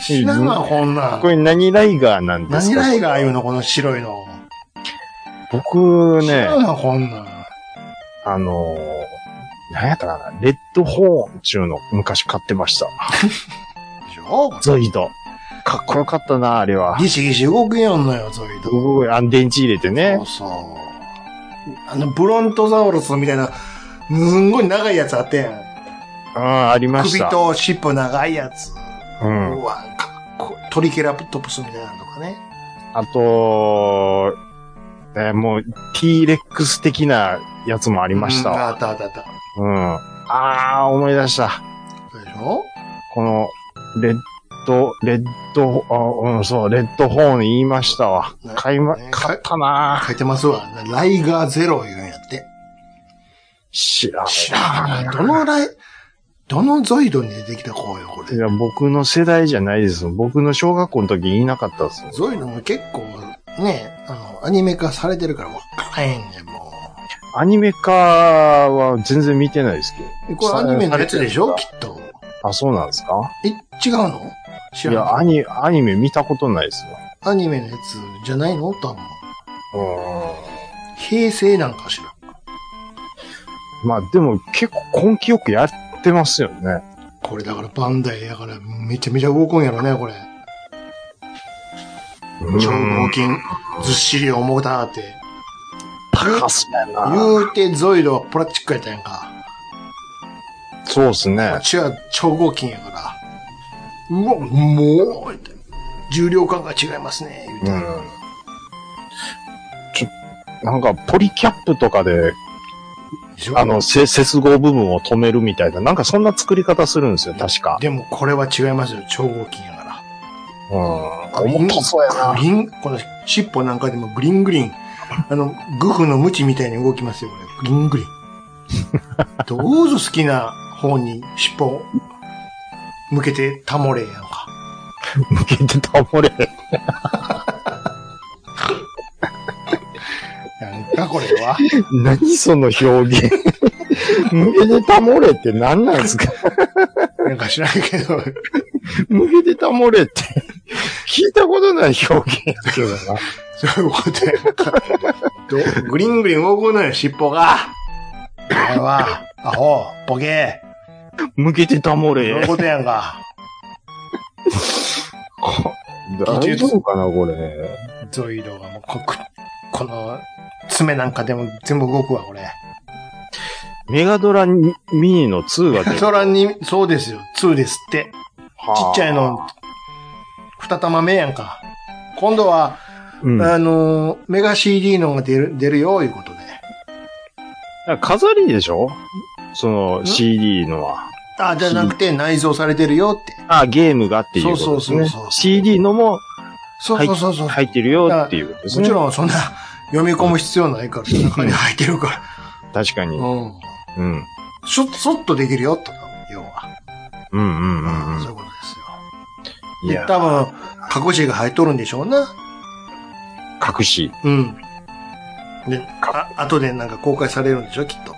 知らんわ、こんなん
こ。れ何ライガーなんです
何
か
ライガー言うの、この白いの。
僕
知
ね
ら、んわ、こんなん。
あのー、何やったかな、レッドホーン中の昔買ってました。
でしょ
ゾイド。かっこよかったな、あれは。
ギシギシ動くよんのよ、ゾイド。
僕あの電池入れてね
そう。そう。あの、ブロントザウルスみたいな、すんごい長いやつあってん。
うん、ありまし
首
た。
と尻尾長いやつ。
う。
うんわ、かっこいいトリケラプトプスみたいなのとかね。
あと、えーもう、T-Rex 的なやつもありまし
うん
た。
あったあったあった。
うん。あー、思い出した。
そうでしょ
この、レッド、レッド、あうん、そう、レッドホーン言いましたわ
ね。
買いま
ね、
買ったなぁ
書いてますわ。ライガーゼロ言うんやって。
知らん。
知らんわ。どのライ、どのゾイドに出てきた子よ、こ
い
れ。
や、僕の世代じゃないです。僕の小学校の時言いなかったです。
ゾイドも結構、ね、あの、アニメ化されてるから分からへんねん、もう。
アニメ化は全然見てないですけ
え
ど。
これアニメのやつでしょ
さ
きっと。
あ、そうなんですか
え、違うの知
い
ら
や、
ん
アニ、アニメ見たことないです
アニメのやつじゃないの多分。
わ。
平成なんかしら。
うん。まあ、でも結構根気よくやってますよね。
これだからバンダイやからめちゃめちゃ動くんやろね、これ。
うん
超合金、ずっしり重たーって。
高そうやな。
言うてゾイドはプラスチックやったやんか。
そうです
こ
ね
っ。ちは超合金やから。うわ、もう言うて重量感が違いますね、言うて。
うんちょ、なんか、ポリキャップとかで、
でしょ
あの、せ接合部分を止めるみたいな、なんかそんな作り方するんですよ、確か。
でもこれは違いますよ、超合金やから。
うん。重たそうやな [laughs]
グ。リン、この尻尾なんかでもグリングリン。あの、グフのムチみたいに動きますよ、これ。グリングリン。
[laughs]
どうぞ好きな方に尻尾を向けてたもれやんか。
向けて倒れ。
なんかこれは。
何その表 [laughs] 現。向けて倒れって何なんですか
なんか知らんけど。
向けて倒れって。聞いたことない表現やけどな。
そういうことやんか。どグリングリン動くのよ、尻尾が。お前は、アホ、ボケ、
向けて倒
そういう
れ。
ことやんか。
大丈夫かな、これ。
ゾイドがもうこ、ここの、爪なんかでも全部動くわ、これ。
メガドラミニの2が出る。
そらに、そうですよ。2ですって。ちっちゃい
[laughs]
の
はあ。、
二玉目やんか。今度は、
うん
あのー、メガ CD のが出る、出るよ、いうことで。
だから飾りでしょその
ん
CD のは。
あ、じゃなくて内蔵されてるよって。
あ、ゲームがっていうことです
そうそう
ね
そうそう。
CD のも
そうそうそうそう。
入ってるよっていうことです
も
ね
ち。ろんそんな、読み込む必要ないから、中に入ってるか
確かに
ら。。うん。
うん。
しょ、そっとできるよ、と。要は。
うんうんうん
そういううことで
ん。
すよ。
い
で、
や、
多分、隠しが入っとるんでしょうな。
隠し。
うん。で、あ、後でなんか公開されるんでしょ、きっと。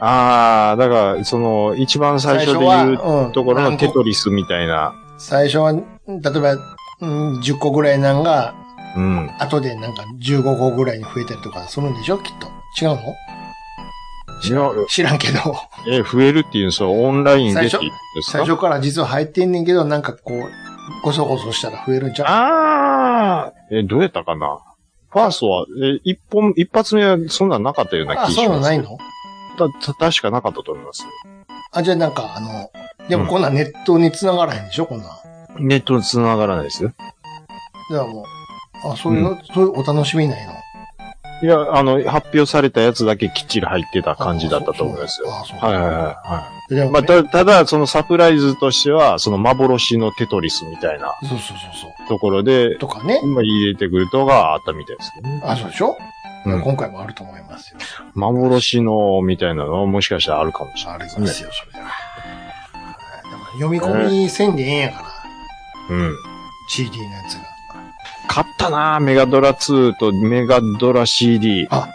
ああ、だから、その、一番最初で言う
は、うん
ところのテ
何個
トリスみたいな。
最初は、例えば、うん、10個ぐらいなんが、
うん。
後でなんか15個ぐらいに増えたりとかするんでしょ、きっと。違うの
いや、
知らんけど。
え、増えるっていう、そう、オンラインでって言うんです
最
か
初から実は入ってんねんけど、なんかこう、ごそごそしたら増えるんちゃう
ああえ、どうやったかなファーストは、え、一本、一発目はそんなんなかったような気
あ、
が
そうい
し
うの
ます。
ないの
た、た、確かなかったと思います。
あ、じゃあなんかあの、でもこんなんネットに繋がらへんでしょ、こんなん。だか
ネットに繋がらないですよ。
らもう、あ、そういうの、そういうお楽しみないの
いや、あの、発表されたやつだけきっちり入ってた感じだったと思いますよ。
あ、そう。
はいはいはい
い。
は
で
い。
も
まあ、た、ただ、そのサプライズとしては、その幻のテトリスみたいな
そうそうそうそう。
ところで、
とかね。
今入れてくるとがあったみたいですけどね。
あ、そうでしょ、
うん
今回もあると思いますよ。
幻のみたいなのはもしかしたらあるかもしれ
あ
ない
り
で
ますす
ね。
よ、それは。はいだから読み込みせんでええんやから、
うん。
CD のやつが。
買ったなぁメガドラ2とメガドラ CD。
あ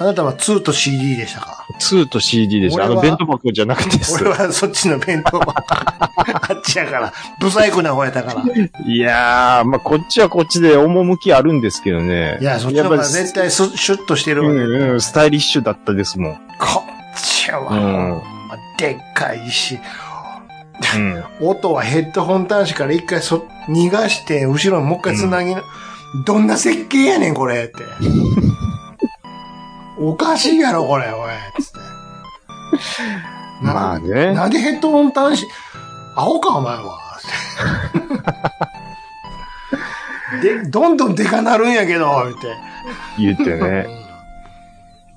なたは2と CD でしたか
2と CD でした。あ
俺
の、
は
弁当箱じゃなくてです
俺。はそっちの弁当箱
[laughs]
あっちやから、不細工な方やったから。い
いやー、まあ、こっちはこっちで趣あるんですけどね。
や、そっちの方
や
が
っぱり
絶対スシュッとしてるわ
う
ね。
んうん、スタイリッシュだったですもん。
こっちは、
うん
ほんまでっかいし、
うん。
音はヘッドホン端子から一回そ逃がして、後ろにもう一回繋ぎな、どんな設計やねん、これって。おかしいやろ、これ、おい、つって。なん
まあね。
なんでヘッドホン端子、青か、お前は。で、どんどんでかなるんやけど、って。
言ってね。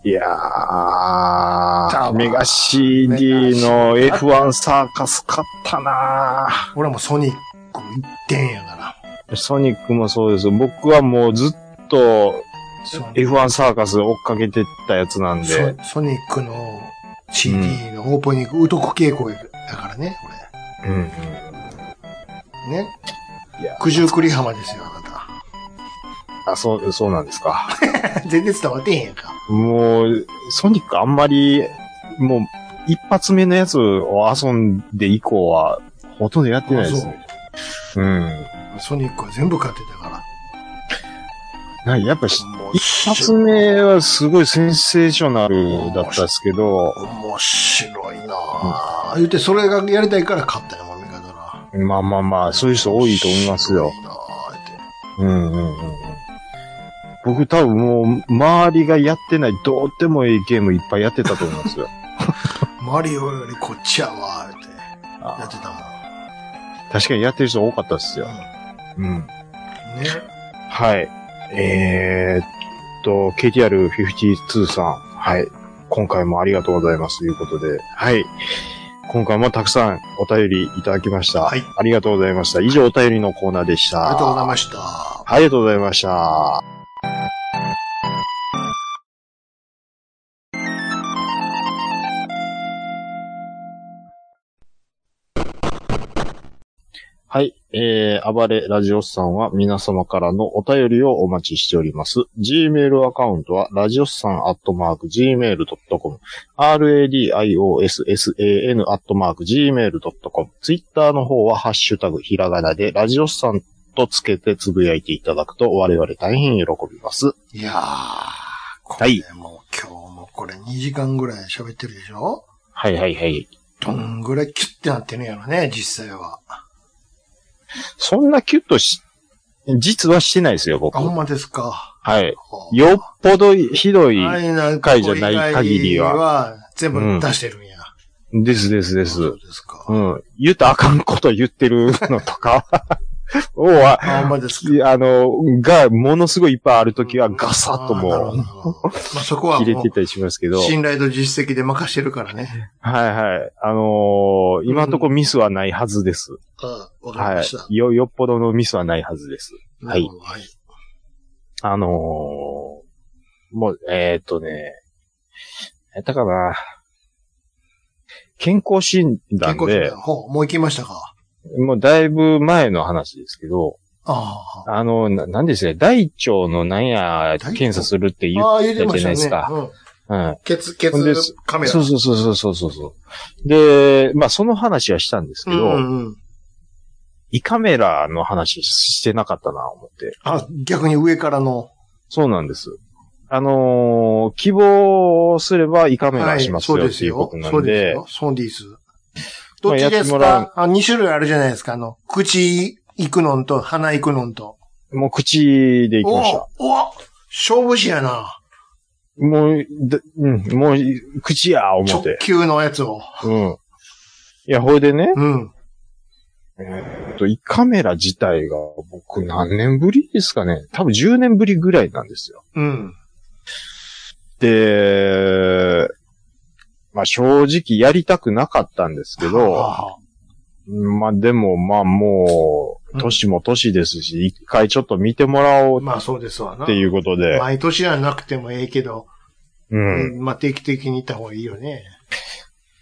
いやー、メガ CD の F1 サーカス買ったなぁ
俺はもうソニック一点やから。
ソニックもそうです。僕はもうずっと
ソニック
F1 サーカス追っかけてったやつなんで。
ソソニックの CD のオープニング、うとく傾向だからね、こ
うんうん。
れ。ね
いや。
九十九里浜ですよ、あな
あ、そう、そうなんですか。
た。 [laughs] 全然伝わってへんやんか。
もう、ソニックあんまり、もう、一発目のやつを遊んで以降は、ほとんどやってないですね。うん。
ソニックは全部買ってたか
なんかやっぱし
ら。、もう
一発目はすごいセンセーショナルだったんですけど、
面白いなぁ。言って、それがやりたいから買ったよ、もみ方ら。
まあまあまあ、そういう人多いと思いますよ。
面白いなぁ言うて
うんうんうんうん。僕多分もう、周りがやってないどうでもいいゲームいっぱいやってたと思います [laughs] よ。
マリオよりこっちやわ、言うて。や
あ
ってたもん。
確かにやってる人多かったっすよ。うん。
ね。
はい。えー、っと、KTR52 さん。はい。今回もありがとうございますということで。はい。今回もたくさんお便りいただきました。
はい
ありがとうございました。以上お便りのコーナーでした。
ありがとうございました。
ありがとうございました。はい。えー、暴れラジオスさんは皆様からのお便りをお待ちしております。Gmail アカウントは、ラジオスさんアットマーク Gmail.com、radiossan アットマーク Gmail.com、Twitter の方はハッシュタグひらがなで、ラジオスさんとつけてつぶやいていただくと我々大変喜びます。
いやー、こ
はい
れもう今日もこれ2時間ぐらい喋ってるでしょ
はいはいはい。
どんぐらいキュッてなってるんやろね、実際は。
そんなキュッとし、実はしてないですよ、僕。
あ、ほん
は
まですか。
い。よっぽどひどい、
あれなん
回じゃない限りは
これ以外は全部出してるんや。
ですですです。
そうですか。
うん。言ったらあかんこと言ってるのとか、 [laughs] をは、
あ、ほんまですか。
あの、が、ものすごいいっぱいあるときは
うん
ガサッと
あなる
も
ほどなるほどまあそこは
う、
も
切れて
う、
たりしますけど、はい
信頼と実績で任してるからね。
はい。あのー今んとこミスはないはずです。
あわかり
は
ました。
い。よ、よっぽどのミスはないはずです。
なるほど。はい。
あのーもう、えーっ、とね、やったかな。健康診断
結構
で、
ほう、もう行きましたか。
もうだいぶ前の話ですけど、
あ
あの、ななんですね、大腸のなんや、
腸
検査するって
あ。
言
ああ、言
っ
って
てた
ま
じ
し
ゃな
た
いです
ね
か。。
うん
うん。
ケツ、ケ
ほんで
ツカメラ。
そうそうそうそうそうそうそう。で、まあその話はしたんですけど、
うんうん。
胃カメラの話してなかったな、思って。
あ、逆に上からの。
そうなんです。あのー希望すれば胃カメラしますよ、
はい
っていうことな
そ
ん
うです
で、
よ。そうですよ。
ま
そうです。ど
あ
っちです
やってもらう
かあ、二種類あるじゃないですか。あの、口行くのんと鼻行くのんと。
もう口で行きました。
おお勝負師やな。
もう、だうん、もう、口や、思っ
直
て。
球のやつを。
うん。いや、ほいでね、
うん。
えっと、胃カメラ自体が僕何年ぶりですかね。多分10年ぶりぐらいなんですよ。
うん。
で、まあ正直やりたくなかったんですけど、
ああ
まあでもまあも
う
う、
ん
年も年ですし、一回ちょっと見てもらおう
まあそうですわな。
っていうことで、
毎年はなくてもええけど、
うん。
まあ定期的に行った方がいいよね。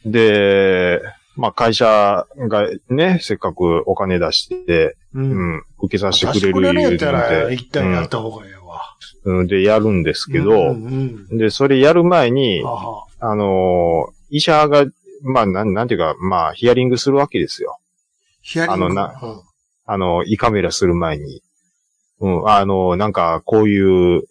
で、まあ会社がね、せっかくお金出して、う
う。
んん、受けさせ
出
てくれる言
れる
う
やったら、一
て
旦やった方がええわ。
うんうんでやるんですけ
う
ど、
んうん。
で、それやる前に、
はは
あのー医者が、まあ、なん、なんていうか、まあ、ヒアリングするわけですよ。
ヒアリング。
あのな
うん
あの、胃カメラする前に。うん、あのーなんか、こういう、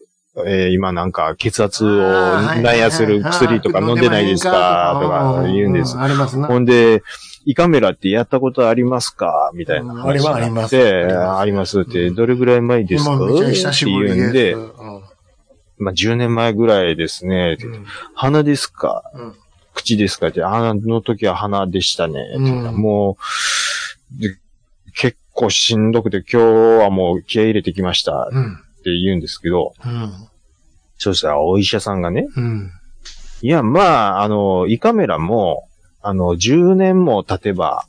えー今なんか、血圧を
あー
なんやする薬とか飲んでないですかとか言うんです。。
はいはいはいあ飲んでまへんかとかうんありますな。
ほんで、胃カメラってやったことありますかみたいな
うんあれ
話に
は
なって。
あり
で
ます
ありますって、どれぐらい前ですか
今めっちゃ久しぶり
って言うんで
う、ん
まあ、10年前ぐらいですね。鼻ですか
うん
口ですかって、あの時は鼻でしたね。
うん
もう、で結構しんどくて、今日はもう気合い入れてきました
うん。うん
って言うんですけど、
うん。
そしたらお医者さんがね、
うん。
いや、まあ、あの、胃カメラも、あの、10年も経てば、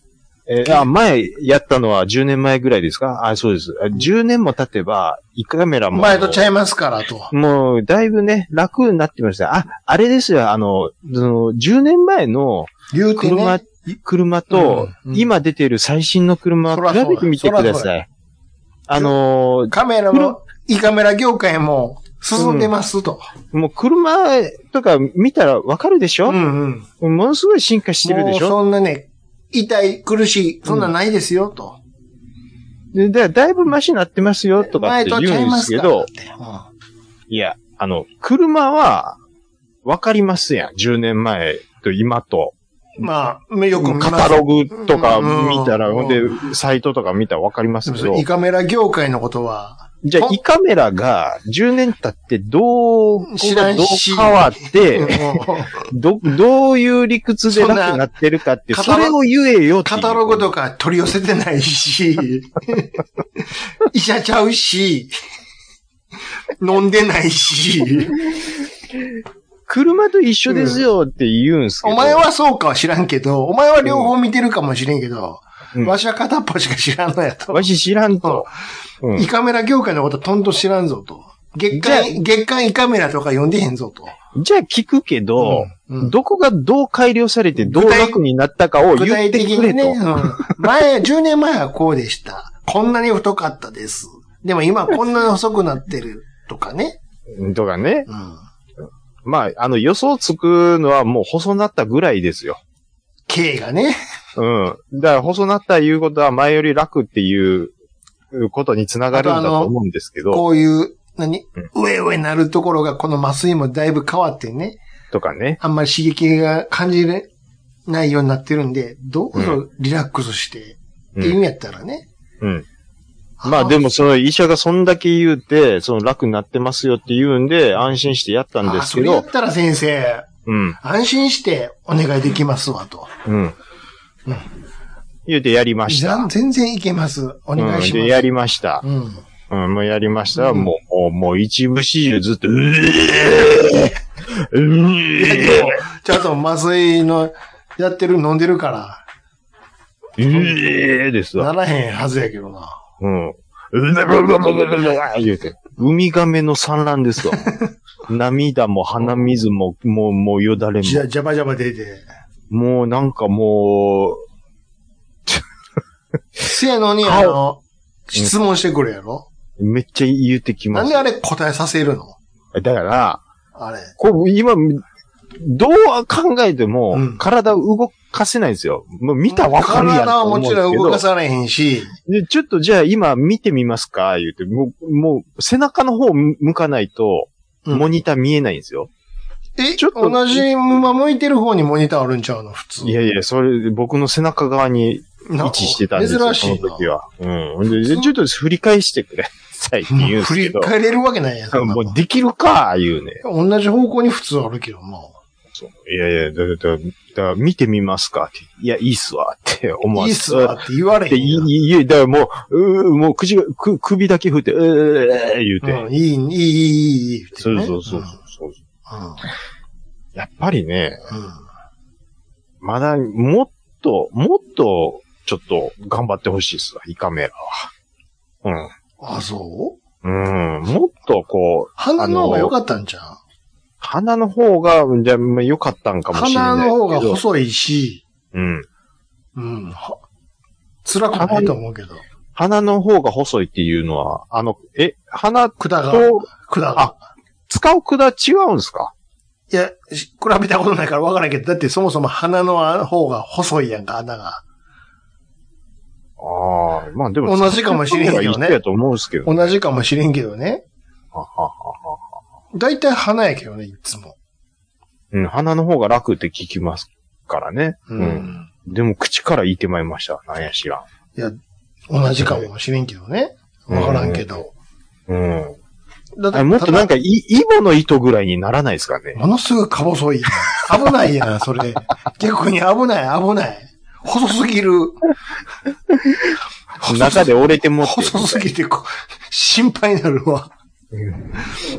えーあ、前やったのは10年前ぐらいですかあ、そうです。あ10年も経てば、胃カメラも。
前とちゃいますからと。
もう、だいぶね、楽になってきました。あ、あれですよ、あの、その10年前の
言うて
車、
ね。
車と、
うんうん
今出てる最新の車を
そらそ
比
うや
べてみてくだ
そらそう
さい。あのー
カメラも、イカメラ業界も進んでますと。
もう車とか見たらわかるでし
う
ょ、
んうん。
ものすごい進化してるでし
もう
ょ
そんなね、痛い、苦しい、そんなんないですよと。
でだだいぶマシになってますよとかっ
前
て
とちゃ
言う
い
んで
ますす
け
からっ
ど、
て。うん
いや、あの、車はわかりますやん。10年前と今と。
まあ、よく見ます
カタログとか見たら、
うん
ほんで、サイトとか見たらわかりますけど。
イカメラ業界のことは、
じゃあ
ほ、ん
胃カメラが10年経ってどう、
知らん
どう
し
変わって、
うん
ど、どういう理屈で楽になってるかって、
そんな
それを言えよっていう
カタログとか取り寄せてないし、医者ちゃうし、飲んでないし、
車と一緒ですよって言うんすけど。
お前はそうかは知らんけど、お前は両方見てるかもしれんけど、
うん
わしは片っぽしか知らんのやと
わ。し知らんと。うん
イカメラ業界のことはとんと知らんぞと。
じ
月間、月間イカメラとか読んでへんぞと。
じゃあ聞くけど、
うんうん
どこがどう改良されてどう
具体
楽になったかを
具
言
体
って
的
くれ
にね、う
と。
ん、前、10年前はこうでした。こんなに太かったです。でも今こんなに細くなってるとかね。
とかね。
うん
まあ、あの予想つくのはもう細なったぐらいですよ。
K がね。
うん。だから細なったいうことは前より楽っていうことにつながるんだと思うんですけど、
こういう、何上上なるところが、この麻酔もだいぶ変わってね、
とかね。
あんまり刺激が感じれないようになってるんで、どう
う
ぞリラックスして、
うん
っていうんやったらね。
うん。まあで
も、
もその医者がそんだけ言うて、その楽になってますよって言うんで、安心してやったんで
あ
す
そ
け
れやっ
ど、
たら先生、
うん、
安心してお願いできますわと。
うん。言うてやりまし
じゃ
た
あ。全然いけます。お願いし
うん、
ま。
ですやりました。
うん。
うん、もうやりました。
うん
もう、もう一部始終ずっと、うえーう
いや
え
でもちゃんと麻酔の、やってる、飲んでるから、
ーうえーですわ。
ならへんはずやけどな。
うん。うえー言うて。ウミガメの産卵ですわ。涙も鼻水も、もう、もうよだれも
じ。ゃ、ジャバジャバ出て。
もうなんかも
せやのに、あの、質問してくるやろ
う、めっちゃ言うてき
な
ま
ん
す
で。あれ答えさせるの
だから、
あれ。
こう、今、どう考えても、
うん
体を動かせないんですよ。もう見たらわかるやん
体は
と思う
も
んで
ち
すけど。
ろん動かされへんし、
で、ちょっとじゃあ今見てみますか言うて、もう、もう背中の方向かないと、
うん
モニター見えないんですよ。
え、
ちょっと
同じ馬向いてる方にモニターあるんちゃうの普通。
いやいや、それ、僕の背中側に位
な
置してたんですよ、
珍しい
その
な
時。は。うん。で、でちょっと振り返してくれ、最近言うんです
振
け
り
ど。
返れるわけないやん。そんな
も
も
うできるか言うね。
ん同じ方向に普通あるけどな。
いやいや、だ、だ、だ、だ見てみますかって。いや、いいっすわって思わ
いいっすわって言われ
って
へんや
言
ん。
い、いい、だからもう、うーもう口が、く、首だけ振って、うー言うて。
うん、いい、いい、いい、いい、って
そう
ね
そうそう
うん
そう。
うん
やっぱりね、
うん
まだ、もっと、もっと、ちょっと、頑張ってほしいっすわ、イカメラは。
あ、そう
うん。うん。もっと、こう、
鼻の方が良かったんじゃん。
鼻の方が、じゃあ、まあ良かったんかもしれない
鼻
けど。
の方が細いし、
うん。
うん。は辛くないと思うけど。
鼻の方が細いっていうのは、あの、え、鼻と、
管が、管が。
使う管違うんですか
いや、し比べたことないから分からんけど、だってそもそも鼻の方が細いやんか、穴が。
ああ、まあでも、
同じかもしれんけどね
使う方がいいやと思うんですけど、
同じかもしれんけどね。
はははは
だいたい鼻やけどね、いつも。
うん、鼻の方が楽って聞きますからね。
う。
うんん。でも、口から言ってまいりました。なんやしらん。
いや、同じかもしれんけどね。分からんけど。
うん。
だ
あもっとなん
か、
か、い、イボの糸ぐらいにならないですかね。
ものすごいか細いやん。危ない
[laughs]
やん、それ。逆に危ない、危ない。細すぎる。
[laughs] 中で折れてもってる。
細すぎてこ、 [laughs] 心配になるわ。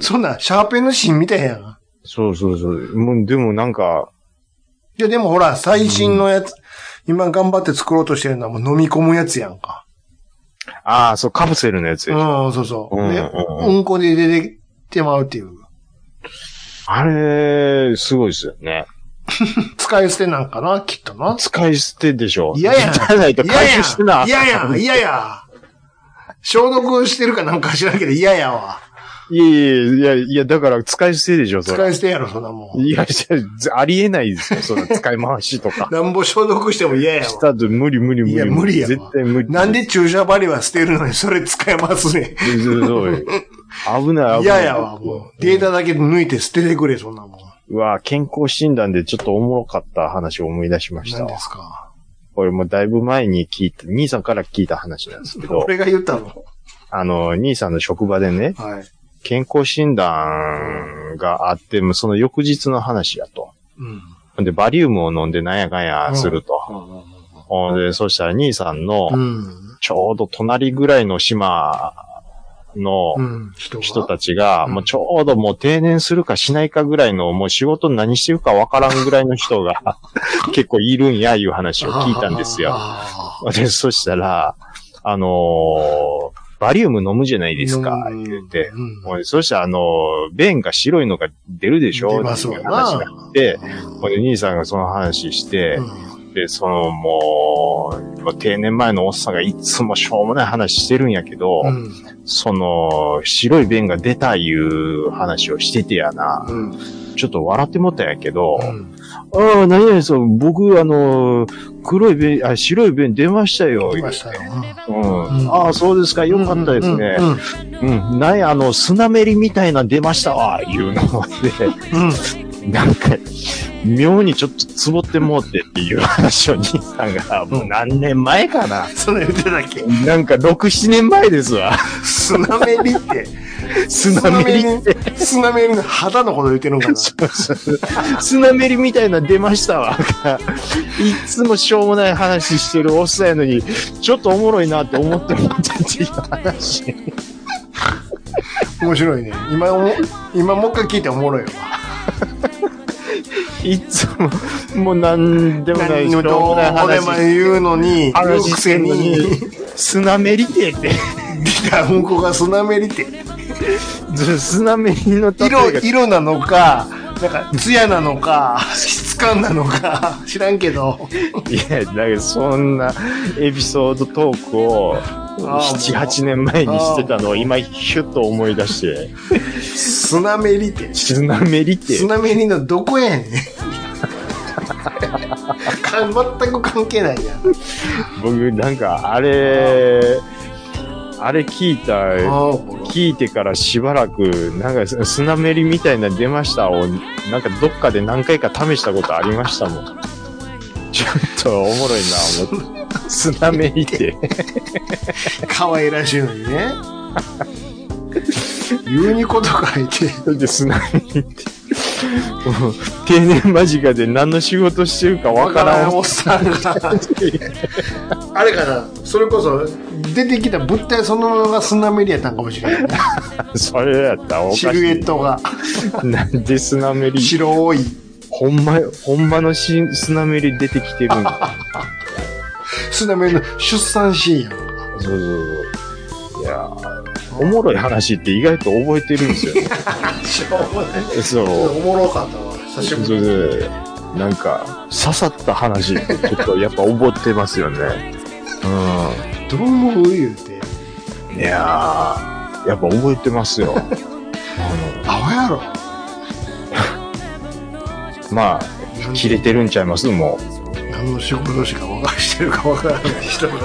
そんな、シャーペンの芯みたいやん。
そうそうそう。もう、でもなんか、
いや、でもほら、最新のやつ、今頑張って作ろうとしてるのはもう飲み込むやつやんか。
ああ、そう、カプセルのやつ
う
でしょ、
ん、そうそう。
うん
で、
うん
うんこで出てきてまうっていう。
あれ、すごいですよね。
使い捨てなんかな、きっとな。
使い捨てでしょ。
嫌やん。
じゃないと
嫌や
回収してな。
ん。嫌やん、嫌や。消毒してるかなんか知らんけど嫌やわ。
いやいやいや、いや、だから使い捨てでしょ、そ
使
れ。
い捨てやろ、そんなもん。。
いや、いやありえないですよ、その使い回しとか
[laughs] なんぼ消毒しても嫌や
し
わ。
たと無理無理無理。
いや無理やわ
絶対無理。
なんで注射針は捨てるのにそれ使えますね。
そう
[laughs]
そう危ない危ない。
嫌やわ、もう。データだけ抜いて捨ててくれ、そんなもん。
うわ、健康診断でちょっとおもろかった話を思い出しました
何
わ
で。すか。
これもうだいぶ前に聞いた、兄さんから聞いた話なんですけど、
[laughs] 俺が言ったの。
あの、兄さんの職場でね、
はい。
健康診断があって、もうその翌日の話やと。
うん。
で、バリウムを飲んでなんやかんやすると。ほんで、そしたら兄さんの、
うん。
ちょうど隣ぐらいの島の
うん。人が
人たちが、
うん
もうちょうどもう定年するかしないかぐらいの、もう仕事何してるかわからんぐらいの人
[laughs]
が結構いるんや、いう話を聞いたんですよ。
あ
で、そしたら、あのーバリウム飲むじゃない
ー
ですか、
うん
言って。
うん
ほいでそしたら、あのー便が白いのが出るでしょ
出ます
っ
わ
ていう
な
話になって、ほいで兄さんがその話して、
うん
で、そのもう、もう定年前のおっさんがいつもしょうもない話してるんやけど、
うん。
その、白い便が出たいう話をしててやな。
うん。
ちょっと笑ってもったんやけど、
うん
ああ、何々さん、僕、あの、黒い便、あ、白い便出ましたよ。
来ましたよ。
うん。
ん
ああ、そうですか。よかったですね。
うん。
うん。なんや、あの、砂めりみたいな出ましたわ、いうので、
う
[laughs]
ん。
なんか、妙にちょっとつぼってもうてっていう話を兄さんが、もう何年前かな。
そんな言ってたっけ
なんか、6、7年前ですわ。
砂めりって。
砂めりって。
砂めりの肌のこと言ってるのかな。
砂めりみたいなの出ましたわ。いつもしょうもない話してるおっさんやのに、ちょっとおもろいなって思ってもらったっていう話。
面白いね。今も、今もう一回聞いておもろいわ。
いつも、もうなんでもない、
何
しょ
の
うも
ど
ないう
でも
話。
言うのに、言う
話
く
して
せ
んの
に
に、、砂めりてって。
出たうんこが砂めりって。
ずスナメリの例え
色、
が
色なのか、なんか、艶なのか、質感なのか、知らんけど。
いや、だけどそんなエピソードトークを
あ
7、8年前にしてたのを今ヒュッと思い出して、
スナメリって。
スナメリって
ス、ナメリのどこ [laughs] やねん。か全く関係ないやん。
僕なんかあれ、あれ聞いた、
ああ、ほら
聞いてからしばらく、なんかススナメリみたいなの出ましたを、なんかどっかで何回か試したことありましたもん。ちょっとおもろいな、思って。スナメリ
[laughs]
って。
可愛らしいのに [laughs] ね。言うにこと書いて。
それでスナメリって。もう定年間近で何の仕事してるかわからん
おっさんが。あれかな、それこそ、出てきた物体そのものがスナメリやったんかもしれない、 [laughs] ね。
それやったらおかしい。
シルエットが
なんでスナメリ、
白い。
ほんま、ほんまのしスナメリ出てきてるんだ。
スナメリの出産シーンやん。
そうそうそう。いやーおもろい話って意外と覚えてるんですよね。
しょうもない。
そう。
おもろかったわ。久し
そう
ぶ
そ
り
うそうなんか、刺さった話ってちょっとやっぱ覚えてますよね。
どう思う言うて。
うん。いやー、やっぱ覚えてますよ。
アホやろ。
まあ、切れてるんちゃいますも
何の仕事しか分かしてるか分からない人が。
う。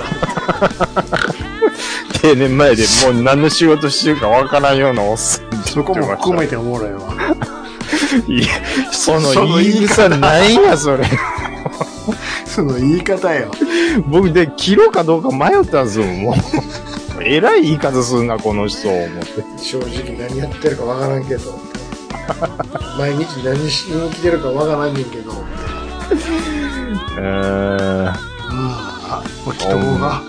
定年前でもう何の仕事してるかわからんようなおっさんって言ってました。
そこも含めておもろいわ。
いや、その言い草ないや、それ。
その言い方よ。
僕で、切ろうかどうか迷ったんですよ、もう。 [laughs] えらい言い方するな、この人、思って。
正直何やってるか分からんけど。毎日何しに来てるか分からんねんけど。
えー、
あ、もう人もが。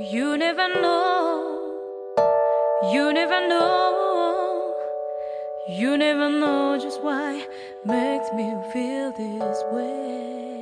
You never know, you never know, you never know just why makes me feel this way.